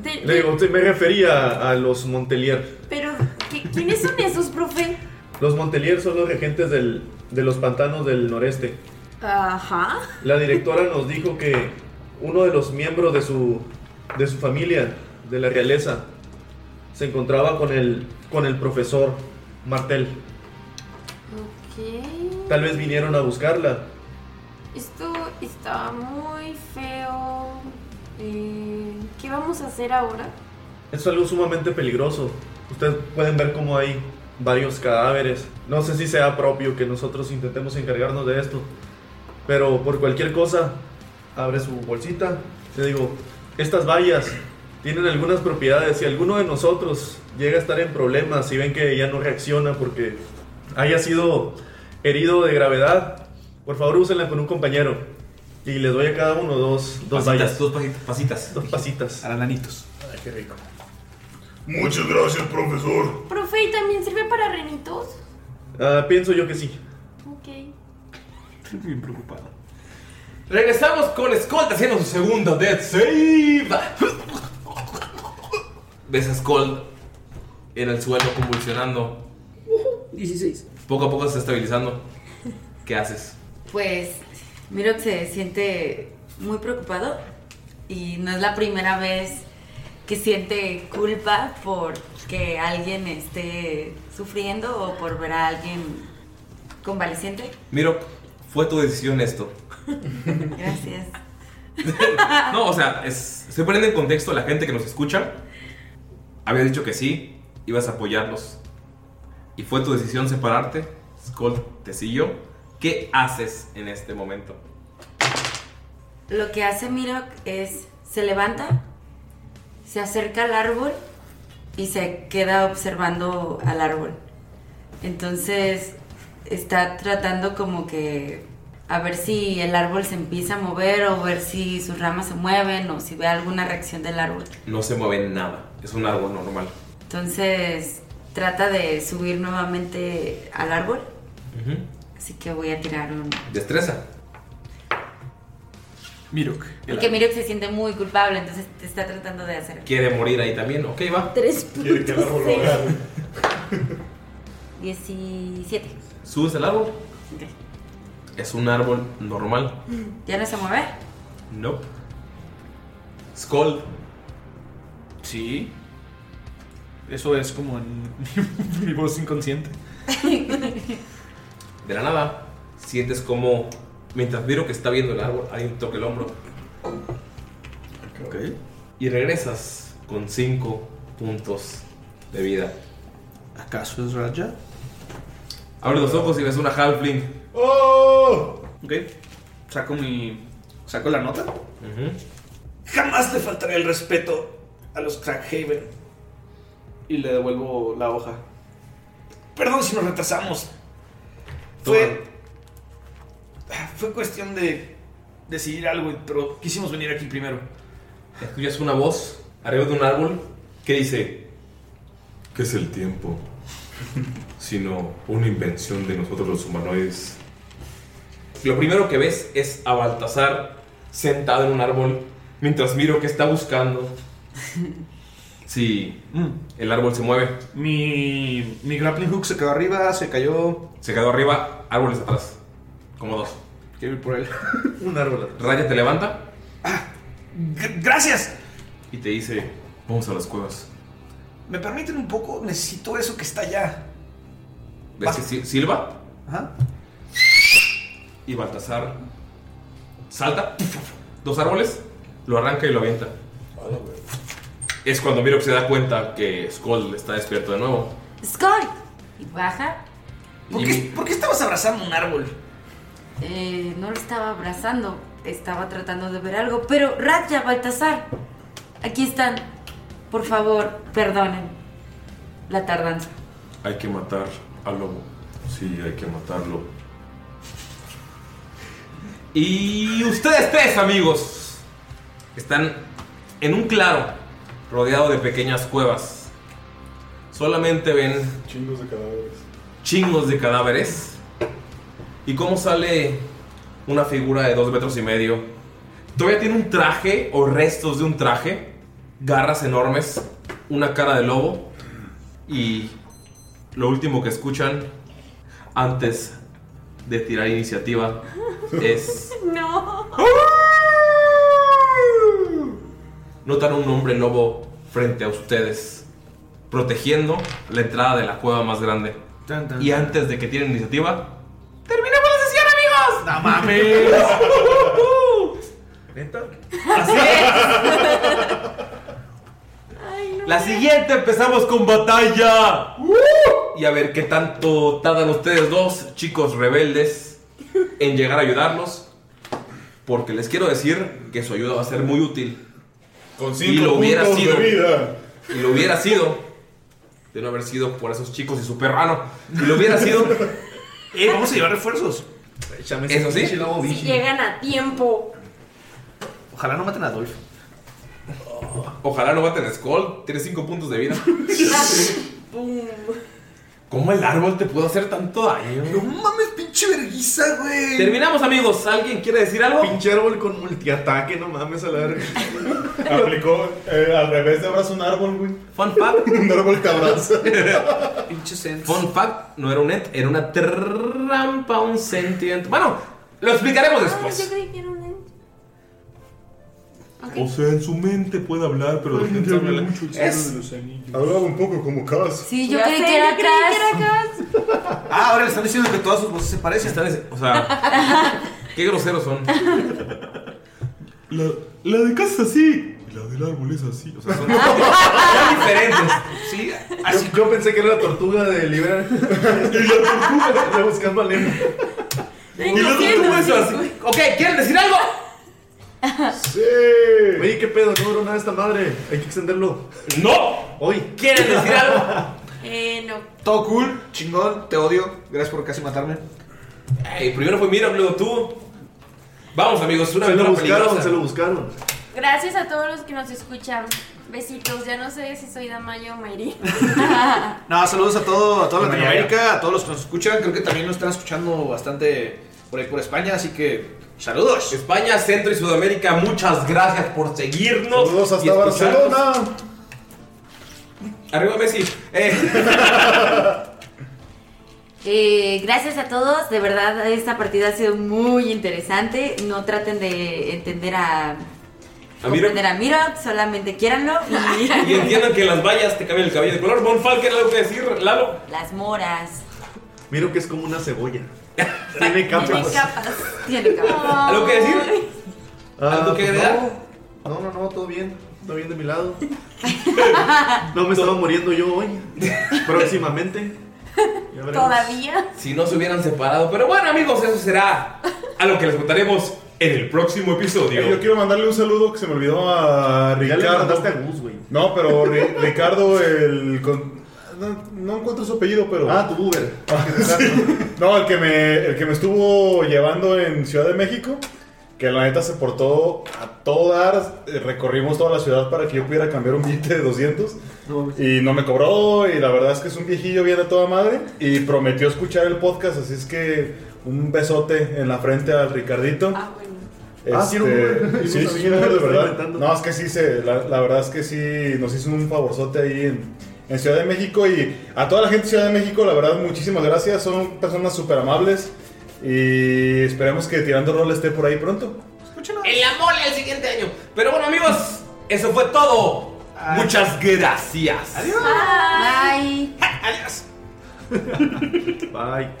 S2: De-
S3: Le digo, te- me refería a los Montelier.
S2: Pero, ¿qué- ¿quiénes son esos, profe?
S3: Los Montelier son los regentes del- de los pantanos del noreste.
S2: Ajá.
S3: La directora nos dijo que uno de los miembros de su, de su familia, de la realeza, se encontraba con el, con el profesor Martel.
S2: Ok.
S3: Tal vez vinieron a buscarla.
S2: Esto está muy feo. Eh, ¿Qué vamos a hacer ahora?
S3: Es algo sumamente peligroso. Ustedes pueden ver cómo hay varios cadáveres. No sé si sea propio que nosotros intentemos encargarnos de esto. Pero por cualquier cosa, abre su bolsita. Te digo, estas vallas tienen algunas propiedades. Si alguno de nosotros llega a estar en problemas y ven que ya no reacciona porque haya sido herido de gravedad, por favor úsenla con un compañero. Y les doy a cada uno dos, dos
S1: Pasitas,
S3: vallas.
S1: dos pasi- pasitas.
S3: Dos pasitas.
S4: Aranitos.
S3: Ay, qué rico.
S7: Muchas gracias, profesor.
S2: Profe, ¿y también sirve para renitos?
S3: Ah, pienso yo que sí.
S2: Ok.
S1: Estoy [LAUGHS] bien preocupado. Regresamos con Skull haciendo su segunda Dead Save. Ves a Skull en el suelo convulsionando.
S5: 16.
S1: Poco a poco se está estabilizando. ¿Qué haces?
S5: Pues Mirok se siente muy preocupado y no es la primera vez que siente culpa por que alguien esté sufriendo o por ver a alguien convaleciente.
S1: Miro, fue tu decisión esto.
S5: [LAUGHS] Gracias.
S1: [LAUGHS] No, o sea, es, estoy poniendo en contexto a la gente que nos escucha. Había dicho que sí, ibas a apoyarlos. Y fue tu decisión separarte. Skull te siguió. ¿Qué haces en este momento?
S5: Lo que hace Mirok es se levanta, se acerca al árbol y se queda observando al árbol. Entonces está tratando como que a ver si el árbol se empieza a mover o ver si sus ramas se mueven o si ve alguna reacción del árbol.
S1: No se mueve nada. Es un árbol normal.
S5: Entonces trata de subir nuevamente al árbol.
S1: Ujú.
S5: Así que voy a tirar un...
S1: Destreza.
S4: Mirok. el
S5: Porque Mirok se siente muy culpable, entonces está tratando de hacer...
S1: Quiere morir ahí también. Ok, va.
S5: Tres
S1: Quiere que el árbol lo agarre.
S5: 17.
S1: Subes el árbol. Es un árbol normal.
S5: ¿Ya no se mueve?
S1: No. Skull.
S4: Sí. Eso es como en [LAUGHS] mi voz inconsciente.
S1: De la nada, sientes como, mientras Miro que está viendo el árbol, alguien toca el hombro. Y regresas con 5 puntos de vida.
S4: ¿Acaso es Raja?
S1: Abre los ojos y ves una halfling.
S4: ¡Oh! Ok. Saco mi. Saco la nota. Jamás le faltaré el respeto a los Crackhaven. Y le devuelvo la hoja. Perdón si nos retrasamos. Fue. Ah, Fue cuestión de decidir algo, pero quisimos venir aquí primero.
S1: Escuchas una voz arriba de un árbol que dice:
S11: ¿Qué es el tiempo? Sino una invención de nosotros los humanoides.
S1: Lo primero que ves es a Baltasar sentado en un árbol mientras Miro que
S4: [LAUGHS]
S1: está buscando si el árbol se mueve.
S4: Mi, mi grappling hook se quedó arriba, se cayó.
S1: Se quedó arriba, árboles atrás. Como dos.
S4: Quiero ir por
S1: [LAUGHS]
S4: él.
S3: Un árbol atrás.
S1: Raya te levanta
S4: ¡Gracias!
S1: y te dice: Vamos a las cuevas.
S4: ¿Me permiten un poco? Necesito eso que está allá.
S1: ¿Ves que si- silba?
S4: Ajá.
S1: Y Baltasar salta, dos árboles, lo arranca y lo avienta. Es cuando Miro se da cuenta que Skull está despierto de nuevo.
S5: ¡Skull! Y baja.
S1: ¿Por qué,
S4: estabas abrazando un árbol?
S5: Eh, no lo estaba abrazando, estaba tratando de ver algo. Pero Raja, Baltasar, aquí están. Por favor, perdonen la tardanza.
S11: Hay que matar al lobo. Sí, hay que matarlo.
S1: Y ustedes tres, amigos, están en un claro rodeado de pequeñas cuevas. Solamente ven
S6: Chingos de cadáveres.
S1: chingos de cadáveres. Y cómo sale una figura de dos metros y medio. Todavía tiene un traje o restos de un traje. Garras enormes. Una cara de lobo. Y lo último que escuchan antes de tirar iniciativa es...
S2: [LAUGHS] No.
S1: Notan un hombre lobo frente a ustedes. Protegiendo la entrada de la cueva más grande.
S4: Tan, tan.
S1: Y antes de que tienen iniciativa,
S4: ¡Terminamos la sesión, amigos! ¡No
S1: [LAUGHS] ¿Neta?
S4: Así es.
S1: la siguiente empezamos con batalla. Y a ver qué tanto tardan ustedes dos, chicos rebeldes, en llegar a ayudarnos. Porque les quiero decir que su ayuda va a ser muy útil. Con
S6: cinco puntos de vida.
S1: Y lo hubiera sido. De no haber sido por esos chicos y su perrano. Y lo
S4: [LAUGHS]
S1: hubiera sido.
S4: Eh, vamos a llevar refuerzos.
S1: Eso sí.
S2: Si llegan a tiempo.
S4: Ojalá no maten a Adolf.
S1: Ojalá no maten a Skull. Tiene 5 puntos de vida.
S2: Pum.
S1: ¿Cómo el árbol te pudo hacer tanto daño?
S4: No mames, pinche verguiza, güey.
S1: Terminamos, amigos. ¿Alguien quiere decir algo?
S3: Pinche árbol con multiataque, no mames a la verga.
S6: [LAUGHS] Aplicó eh, al revés de abrazo un árbol, güey.
S1: Fun fact.
S6: un árbol que
S2: [LAUGHS]
S6: abraza.
S1: Fun fact, no era un ent, era una trampa, un sentient. Bueno, lo explicaremos después.
S2: Ah, yo creí que era un ente.
S11: O sea, en su mente puede hablar, pero de gente habla mucho.
S6: Hablaba un poco como Cass.
S5: Sí,
S2: Ya sé, yo creí que era
S4: Ah, ahora le están diciendo que todas sus voces se parecen.
S1: o sea, qué groseros
S3: [LAUGHS]
S1: son.
S11: La, la de casa es así. Y la del árbol es así. O sea, son
S1: son diferentes.
S4: Sí,
S3: así. Yo, yo pensé que era la tortuga
S6: [LAUGHS]
S3: de Libra. y la tortuga de buscando a Lema.
S2: Y la tortuga es así.
S1: Ok, ¿quieren decir algo?
S3: Sí. Oye, qué pedo, no duró nada esta madre. Hay que extenderlo.
S1: ¡No!
S3: Hoy.
S1: ¿Quieren decir algo?
S2: Eh, no.
S4: Todo cool, chingón, te odio. Gracias por casi matarme.
S1: Ey, primero fue Mira, luego tú. Vamos, amigos, una
S3: Se lo
S1: aventura
S3: buscaron,
S1: peligrosa.
S3: se lo buscaron.
S2: Gracias a todos los que nos escuchan. Besitos. Ya no sé si soy Damayo o Mayri.
S4: No, saludos a todo, a toda
S1: Bueno,
S4: Latinoamérica, a todos los que nos escuchan. Creo que también nos están escuchando bastante por ahí por España, así que saludos.
S1: España, Centro y Sudamérica, muchas gracias por seguirnos.
S6: Saludos
S1: y
S6: hasta
S1: escucharnos.
S6: Barcelona.
S1: Arriba Messi.
S2: [LAUGHS]
S1: Eh,
S5: [LAUGHS] Eh, gracias a todos, de verdad esta partida ha sido muy interesante. No traten de entender a,
S1: A Miro.
S5: comprender a Miro, solamente [LAUGHS] quiéranlo y,
S1: Ah, y entiendan que las vallas te cambian el cabello de color. Bonfal, ¿qué era algo que decir, Lalo?
S5: las moras.
S3: Miro que es como una cebolla. Tiene
S5: Tiene
S3: capas.
S5: capas. Tiene capas.
S1: ¿Algo que decir?
S3: Ah,
S1: ¿Algo que
S3: pues
S1: agregar?
S3: No, no, no, no, todo bien. Todo bien de mi lado. No me estaba muriendo yo hoy. [LAUGHS] Próximamente. Ya veremos.
S2: Todavía.
S1: Si no se hubieran separado. Pero bueno, amigos, eso será a lo que les contaremos en el próximo
S6: Eh, yo
S1: episodio.
S6: quiero mandarle un saludo que se me olvidó a
S3: Ya
S6: Ricardo.
S3: le mandaste a Gus, güey.
S6: No, pero Ri- Ricardo, el. con- No, no encuentro su apellido, pero.
S3: Ah, tu Uber.
S6: [LAUGHS] No, el que, me, el que me estuvo llevando en Ciudad de México, que la neta se portó a todas, eh, recorrimos toda la ciudad para que yo pudiera cambiar un billete de 200
S3: pues
S6: y no me cobró y la verdad es que es un viejillo bien a toda madre y prometió escuchar el podcast, así es que un besote en la frente al Ricardito. Este,
S3: Ah, sí, era un Uber.
S6: sí,
S3: Yo no
S6: sí,
S3: sabía,
S6: un Uber, de
S3: estaba
S6: verdad.
S3: inventando.
S6: No, es que sí, se, la, la verdad es que sí nos hizo un favorzote ahí en, en Ciudad de México. Y a toda la gente de Ciudad de México, la verdad, muchísimas gracias. Son personas súper amables. Y esperemos que Tirando Rol esté por ahí pronto.
S1: En la mole el siguiente año. Pero bueno, amigos, eso fue todo Muchas gracias.
S5: Bye.
S1: [LAUGHS]
S4: Adiós.
S3: [LAUGHS] Bye.
S12: [LAUGHS]